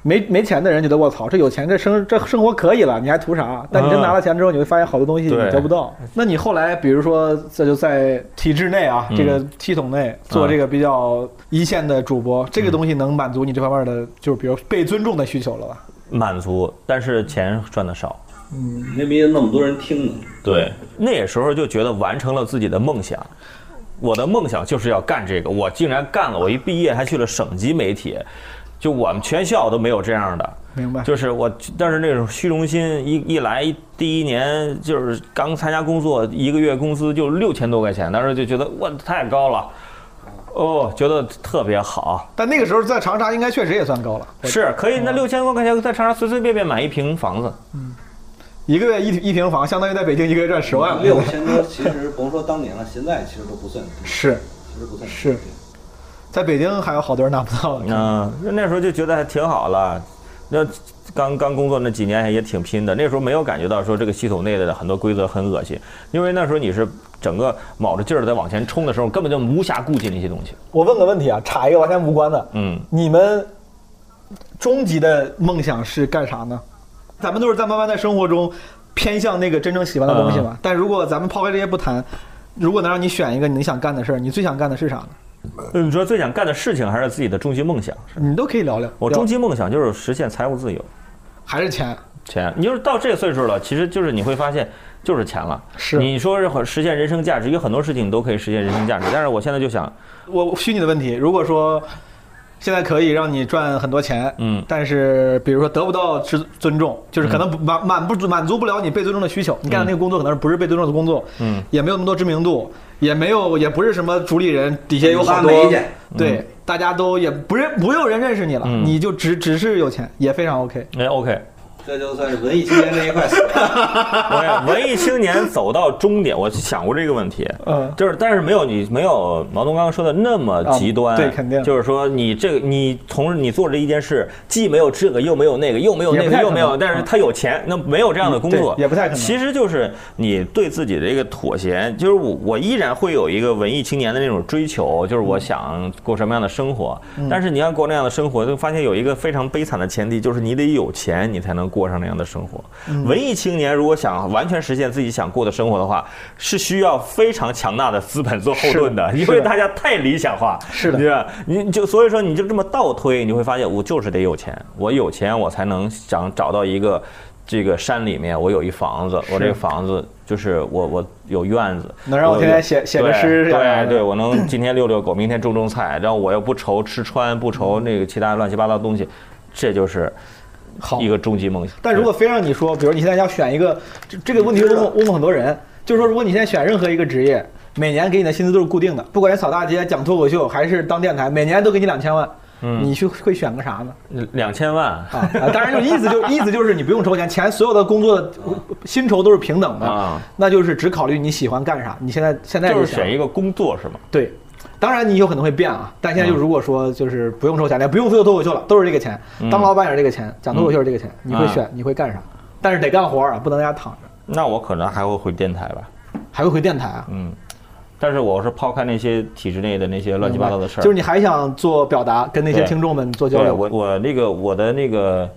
S4: 没没钱的人觉得我操，这有钱这生这生活可以了，你还图啥？但你真拿了钱之后，你会发现好多东西你
S3: 嗯对
S4: 得不到。那你后来，比如说这就在体制内啊，
S3: 嗯
S4: 这个系统内做这个比较一线的主播，这个东西能满足你这方面的，就是比如被尊重的需求了吧？
S3: 满足，但是钱赚的少。
S1: 你那边那么多人听呢，
S3: 对，那时候就觉得完成了自己的梦想。我的梦想就是要干这个，我竟然干了！我一毕业还去了省级媒体，就我们全校都没有这样的。
S4: 明白？
S3: 就是我，但是那种虚荣心一一来，一第一年就是刚参加工作，一个月工资就六千多块钱，当时就觉得哇太高了，哦，觉得特别好，嗯
S4: 但那个时候在长沙应该确实也算高了，
S3: 是可以。那六千多块钱在长沙随随便便买一平房子，
S4: 一个月一一平房，相当于在北京一个月赚十万了。
S1: 六千多，其实甭说当年了，现在其实都不算低，
S4: 是
S1: 其实不算低
S4: 是在北京还有好多人拿不到的。
S3: 嗯，那时候就觉得还挺好了。那刚刚工作那几年也挺拼的，那时候没有感觉到说这个系统内的很多规则很恶心，因为那时候你是整个卯着劲儿在往前冲的时候，根本就无暇顾及那些东西。
S4: 我问个问题啊，插一个完全无关的，
S3: 嗯，
S4: 你们终极的梦想是干啥呢？咱们都是在慢慢在生活中偏向那个真正喜欢的东西
S3: 嗯
S4: 嘛。但如果咱们抛开这些不谈，如果能让你选一个你想干的事儿，你最想干的是啥呢？
S3: 嗯你说最想干的事情还是自己的终极梦想？
S4: 你都可以聊聊。
S3: 我
S4: 聊
S3: 终极梦想就是实现财务自由。
S4: 还是钱，
S3: 钱，你就是到这个岁数了，其实就是你会发现就是钱了。
S4: 是
S3: 你说是实现人生价值，有很多事情你都可以实现人生价值，但是我现在就想，
S4: 我虚拟的问题。如果说现在可以让你赚很多钱，
S3: 嗯
S4: 但是比如说得不到尊尊重，就是可能不满满不满足不了你被尊重的需求。你干的那个工作可能不是被尊重的工作，
S3: 嗯，
S4: 也没有那么多知名度，也没有也不是什么主理人，底下有好多
S1: 拉媒去
S4: 对，大家都也不认不有人认识你了，
S3: 嗯
S4: 你就只只是有钱，也非常 OK。
S3: 哎，OK，
S1: 这就算是文艺青年这一块死 了。
S3: 我也文艺青年走到终点，我想过这个问题，
S4: 嗯
S3: 就是但是没有你没有毛东刚刚说的那么极端，
S4: 啊对肯定
S3: 就是说你这个你从你做这一件事，既没有这个又没有那个又没有那
S4: 也不
S3: 个
S4: 太
S3: 又
S4: 可能
S3: 没有，但是他有钱，那没有这样的工作
S4: 嗯对也不太可能
S3: 其实就是你对自己的一个妥协，就是我我依然会有一个文艺青年的那种追求，就是我想过什么样的生活，
S4: 嗯
S3: 但是你要过那样的生活，就发现有一个非常悲惨的前提，就是你得有钱，你才能过上那样的生活。
S4: 嗯
S3: 文艺青年如果想完全实现自己想过的生活的话，是需要非常强大的资本做后盾的，
S4: 是的
S3: 因为大家太理想化，
S4: 是的
S3: 对吧？你就所以说你就这么倒推，你会发现我就是得有钱，我有钱我才能想找到一个这个山里面我有一房子，我这个房子就是我我有院子，
S4: 能让我
S3: 有
S4: 天天写写个诗
S3: 对
S4: 啥的
S3: 对对，我能今天遛遛狗，明天种种 菜，然后我又不愁吃穿，不愁那个其他乱七八糟的东西，这就是
S4: 好
S3: 一个终极梦想。
S4: 但如果非让你说，比如你现在要选一个，这这个问题问过问过很多人，就是说如果你现在选任何一个职业，每年给你的薪资都是固定的，不管是扫大街、讲脱口秀还是当电台，每年都给你两千万，
S3: 嗯
S4: 你去会选个啥呢？
S3: 两千万，
S4: 啊，啊当然就意思就意思就是你不用愁钱，钱所有的工作的薪酬都是平等的
S3: 啊，
S4: 那就是只考虑你喜欢干啥。你现在现在
S3: 就是
S4: 想
S3: 选一个工作是吗？
S4: 对，当然你有可能会变啊，但现在就
S3: 嗯
S4: 如果说就是不用愁钱，也不用做脱口秀了，都是这个钱，
S3: 嗯
S4: 当老板也是这个钱，讲脱口秀是这个钱，你会选你会干啥？但是得干活啊，不能在家躺着，
S3: 那我可能还会回电台吧。
S4: 还会回电台啊。
S3: 嗯，但是我是抛开那些体制内的那些乱七八糟的事儿，
S4: 就是你还想做表达，跟那些
S3: 对
S4: 听众们做交
S3: 对
S4: 流。
S3: 我我那个我的那个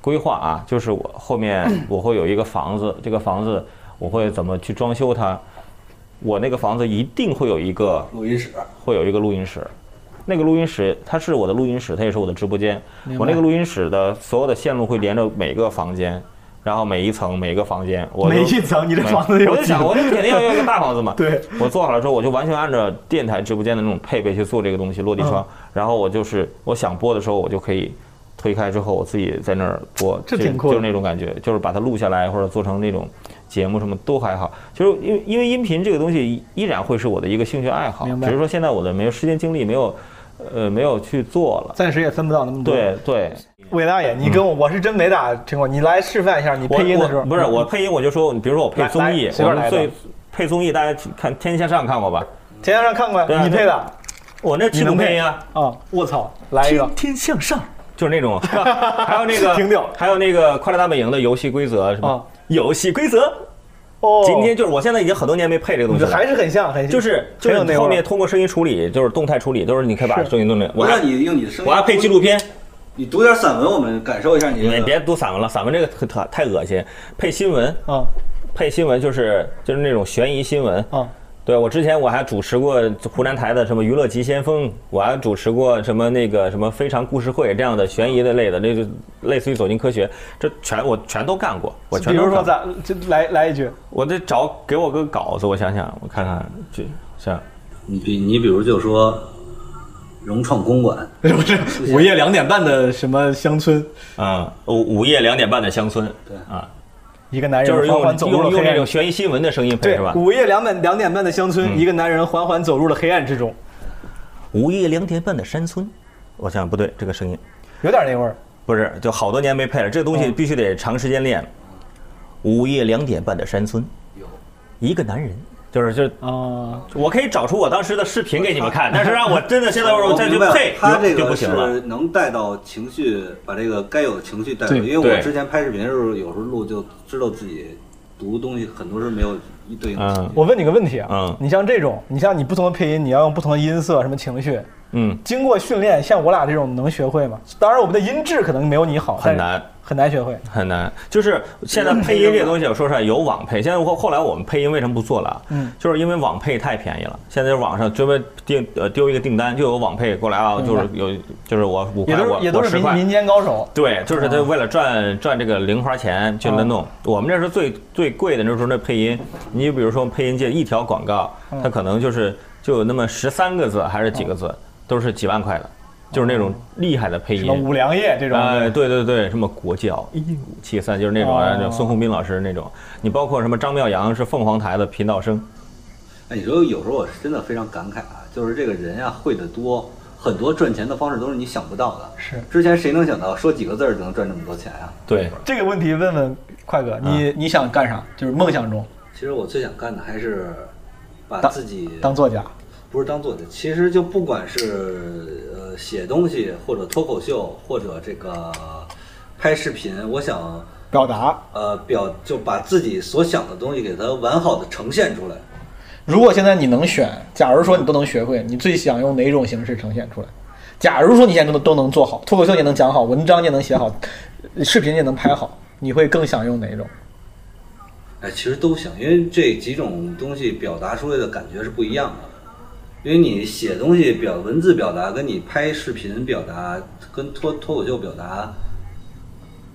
S3: 规划啊，就是我后 面我会有一个房子，这个房子我会怎么去装修它，我那个房子一定会有一个
S1: 录音室，
S3: 会有一个录音室。那个录音室，它是我的录音室，它也是我的直播间
S4: 明。白
S3: 我那个录音室的所有的线路会连着每个房间，然后每一层每个房间，我就
S4: 每一层你这
S3: 没
S4: 房子有
S3: 我就
S4: 几
S3: 想，
S4: 个？
S3: 我就肯定要要一个大房子嘛。
S4: 对，
S3: 我做好了之后，我就完全按照电台直播间的那种配备去做这个东西，落地
S4: 嗯
S3: 窗。然后我就是我想播的时候，我就可以推开之后，我自己在那儿播，
S4: 这
S3: 就
S4: 挺酷的
S3: 就是那种感觉，就是把它录下来或者做成那种节目什么都还好。就是因为因为音频这个东西依然会是我的一个兴趣爱好，
S4: 明白
S3: 只是说现在我的没有时间精力，没有呃没有去做了。
S4: 暂时也分不到那么多。，
S3: 对嗯对，
S4: 韦大爷，你跟我我是真没打听过，你来示范一下，你
S3: 我
S4: 配音的时候
S3: 我不是我配音，我就说，比如说我配
S4: 来
S3: 综艺
S4: 来，随
S3: 我
S4: 便
S3: 们
S4: 来一
S3: 最
S4: 段
S3: 配综艺，大家看《天天向上》看过吧？
S4: 前天上看过
S3: 对啊
S4: 呀，你配的啊
S3: 我那吃
S4: 你
S3: 不
S4: 能
S3: 配音啊。
S4: 我操，来一个
S3: 天向上，就是那种，还有那个
S4: 停掉
S3: 还有那个《快乐大本营》的游戏规则是吧？
S4: 啊
S3: 游戏规则，
S4: 哦，
S3: 今天就是我现在已经很多年没配这个东
S4: 你
S3: 西
S4: 这
S3: 了，
S4: 还是很像，很
S3: 就是就
S4: 很有
S3: 是
S4: 那
S3: 后
S4: 味
S3: 面
S4: 儿。
S3: 通过声音处理，就是动态处理，都是你可以把声音弄成。
S1: 我
S3: 我
S1: 让
S3: 还
S1: 你用你的声音，
S3: 我还配纪录，片，
S1: 你读点散文，我们感受一下你
S3: 你
S1: 这个。
S3: 别读散文了，散文这个可太太恶心，配新闻。
S4: 啊
S3: 配新闻就是就是那种悬疑新闻，
S4: 啊，
S3: 对我之前我还主持过湖南台的什么娱乐急先锋，我还主持过什么那个什么非常故事会这样的悬疑的类的，那就类似于走进科学，这全我全都干过，我
S4: 比
S3: 全都
S4: 如说
S3: 干过
S4: 咱就来来一句，
S3: 我得找给我个稿子，我想想，我看看这像
S1: 你比你比如就说融创公馆，
S4: 不 是午夜两点半的什么乡村，
S3: 啊、午午夜两点半的乡村，对啊，
S4: 一个男人
S3: 就是用
S4: 哎缓缓走入了
S3: 用
S4: 黑
S3: 用那
S4: 暗
S3: 种悬疑新闻的声音配
S4: 对
S3: 是吧？
S4: 午夜两点两点半的乡村，一个男人缓缓走入了黑暗之中，
S3: 午夜两点半的山村，我想不对，这个声音
S4: 有点那味儿。
S3: 不是，就好多年没配了，这个东
S1: 嗯
S3: 西必须得长时间练。午夜两点半的山村，有一个男人，就是就是，
S4: 啊，
S3: 我可以找出我当时的视频给你们 看，但是让我真的现在我
S1: 我
S3: 再去
S1: 明白了
S3: 配，
S1: 他这
S3: 就
S1: 个
S3: 不行了。
S1: 是能带到情绪，把这个该有的情绪带出来。
S4: 对
S1: 因为我
S3: 对
S1: 之前拍视频的时候，有时候录就知道自己读东西很多是没有一对应的情
S3: 嗯
S1: 绪。
S4: 我问你个问题啊，
S3: 嗯
S4: 你像这种，你像你不同的配音，你要用不同的音色，什么情绪，
S3: 嗯，
S4: 经过训练，像我俩这种能学会吗？当然，我们的音质可能没有你好，
S3: 很
S4: 但是
S3: 难
S4: 很难学哎会。
S3: 很难，就是现在配音这个东西，我说出来有网配。现在后后来我们配音为什么不做了？啊
S4: 嗯，
S3: 就是因为网配太便宜了。现在网上专门订呃丢一个订单，就有网配过来啊，就是有就是我五
S4: 也
S3: 块，
S4: 都
S3: 我
S4: 是也都
S3: 我
S4: 是
S3: 十
S4: 民
S3: 块
S4: 民，间高手，
S3: 对，就是
S4: 啊
S3: 他为了赚赚这个零花钱去弄。我们那时候最最贵的那时候那配音，你比如说配音界一条广告，它可能就是就有那么十三个字还是几个字，都是几万块的，就是那种厉害的配
S4: 啊什么
S3: 音。
S4: 五粮液这种，
S3: 哎，对对对，什么国教一五七三，就是那种啊，
S4: 哦
S3: 那种孙宏斌老师那种。你包括什么张妙阳是凤凰台的频道生，
S1: 哎，你说有时候我真的非常感慨啊，就是这个人呀、会的多，很多赚钱的方式都是你想不到的。
S4: 是
S1: 之前谁能想到说几个字儿就能赚这么多钱啊？
S3: 对，
S4: 这个问题问问快哥，你你想干啥？就是梦想中
S1: 其实我最想干的还是把
S4: 当
S1: 自己
S4: 当作家，
S1: 不是当作家，其实就不管是呃写东西，或者脱口秀，或者这个拍视频，我想
S4: 表达。
S1: 呃表就把自己所想的东西给它完好的呈现出来。
S4: 如果现在你能选，假如说你都能学会，你最想用哪种形式呈现出来？假如说你现在都能都能做好，脱口秀你也能讲好，文章你也能写好，视频你也能拍好，你会更想用哪一种？
S1: 哎，其实都行，因为这几种东西表达出来的感觉是不一样的。因为你写东西表文字表达，跟你拍视频表达，跟脱脱口秀表达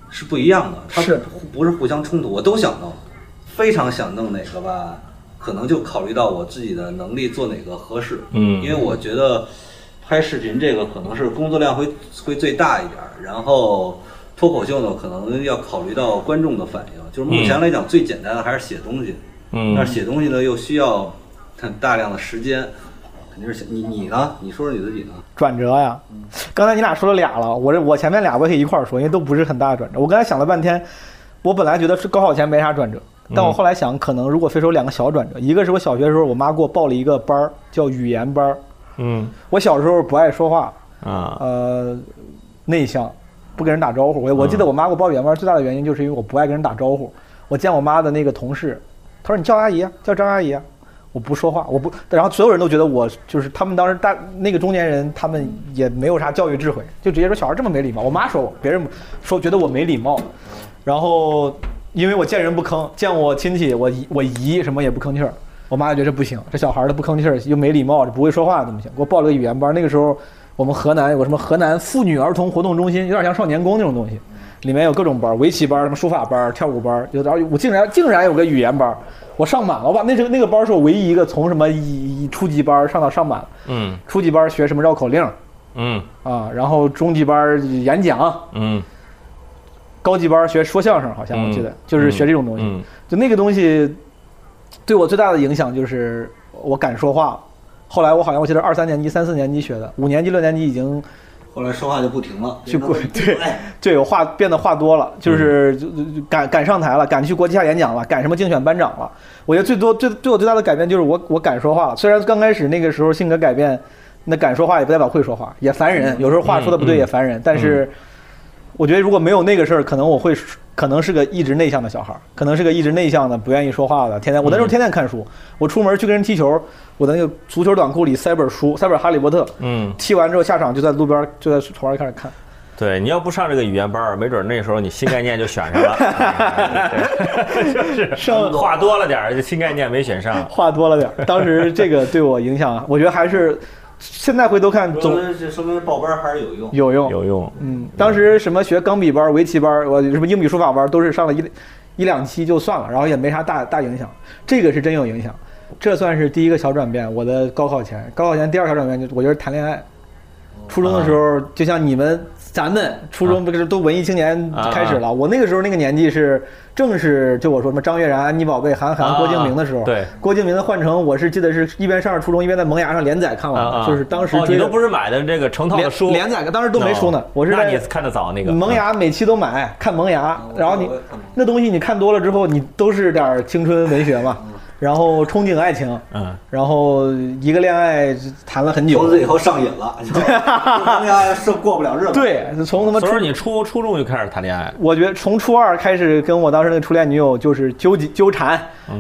S1: 是不一样的，它
S4: 是
S1: 不不是互相冲突？我都想弄，非常想弄哪个吧，可能就考虑到我自己的能力做哪个合适。
S3: 嗯
S1: 因为我觉得拍视频这个可能是工作量会会最大一点儿，然后脱口秀呢，可能要考虑到观众的反应。就是目
S4: 嗯
S1: 前来讲，最简单的还是写东西，
S3: 嗯
S1: 但是写东西呢又需要很大量的时间，肯定是写你你呢？你说说你自己呢？
S4: 转折呀、刚才你俩说了俩了，我这我前面俩我也可以一块儿说，因为都不是很大的转折。我刚才想了半天，我本来觉得是高考前没啥转折，但我后来想，可能如果非说有两个小转折，一个是我小学的时候，我妈给我报了一个班儿，叫语言班儿。
S3: 嗯
S4: 我小时候不爱说话，
S3: 啊，
S4: 呃，内向，不跟人打招呼。我我记得我妈给我报语言班儿最大的原因就是因为我不爱跟人打招呼。我见我妈的那个同事，她说你叫阿姨啊，叫张阿姨啊。我不说话，我不，然后所有人都觉得我就是他们当时大那个中年人，他们也没有啥教育智慧，就直接说小孩这么没礼貌。我妈说我，别人说觉得我没礼貌，然后因为我见人不吭，见我亲戚我姨我姨什么也不吭气儿，我妈就觉得这不行，这小孩儿他不吭气儿又没礼貌，这不会说话怎么行？给我报了个语言班，那个时候我们河南有个什么河南妇女儿童活动中心，有点像少年宫那种东西，里面有各种班儿，围棋班儿、什么书法班儿、跳舞班儿，有的然后我竟然竟然有个语言班儿，我上满了，我把那个那个班儿是我唯一一个从什么一一初级班儿上到上满，
S3: 嗯
S4: 初级班儿学什么绕口令儿
S3: 嗯
S4: 啊，然后中级班儿演讲，
S3: 嗯，
S4: 高级班儿学说相声，好像我记得、就是学这种东西。
S3: 嗯
S4: 就那个东西，对我最大的影响就是我敢说话。后来我好像我记得二三年级、三四年级学的，五年级、六年级已经
S5: 后来说话就不停了，
S4: 去过
S5: 别的
S4: 对
S5: 哎
S4: 对我话变得话多了，就是
S3: 嗯
S4: 就就就敢敢上台了，敢去国际下演讲了，敢什么竞选班长了。我觉得最多最对我最大的改变就是我我敢说话了。虽然刚开始那个时候性格改变，那敢说话也不代表会说话，也烦人。有时候话说的不对
S3: 嗯
S4: 也烦人，但是我觉得如果没有那个事儿，可能我会可能是个一直内向的小孩儿，可能是个一直内向的不愿意说话的。天天我那时候
S3: 嗯
S4: 天天看书，我出门去跟人踢球，我的那个足球短裤里塞本书，塞本《哈利波特》。
S3: 嗯，
S4: 踢完之后下场就在路边儿就在床上开始看，
S3: 对，你要不上这个语言班儿，没准那时候你新概念就选上了。 对就是话多了点儿，就新概念没选上。
S4: 话多了点儿。当时这个对我影响，我觉得还是现在回头看
S1: 说
S4: 总
S1: 明这说明报班儿还是有用。
S4: 有用。
S3: 有用，
S4: 嗯，当时什么学钢笔班儿、围棋班儿，我什么英语书法班儿，都是上了一一两期就算了，然后也没啥大大影响。这个是真有影响，这算是第一个小转变。我的高考前，高考前第二个小转变就我觉得谈恋爱。初中的时候，就像你们咱们初中不是都文艺青年开始
S3: 啊
S4: 了，我那个时候那个年纪是正是就我说什么张悦然、安妮宝贝、韩寒、郭敬明的时候。
S3: 啊对，
S4: 郭敬明的《幻城》，我是记得是一边上着初中，一边在萌芽上连载看完
S3: 啊
S4: 的，就是当时
S3: 哦，
S4: 追
S3: 你
S4: 着
S3: 都不是买的这个成套的
S4: 连
S3: 书，
S4: 连载，当时都没书呢
S3: No，，
S4: 我是
S3: 哦那
S4: 在
S3: 你看的早那个啊
S4: 萌，芽每期都买，看萌芽，然后你
S1: 啊我也看过
S4: 那东西你看多了之后，你都是点儿青春 文学嘛，
S1: 嗯
S4: 然后憧憬爱情，
S3: 嗯，
S4: 然后一个恋爱谈了
S1: 从
S4: 很久
S1: 此，以后上瘾 了，就就咱们家是过不了日子。，
S4: 对，从他妈
S3: 嗯所以
S4: 初
S3: 说，你初初中就开始谈恋爱，
S4: 我觉得从初二开始跟我当时那个初恋女友就是纠结纠缠，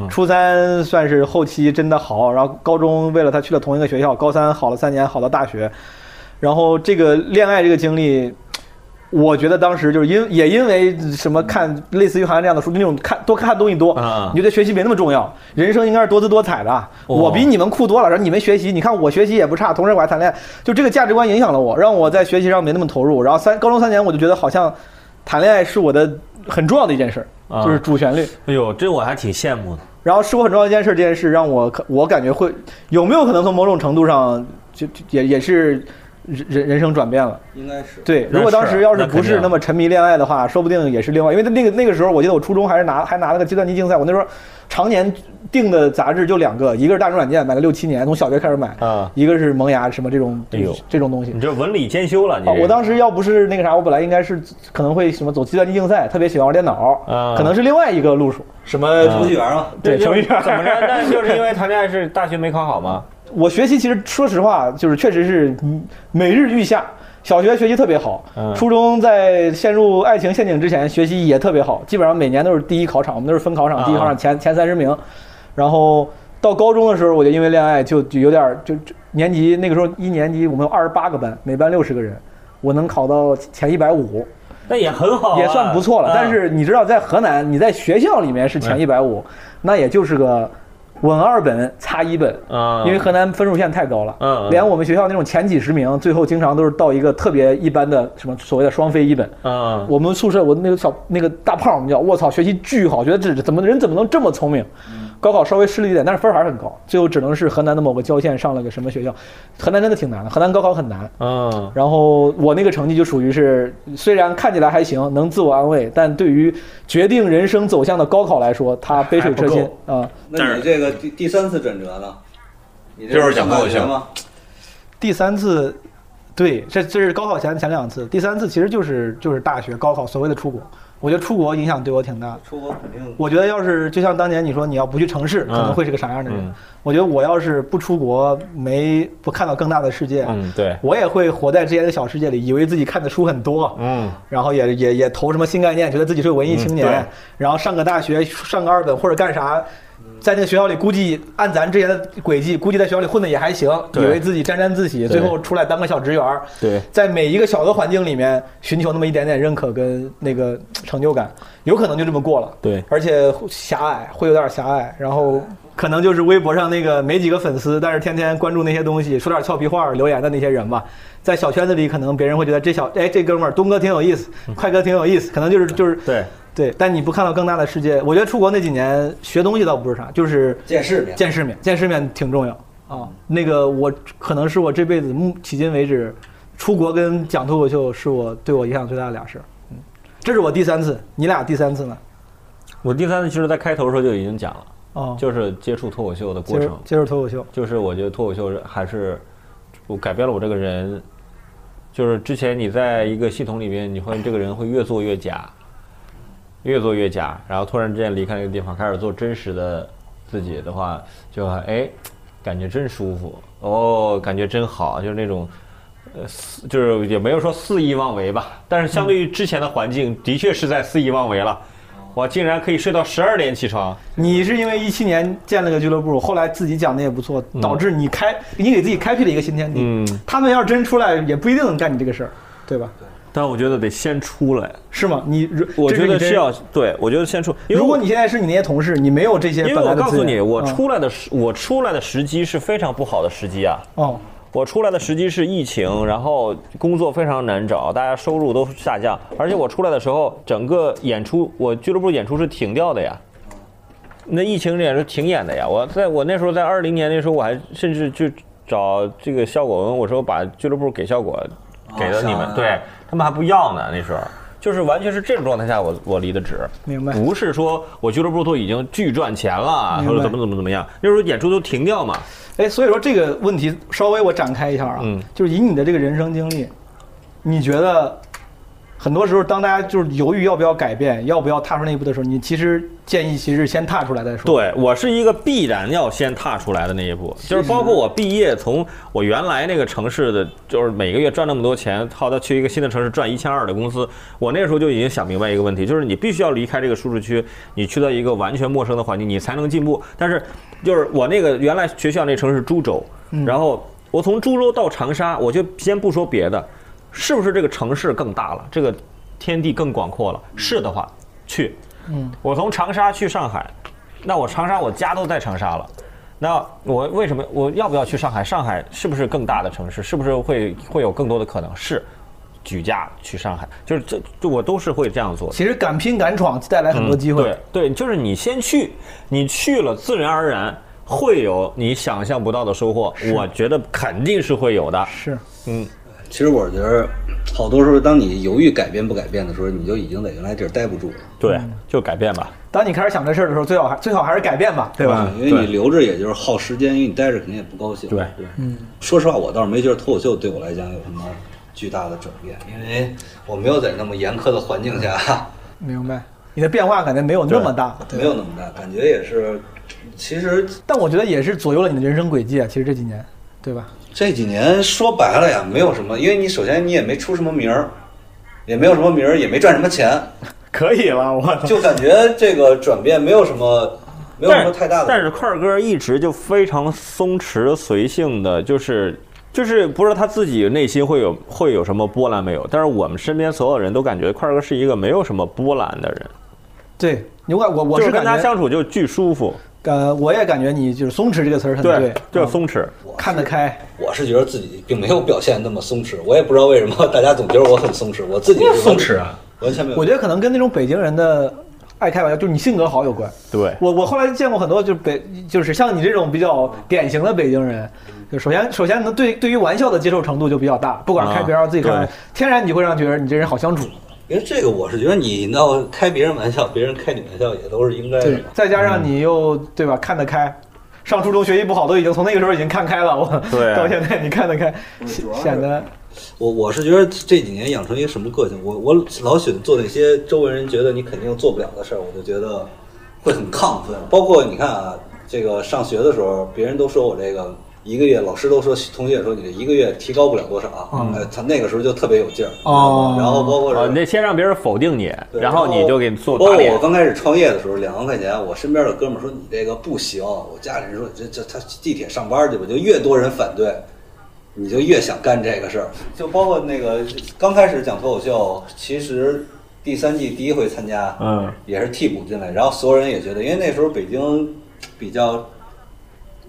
S4: 初三算是后期真的好，然后高中为了她去了同一个学校，高三好了三年，好到大学，然后这个恋爱这个经历，我觉得当时就是因也因为什么看类似于韩寒这样的书，那种看多看东西多，
S3: 啊
S4: 你觉得学习没那么重要，人生应该是多姿多彩的。我比你们酷多了，然后你们学习，你看我学习也不差，同时我还谈恋爱，就这个价值观影响了我，让我在学习上没那么投入。然后三高中三年，我就觉得好像谈恋爱是我的很重要的一件事
S3: 啊
S4: 儿，就是主旋律。
S3: 哎呦，这我还挺羡慕的。
S4: 然后是我很重要的一件事，这件事让我可我感觉会有没有可能从某种程度上就就也也是人人人生转变了。
S1: 应该是。
S4: 对，
S3: 那
S4: 如果当
S3: 是
S4: 时要
S3: 那
S4: 是
S3: 肯
S4: 不是
S3: 定
S4: 那么沉迷恋爱的话，说不定也是另外，因为那个那个时候，我记得我初中还是拿还拿了个计算机竞赛，我那时候常年订的杂志就两个，一个是大众软件，买了六七年，从小学开始买，
S3: 啊
S4: 一个是萌芽什么这种
S3: 哎呦
S4: 这种东西
S3: 你。这文理兼修了，你
S4: 啊
S3: 这、个
S4: 我当时要不是那个啥，我本来应该是可能会什么走计算机竞赛，特别喜欢玩电脑，
S3: 啊
S4: 可能是另外一个路数。
S1: 什么程序员啊嘛？
S4: 对，程序员
S3: 嗯怎么 着？那就是因为谈恋爱是大学没考好吗？
S4: 我学习其实说实话，就是确实是嗯每日愈下。小学学习特别好，
S3: 嗯
S4: 初中在陷入爱情陷阱之前学习也特别好，基本上每年都是第一考场，我们都是分考场，
S3: 啊
S4: 第一考场前前三十名。然后到高中的时候，我就因为恋爱就就有点儿就就年级那个时候一年级我们有二十八个班，每班六十个人，我能考到前一百五，
S3: 那也很好、啊，
S4: 也算不错了。
S3: 啊
S4: 但是你知道，在河南，你在学校里面是
S3: 嗯
S4: 前一百五，那也就是个文二本差一本
S3: 啊
S4: 因为河南分数线太高了，
S3: 嗯嗯
S4: 连我们学校那种前几十名，最后经常都是到一个特别一般的什么所谓的双非一本。
S3: 嗯，
S4: 我们宿舍我那个小那个大胖，我们叫我操，学习巨好，觉得这怎么人怎么能这么聪明？
S3: 嗯
S4: 高考稍微失利一点，但是分儿还是很高，最后只能是河南的某个郊县上了个什么学校。河南真的挺难的，河南高考很难。
S3: 嗯
S4: 然后我那个成绩就属于是，虽然看起来还行，能自我安慰，但对于决定人生走向的高考来说，它杯水车薪
S3: 还
S4: 啊。
S1: 那你这个第第三次转折呢？你这
S3: 就是讲脱口秀
S1: 上大学吗？
S4: 第三次，对，这这是高考前前两次，第三次其实就是就是大学高考所谓的出国，我觉得出国影响对我挺大的。
S1: 出国肯定
S4: 我觉得要是就像当年你说你要不去城市，可能会是个啥样的人？
S3: 嗯
S4: 我觉得我要是不出国，没不看到更大的世界，
S3: 嗯，对，
S4: 我也会活在之前的小世界里，以为自己看的书很多，
S3: 嗯，
S4: 然后也也也投什么新概念，觉得自己是文艺青年，
S3: 嗯对
S4: 然后上个大学，上个二本或者干啥，在那个学校里估计按咱之前的轨迹，估计在学校里混的也还行，以
S3: 对
S4: 为自己沾沾自喜，
S3: 对
S4: 最后出来当个小职员儿，
S3: 对
S4: 在每一个小的环境里面寻求那么一点点认可跟那个成就感，有可能就这么过了，
S3: 对
S4: 而且狭隘会有点狭隘，然后可能就是微博上那个没几个粉丝，但是天天关注那些东西，说点俏皮话儿留言的那些人吧。在小圈子里，可能别人会觉得这小哎这哥们儿东哥挺有意思，快哥挺有意思，可能就是就是
S3: 嗯对，
S4: 对。但你不看到更大的世界，我觉得出国那几年学东西倒不是啥，就是
S1: 见世面。
S4: 见世面，见世面挺重要啊。那个我可能是我这辈子目迄今为止，出国跟讲脱口秀是我对我影响最大的俩事儿。嗯，这是我第三次，你俩第三次呢？
S3: 我第三次其实，在开头的时候就已经讲了，
S4: 哦，
S3: 就是接触脱口秀的过
S4: 接
S3: 程
S4: 受，接受脱口秀，
S3: 就是我觉得脱口秀是还是我改变了我这个人，就是之前你在一个系统里面，你发现这个人会越做越假，越做越假，然后突然之间离开那个地方，开始做真实的自己的话，就哎，感觉真舒服哦，感觉真好，就是那种。呃，肆就是也没有说肆意妄为吧，但是相对于之前的环境，的确是在肆意妄为了。我竟然可以睡到十二点起床，
S4: 你是因为一七年建了个俱乐部，后来自己讲的也不错，导致你开，你给自己开辟了一个新天地。
S3: 嗯，
S4: 他们要真出来，也不一定能干你这个事儿，对吧？
S3: 但我觉得得先出来，
S4: 是吗？你如
S3: 我
S4: 这
S3: 觉
S4: 你
S3: 得
S4: 真
S3: 是要对，我觉得先出，因为
S4: 如果
S3: 我
S4: 你现在是你那些同事，你没有这些
S3: 因为
S4: 本
S3: 我
S4: 来的
S3: 告
S4: 资
S3: 诉
S4: 源，
S3: 你，我
S4: 嗯
S3: 出来的时我出来的时机是非常不好的时机啊。
S4: 哦，
S3: 我出来的时机是疫情，然后工作非常难找，大家收入都下降，而且我出来的时候，整个演出我俱乐部演出是停掉的呀。那疫情也是停演的呀。我在我那时候在二零年那时候，我还甚至去找这个效果文，我说把俱乐部给效果给了你们，
S1: 想啊
S3: 对他们还不要呢。那时候就是完全是这种状态下我，我离的职，
S4: 明白
S3: 不是说我俱乐部都已经巨赚钱了，
S4: 明白
S3: 或者怎么怎么怎么样，那时候演出都停掉嘛。
S4: 哎，所以说这个问题稍微我展开一下啊，
S3: 嗯
S4: 就是以你的这个人生经历，你觉得很多时候当大家就是犹豫要不要改变，要不要踏出那一步的时候，你其实建议其实先踏出来再说。，
S3: 对我是一个必然要先踏出来的那一步，就是包括我毕业，从我原来那个城市的，就是每个月赚那么多钱，好到去一个新的城市赚一千二的工资，我那时候就已经想明白一个问题，就是你必须要离开这个舒适区，你去到一个完全陌生的环境，你才能进步。但是，就是我那个原来学校那城市是株洲，然后我从株洲到长沙，我就先不说别的，是不是这个城市更大了，这个天地更广阔了？是的话，去。
S4: 嗯，
S3: 我从长沙去上海，那我长沙我家都在长沙了，那我为什么我要不要去上海？上海是不是更大的城市？是不是会会有更多的可能？是，举家去上海，就是这这我都是会这样做的。
S4: 其实敢拼敢闯带来很多机会。
S3: 嗯对对，就是你先去，你去了，自然而然会有你想象不到的收获。我觉得肯定是会有的。
S4: 是，
S3: 嗯，
S1: 其实我觉得，好多时候当你犹豫改变不改变的时候，你就已经在原来地儿待不住了，
S3: 对，
S4: 嗯
S3: 就改变吧。
S4: 当你开始想这事儿的时候，最好还最好还是改变吧，对吧？
S1: 因为你留着也就是耗时间，因为你待着肯定也不高兴。
S3: 对
S1: 对，说实话，我倒是没觉得脱口秀对我来讲有什么巨大的转变，因为我没有在那么严苛的环 境下。
S3: 嗯
S4: 明白。你的变化感觉没有那么大，对
S1: 没有那么大，感觉也是。其实
S4: 但我觉得也是左右了你的人生轨迹啊。其实这几年，对吧？
S1: 这几年说白了呀，没有什么，因为你首先你也没出什么名儿，也没有什么名儿，也没赚什么钱，
S4: 可以了，我
S3: 嗯
S4: 操！
S1: 就感觉这个转变没有什么，没有什么太大的。
S3: 但是块儿哥一直就非常松弛随性的，就是就是不知道他自己内心会有会有什么波澜没有。但是我们身边所有人都感觉块儿哥是一个没有什么波澜的人，
S4: 对，你我我我
S3: 就是是跟
S4: 感
S3: 他
S4: 觉，
S3: 相处就巨舒服，
S4: 呃，我也感觉你就是松弛这个词儿很
S3: 就是
S4: 嗯
S3: 松弛。
S4: 看得开，
S1: 我是觉得自己并没有表现那么松弛，我也不知道为什么大家总觉得我很松弛，我自己是松弛啊，完 全没有
S4: 我。觉得可能跟那种北京人的爱开玩笑，就是你性格好有关。
S3: 对，
S4: 我我后来见过很多，就是北，就是像你这种比较典型的北京人，就首先首先能对对于玩笑的接受程度就比较大，不管开别人自己开玩笑
S3: 对，
S4: 天然你就会让觉得你这人好相处。
S1: 因为这个，我是觉得你闹开别人玩笑，别人开你玩笑也都是应该的
S4: 对
S1: 嘛。，
S4: 再加上你又对吧看得开，上初中学习不好都已经从那个时候已经看开了，我
S3: 对
S4: 到现在你看得开，显
S1: 主要是
S4: 显得
S1: 我我是觉得这几年养成一个什么个性，我我老喜欢做那些周围人觉得你肯定做不了的事儿，我就觉得会很亢奋。包括你看啊，这个上学的时候，别人都说我这个一个月，老师都说，同学也说你这一个月提高不了多少，哎，他那个时候就特别有劲儿，你知道
S4: 嗯哦
S1: 吗然后包括是
S3: 啊，你得先让别人否定你，
S1: 对
S3: 然后你就给你做
S1: 包括
S3: 打脸
S1: 我。刚开始创业的时候，两万块钱，我身边的哥们儿说你这个不行，我家里人说这这他地铁上班去吧，就越多人反对，你就越想干这个事儿。就包括那个刚开始讲脱口秀，其实第三季第一回参加，
S3: 嗯，
S1: 也是替补进来，然后所有人也觉得，因为那时候北京比较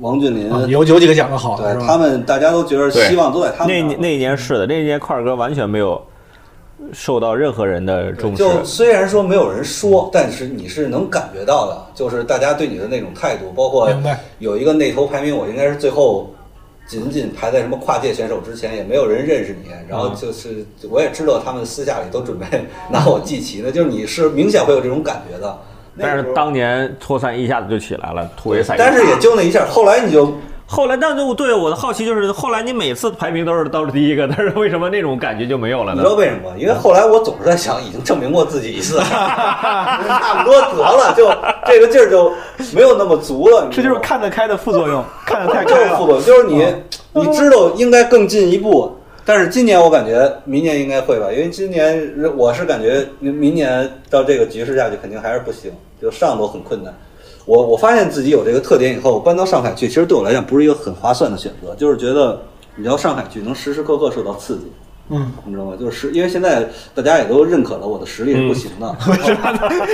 S1: 王俊林，
S4: 啊有有几个讲的好的
S1: 嗯对
S4: 是
S1: 他
S4: 吧？
S1: 们大家都觉得希望都在他们
S3: 那
S1: 那儿
S3: 那一年
S1: 嗯
S3: 是的，那一年块儿哥完全没有受到任何人的重视。
S1: 就虽然说没有人说，但是你是能感觉到的，就是大家对你的那种态度，包括
S4: 明白
S1: 有一个内投排名，我应该是最后仅仅排在什么跨界选手之前，也没有人认识你。然后就是我也知道他们私下里都准备拿我祭旗呢，就是你是明显会有这种感觉的。那
S3: 但
S1: 个时
S3: 是
S1: 候
S3: 当年托三一下子就起来了，突围赛。
S1: 但是也就那一下，后来你就
S3: 后来，但是我对我的好奇就是，后来你每次排名都是都是第一个，但是为什么那种感觉就没有了
S1: 你
S3: 呢
S1: 知？道为什么吗？因为后来我总是在想，已经证明过自己一次了，差不多得了，就这个劲儿就没有那么足了。你知
S4: 这
S1: 道
S4: 就
S1: 吗
S4: 是看得开的副作用，看得太
S1: 就是
S4: 开
S1: 副
S4: 了。嗯
S1: 本，就是你，你知道应该更进一步，但是今年我感觉明年应该会吧，因为今年我是感觉明年到这个局势下去肯定还是不行，就上都很困难。我我发现自己有这个特点以后，搬到上海去，其实对我来讲不是一个很划算的选择，就是觉得你到上海去能时时刻刻受到刺激。
S4: 嗯，
S1: 你知道吗？就是因为现在大家也都认可了我的实力是不行的，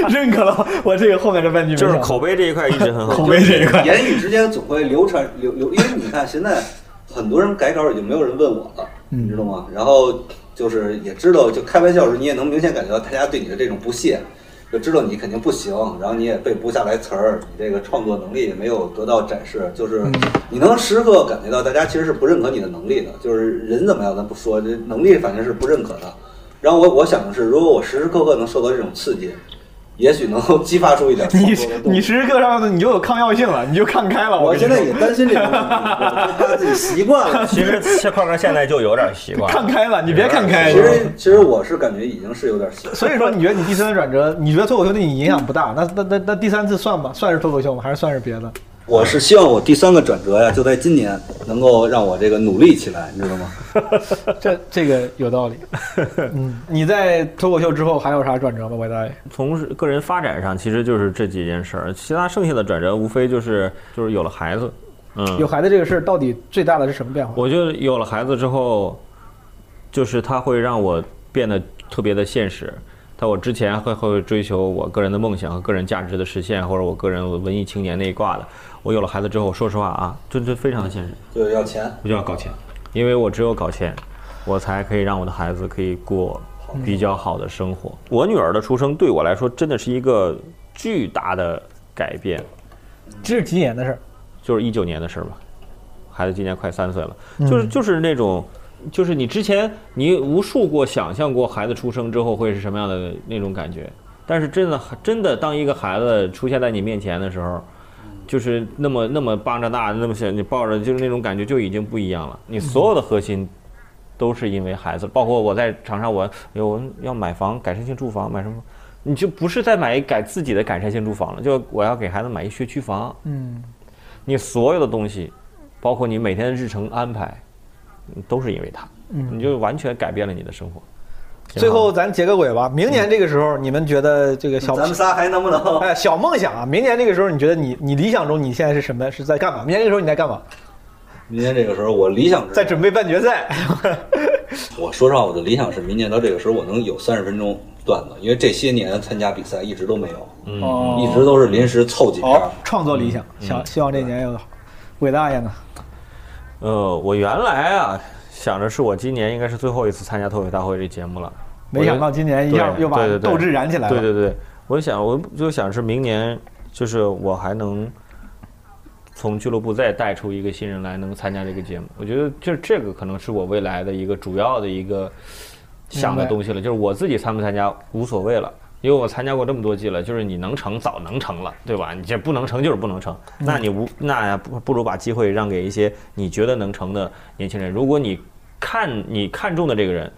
S4: 认可了我这个后面这半句没
S3: 就
S4: 想
S3: 是
S4: 到，
S3: 口碑这一块一直很好，
S4: 口碑这一 块。
S1: 言语之间总会流传流流，因为你看现在很多人改稿已经没有人问我了，你知道吗？然后就是也知道，就开玩笑时你也能明显感觉到大家对你的这种不屑，就知道你肯定不行，然后你也背不下来词儿，你这个创作能力也没有得到展示，就是你能时刻感觉到大家其实是不认可你的能力的，就是人怎么样咱不说，这能力反正是不认可的。然后我我想的是，如果我时时刻刻能受到这种刺激，也许能 够激发出一点创
S4: 你
S1: 作 的动力
S4: 你。时时刻刻你就有抗药性了，你就看开了。我
S1: 我
S4: 跟你
S1: 现
S4: 说
S1: 在也担心这个问 题，我就怕自己习惯了。
S3: 其实切块哥现在就有点习惯
S4: 看
S3: 了。
S4: 开了，你别看开。
S1: 其实其实我是感觉已经是有点习惯。
S4: 所以说，你觉得你第三次转折，你觉得脱口秀对你影响不大？那那那那第三次算吧，算是脱口秀吗？还是算是别的？
S1: 我是希望我第三个转折呀，就在今年能够让我这个努力起来，你知道吗？
S4: 这这个有道 理。嗯，你在脱口秀之后还有啥转折吗？韦大爷，
S3: 从个人发展上，其实就是这几件事儿，其他剩下的转折无非就是就是有了孩子，嗯，
S4: 有孩子这个事儿到底最大的是什么变化？
S3: 我觉得有了孩子之后，就是他会让我变得特别的现实。但我之前会会追求我个人的梦想和个人价值的实现，或者我个人文艺青年那一挂的。我有了孩子之后，说实话啊，真真非常的现实，
S1: 就是要钱，
S3: 我就要搞钱，因为我只有搞钱，我才可以让我的孩子可以过比较好的生活。我女儿的出生对我来说真的是一个巨大的改变。
S4: 这是几年的事儿？
S3: 就是一九年的事儿吧，孩子今年快三岁了，就是就是那种，就是你之前你无数过想象过孩子出生之后会是什么样的那种感觉，但是真的真的当一个孩子出现在你面前的时候，就是那么那么巴掌大，那么小，你抱着就是那种感觉就已经不一样了，你所有的核心。都是因为孩子，包括我在长沙，我哎呦我要买房，改善性住房，买什么？你就不是在买改自己的改善性住房了，就我要给孩子买一学区房，
S4: 嗯，
S3: 你所有的东西，包括你每天的日程安排，嗯都是因为他，
S4: 嗯
S3: 你就完全改变了你的生活。
S4: 最后咱结个尾吧。明年这个时候，你们觉得这个小
S1: 咱们仨还能不能？
S4: 哎小梦想啊？明年这个时候，你觉得你你理想中你现在是什么？是在干嘛？明年这个时候你在干嘛？
S1: 明年这个时候，我理想
S4: 在
S1: 是，
S4: 准备半决赛。
S1: 我说实话，我的理想是明年到这个时候，我能有三十分钟段子，因为这些年参加比赛一直都没有，
S4: 哦
S1: 一直都是临时凑几
S4: 好嗯
S1: 条。，
S4: 创作理想，想希望这年有好。韦大爷呢？
S3: 呃，我原来啊想着是我今年应该是最后一次参加脱口大会这节目了，
S4: 没想到今年一下
S3: 对
S4: 又把
S3: 对对对
S4: 斗志燃起来了。
S3: 对对对，我想我就想是明年，就是我还能从俱乐部再带出一个新人来，能参加这个节目。我觉得就这个可能是我未来的一个主要的一个想的东西了，就是我自己参不参加无所谓了。因为我参加过这么多季了，就是你能成早能成了，对吧？你这不能成就是不能成，
S4: 嗯
S3: 那你无那不不如把机会让给一些你觉得能成的年轻人。如果你看你看中的这个人，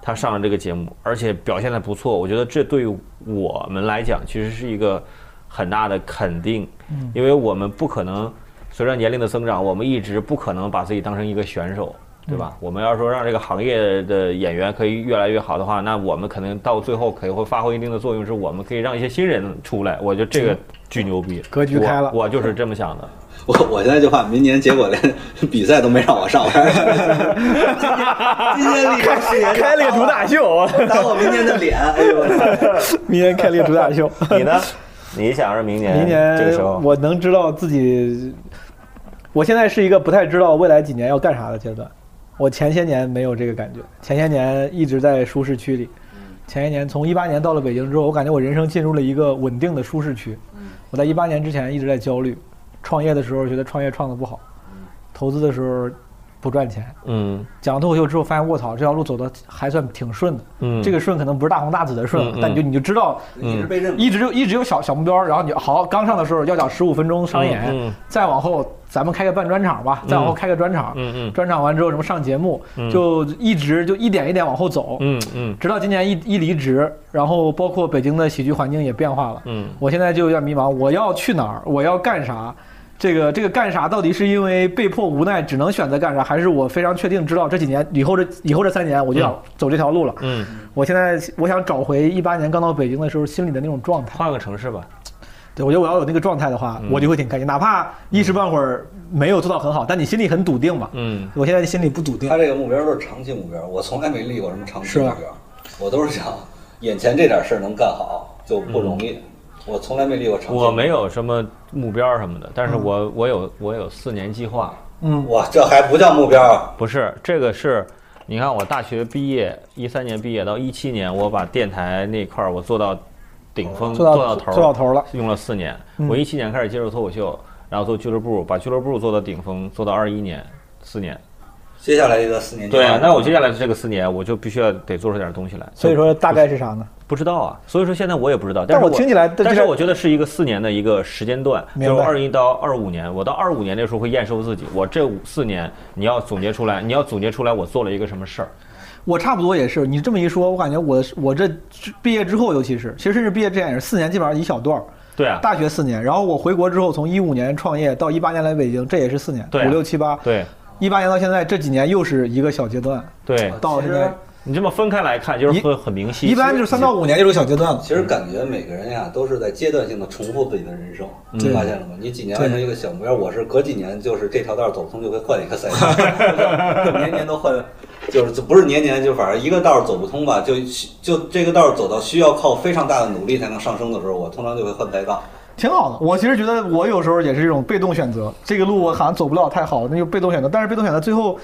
S3: 他上了这个节目，而且表现的不错，我觉得这对于我们来讲其实是一个很大的肯定，
S4: 嗯
S3: 因为我们不可能随着年龄的增长，我们一直不可能把自己当成一个选手，
S4: 嗯
S3: 对吧？我们要说让这个行业的演员可以越来越好的话，那我们可能到最后可能会发挥一定的作用，是我们可以让一些新人出来。我觉得这个巨牛逼，
S4: 嗯格局
S3: 我
S4: 开了
S3: 我就是这么想的。
S1: 我我现在就怕明年结果连 比赛都没让我上，我还是 今年今年立正誓言
S4: 开了个主打秀，
S1: 打我明年的脸，哎呦我操！
S4: 明年开了个主打秀。
S3: 你呢？你想是明年
S4: 明年
S3: 这个时候
S4: 我能知道自己我现在是一个不太知道未来几年要干啥的阶段。我前些年没有这个感觉，前些年一直在舒适区里。前些年从一八年到了北京之后，我感觉我人生进入了一个稳定的舒适区。我在一八年之前一直在焦虑，创业的时候觉得创业创得不好，投资的时候不赚钱。
S3: 嗯
S4: 讲了脱口秀之后，发现卧槽，这条路走的还算挺顺的。
S3: 嗯，
S4: 这个顺可能不是大红大紫的顺，
S3: 嗯嗯
S4: 但你就你就知道，
S1: 一直被认可。
S4: 一直就一直有小小目标，然后你就好刚上的时候要讲十五分钟商演，
S3: 嗯
S4: 再往后咱们开个半专场吧，再往后开个专场，
S3: 嗯嗯
S4: 专场完之后什么上节目，就一直就一点一点往后走，
S3: 嗯嗯
S4: 直到今年一一离职，然后包括北京的喜剧环境也变化了，
S3: 嗯
S4: 我现在就有点迷茫，我要去哪儿？我要干啥？这个这个干啥？到底是因为被迫无奈只能选择干啥，还是我非常确定知道这几年以后这以后这三年我就想走这条路了？
S3: 嗯，
S4: 我现在我想找回一八年刚到北京的时候心里的那种状态。
S3: 换个城市吧。
S4: 对，我觉得我要有那个状态的
S3: 嗯
S4: 话，我就会挺开心，哪怕一时半会儿没有做到很好，但你心里很笃定嘛。
S3: 嗯，
S4: 我现在心里不笃定
S1: 他。这个目标都是长期目标，我从来没立过什么长期
S4: 是
S1: 目
S4: 吧
S1: 标，我都是想眼前这点事儿能干好就不容易，我从来没立过长期。
S3: 我没，有什么目标什么的，但是我我有我有四年计划。
S4: 嗯
S1: 哇，这还不叫目标啊？
S3: 不是，这个是，你看我大学毕业，一三年毕业到一七年，我把电台那块儿我做到顶峰，
S4: 做到
S3: 头，
S4: 做到头了，
S3: 用了四年。
S4: 嗯
S3: 我一七年开始接触脱口秀，然后做俱乐部，把俱乐部做到顶峰，做到二一年，四年。
S1: 接下来一个四年计划
S3: 对啊，那我接下来的这个四年，我就必须要得做出点东西来。
S4: 所以说大概是啥呢？
S3: 不知道啊，所以说现在我也不知道。但
S4: 但
S3: 是
S4: 我听起来
S3: 但
S4: 这
S3: 是
S4: 个
S3: 我觉得是一个四年的一个时间段，
S4: 明
S3: 就是
S4: 白
S3: 二一到二五年。我到二五年那时候会验收自己，我这五四年你要总结出来，你要总结出来我做了一个什么事儿。
S4: 我差不多也是，你这么一说，我感觉我我这毕业之后，尤其是其实甚至毕业之前也是四年，基本上一小段儿。
S3: 对啊，
S4: 大学四年，然后我回国之后，从一五年创业到一八年来北京，这也是四年，
S3: 对啊
S4: 五六七八，
S3: 对
S4: 一八年到现在这几年又是一个小阶段，
S3: 对，
S4: 到现在
S3: 你这么分开来看，就是
S4: 一
S3: 很很明晰。
S4: 一般就是三到五年就是个小阶段了。
S1: 其实感觉每个人呀都是在阶段性的重复自己的人生，你发现了吗？你几年完成一个小目标，我是隔几年就是这条道走不通就会换一个赛道，年年都换，就是就不是年年就反正一个道走不通吧，就就这个道走到需要靠非常大的努力才能上升的时候，我通常就会换赛道。
S4: 挺好的。我其实觉得我有时候也是一种被动选择，这个路我好像走不了太好，那就被动选择。但是被动选择最后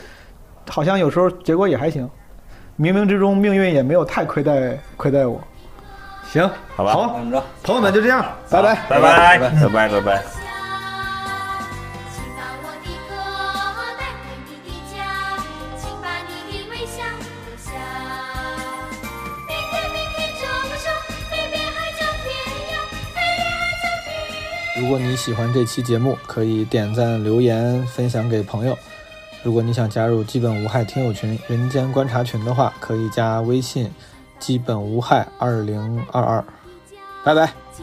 S4: 好像有时候结果也还行，冥冥之中命运也没有太亏待亏待我。行，
S3: 好吧
S4: 好
S1: 怎，么着？
S4: 朋友们就这样，拜拜。
S3: 拜拜拜拜拜拜。
S2: 请把我的歌带回你的家，请把你的微笑留下。明天，明天这么说，飞遍海角天涯，飞遍海角天涯。
S9: 如果你喜欢这期节目，可以点赞、留言、分享给朋友。如果你想加入基本无害听友群、人间观察群的话，可以加微信“基本无害二零二二”。拜拜。
S2: 请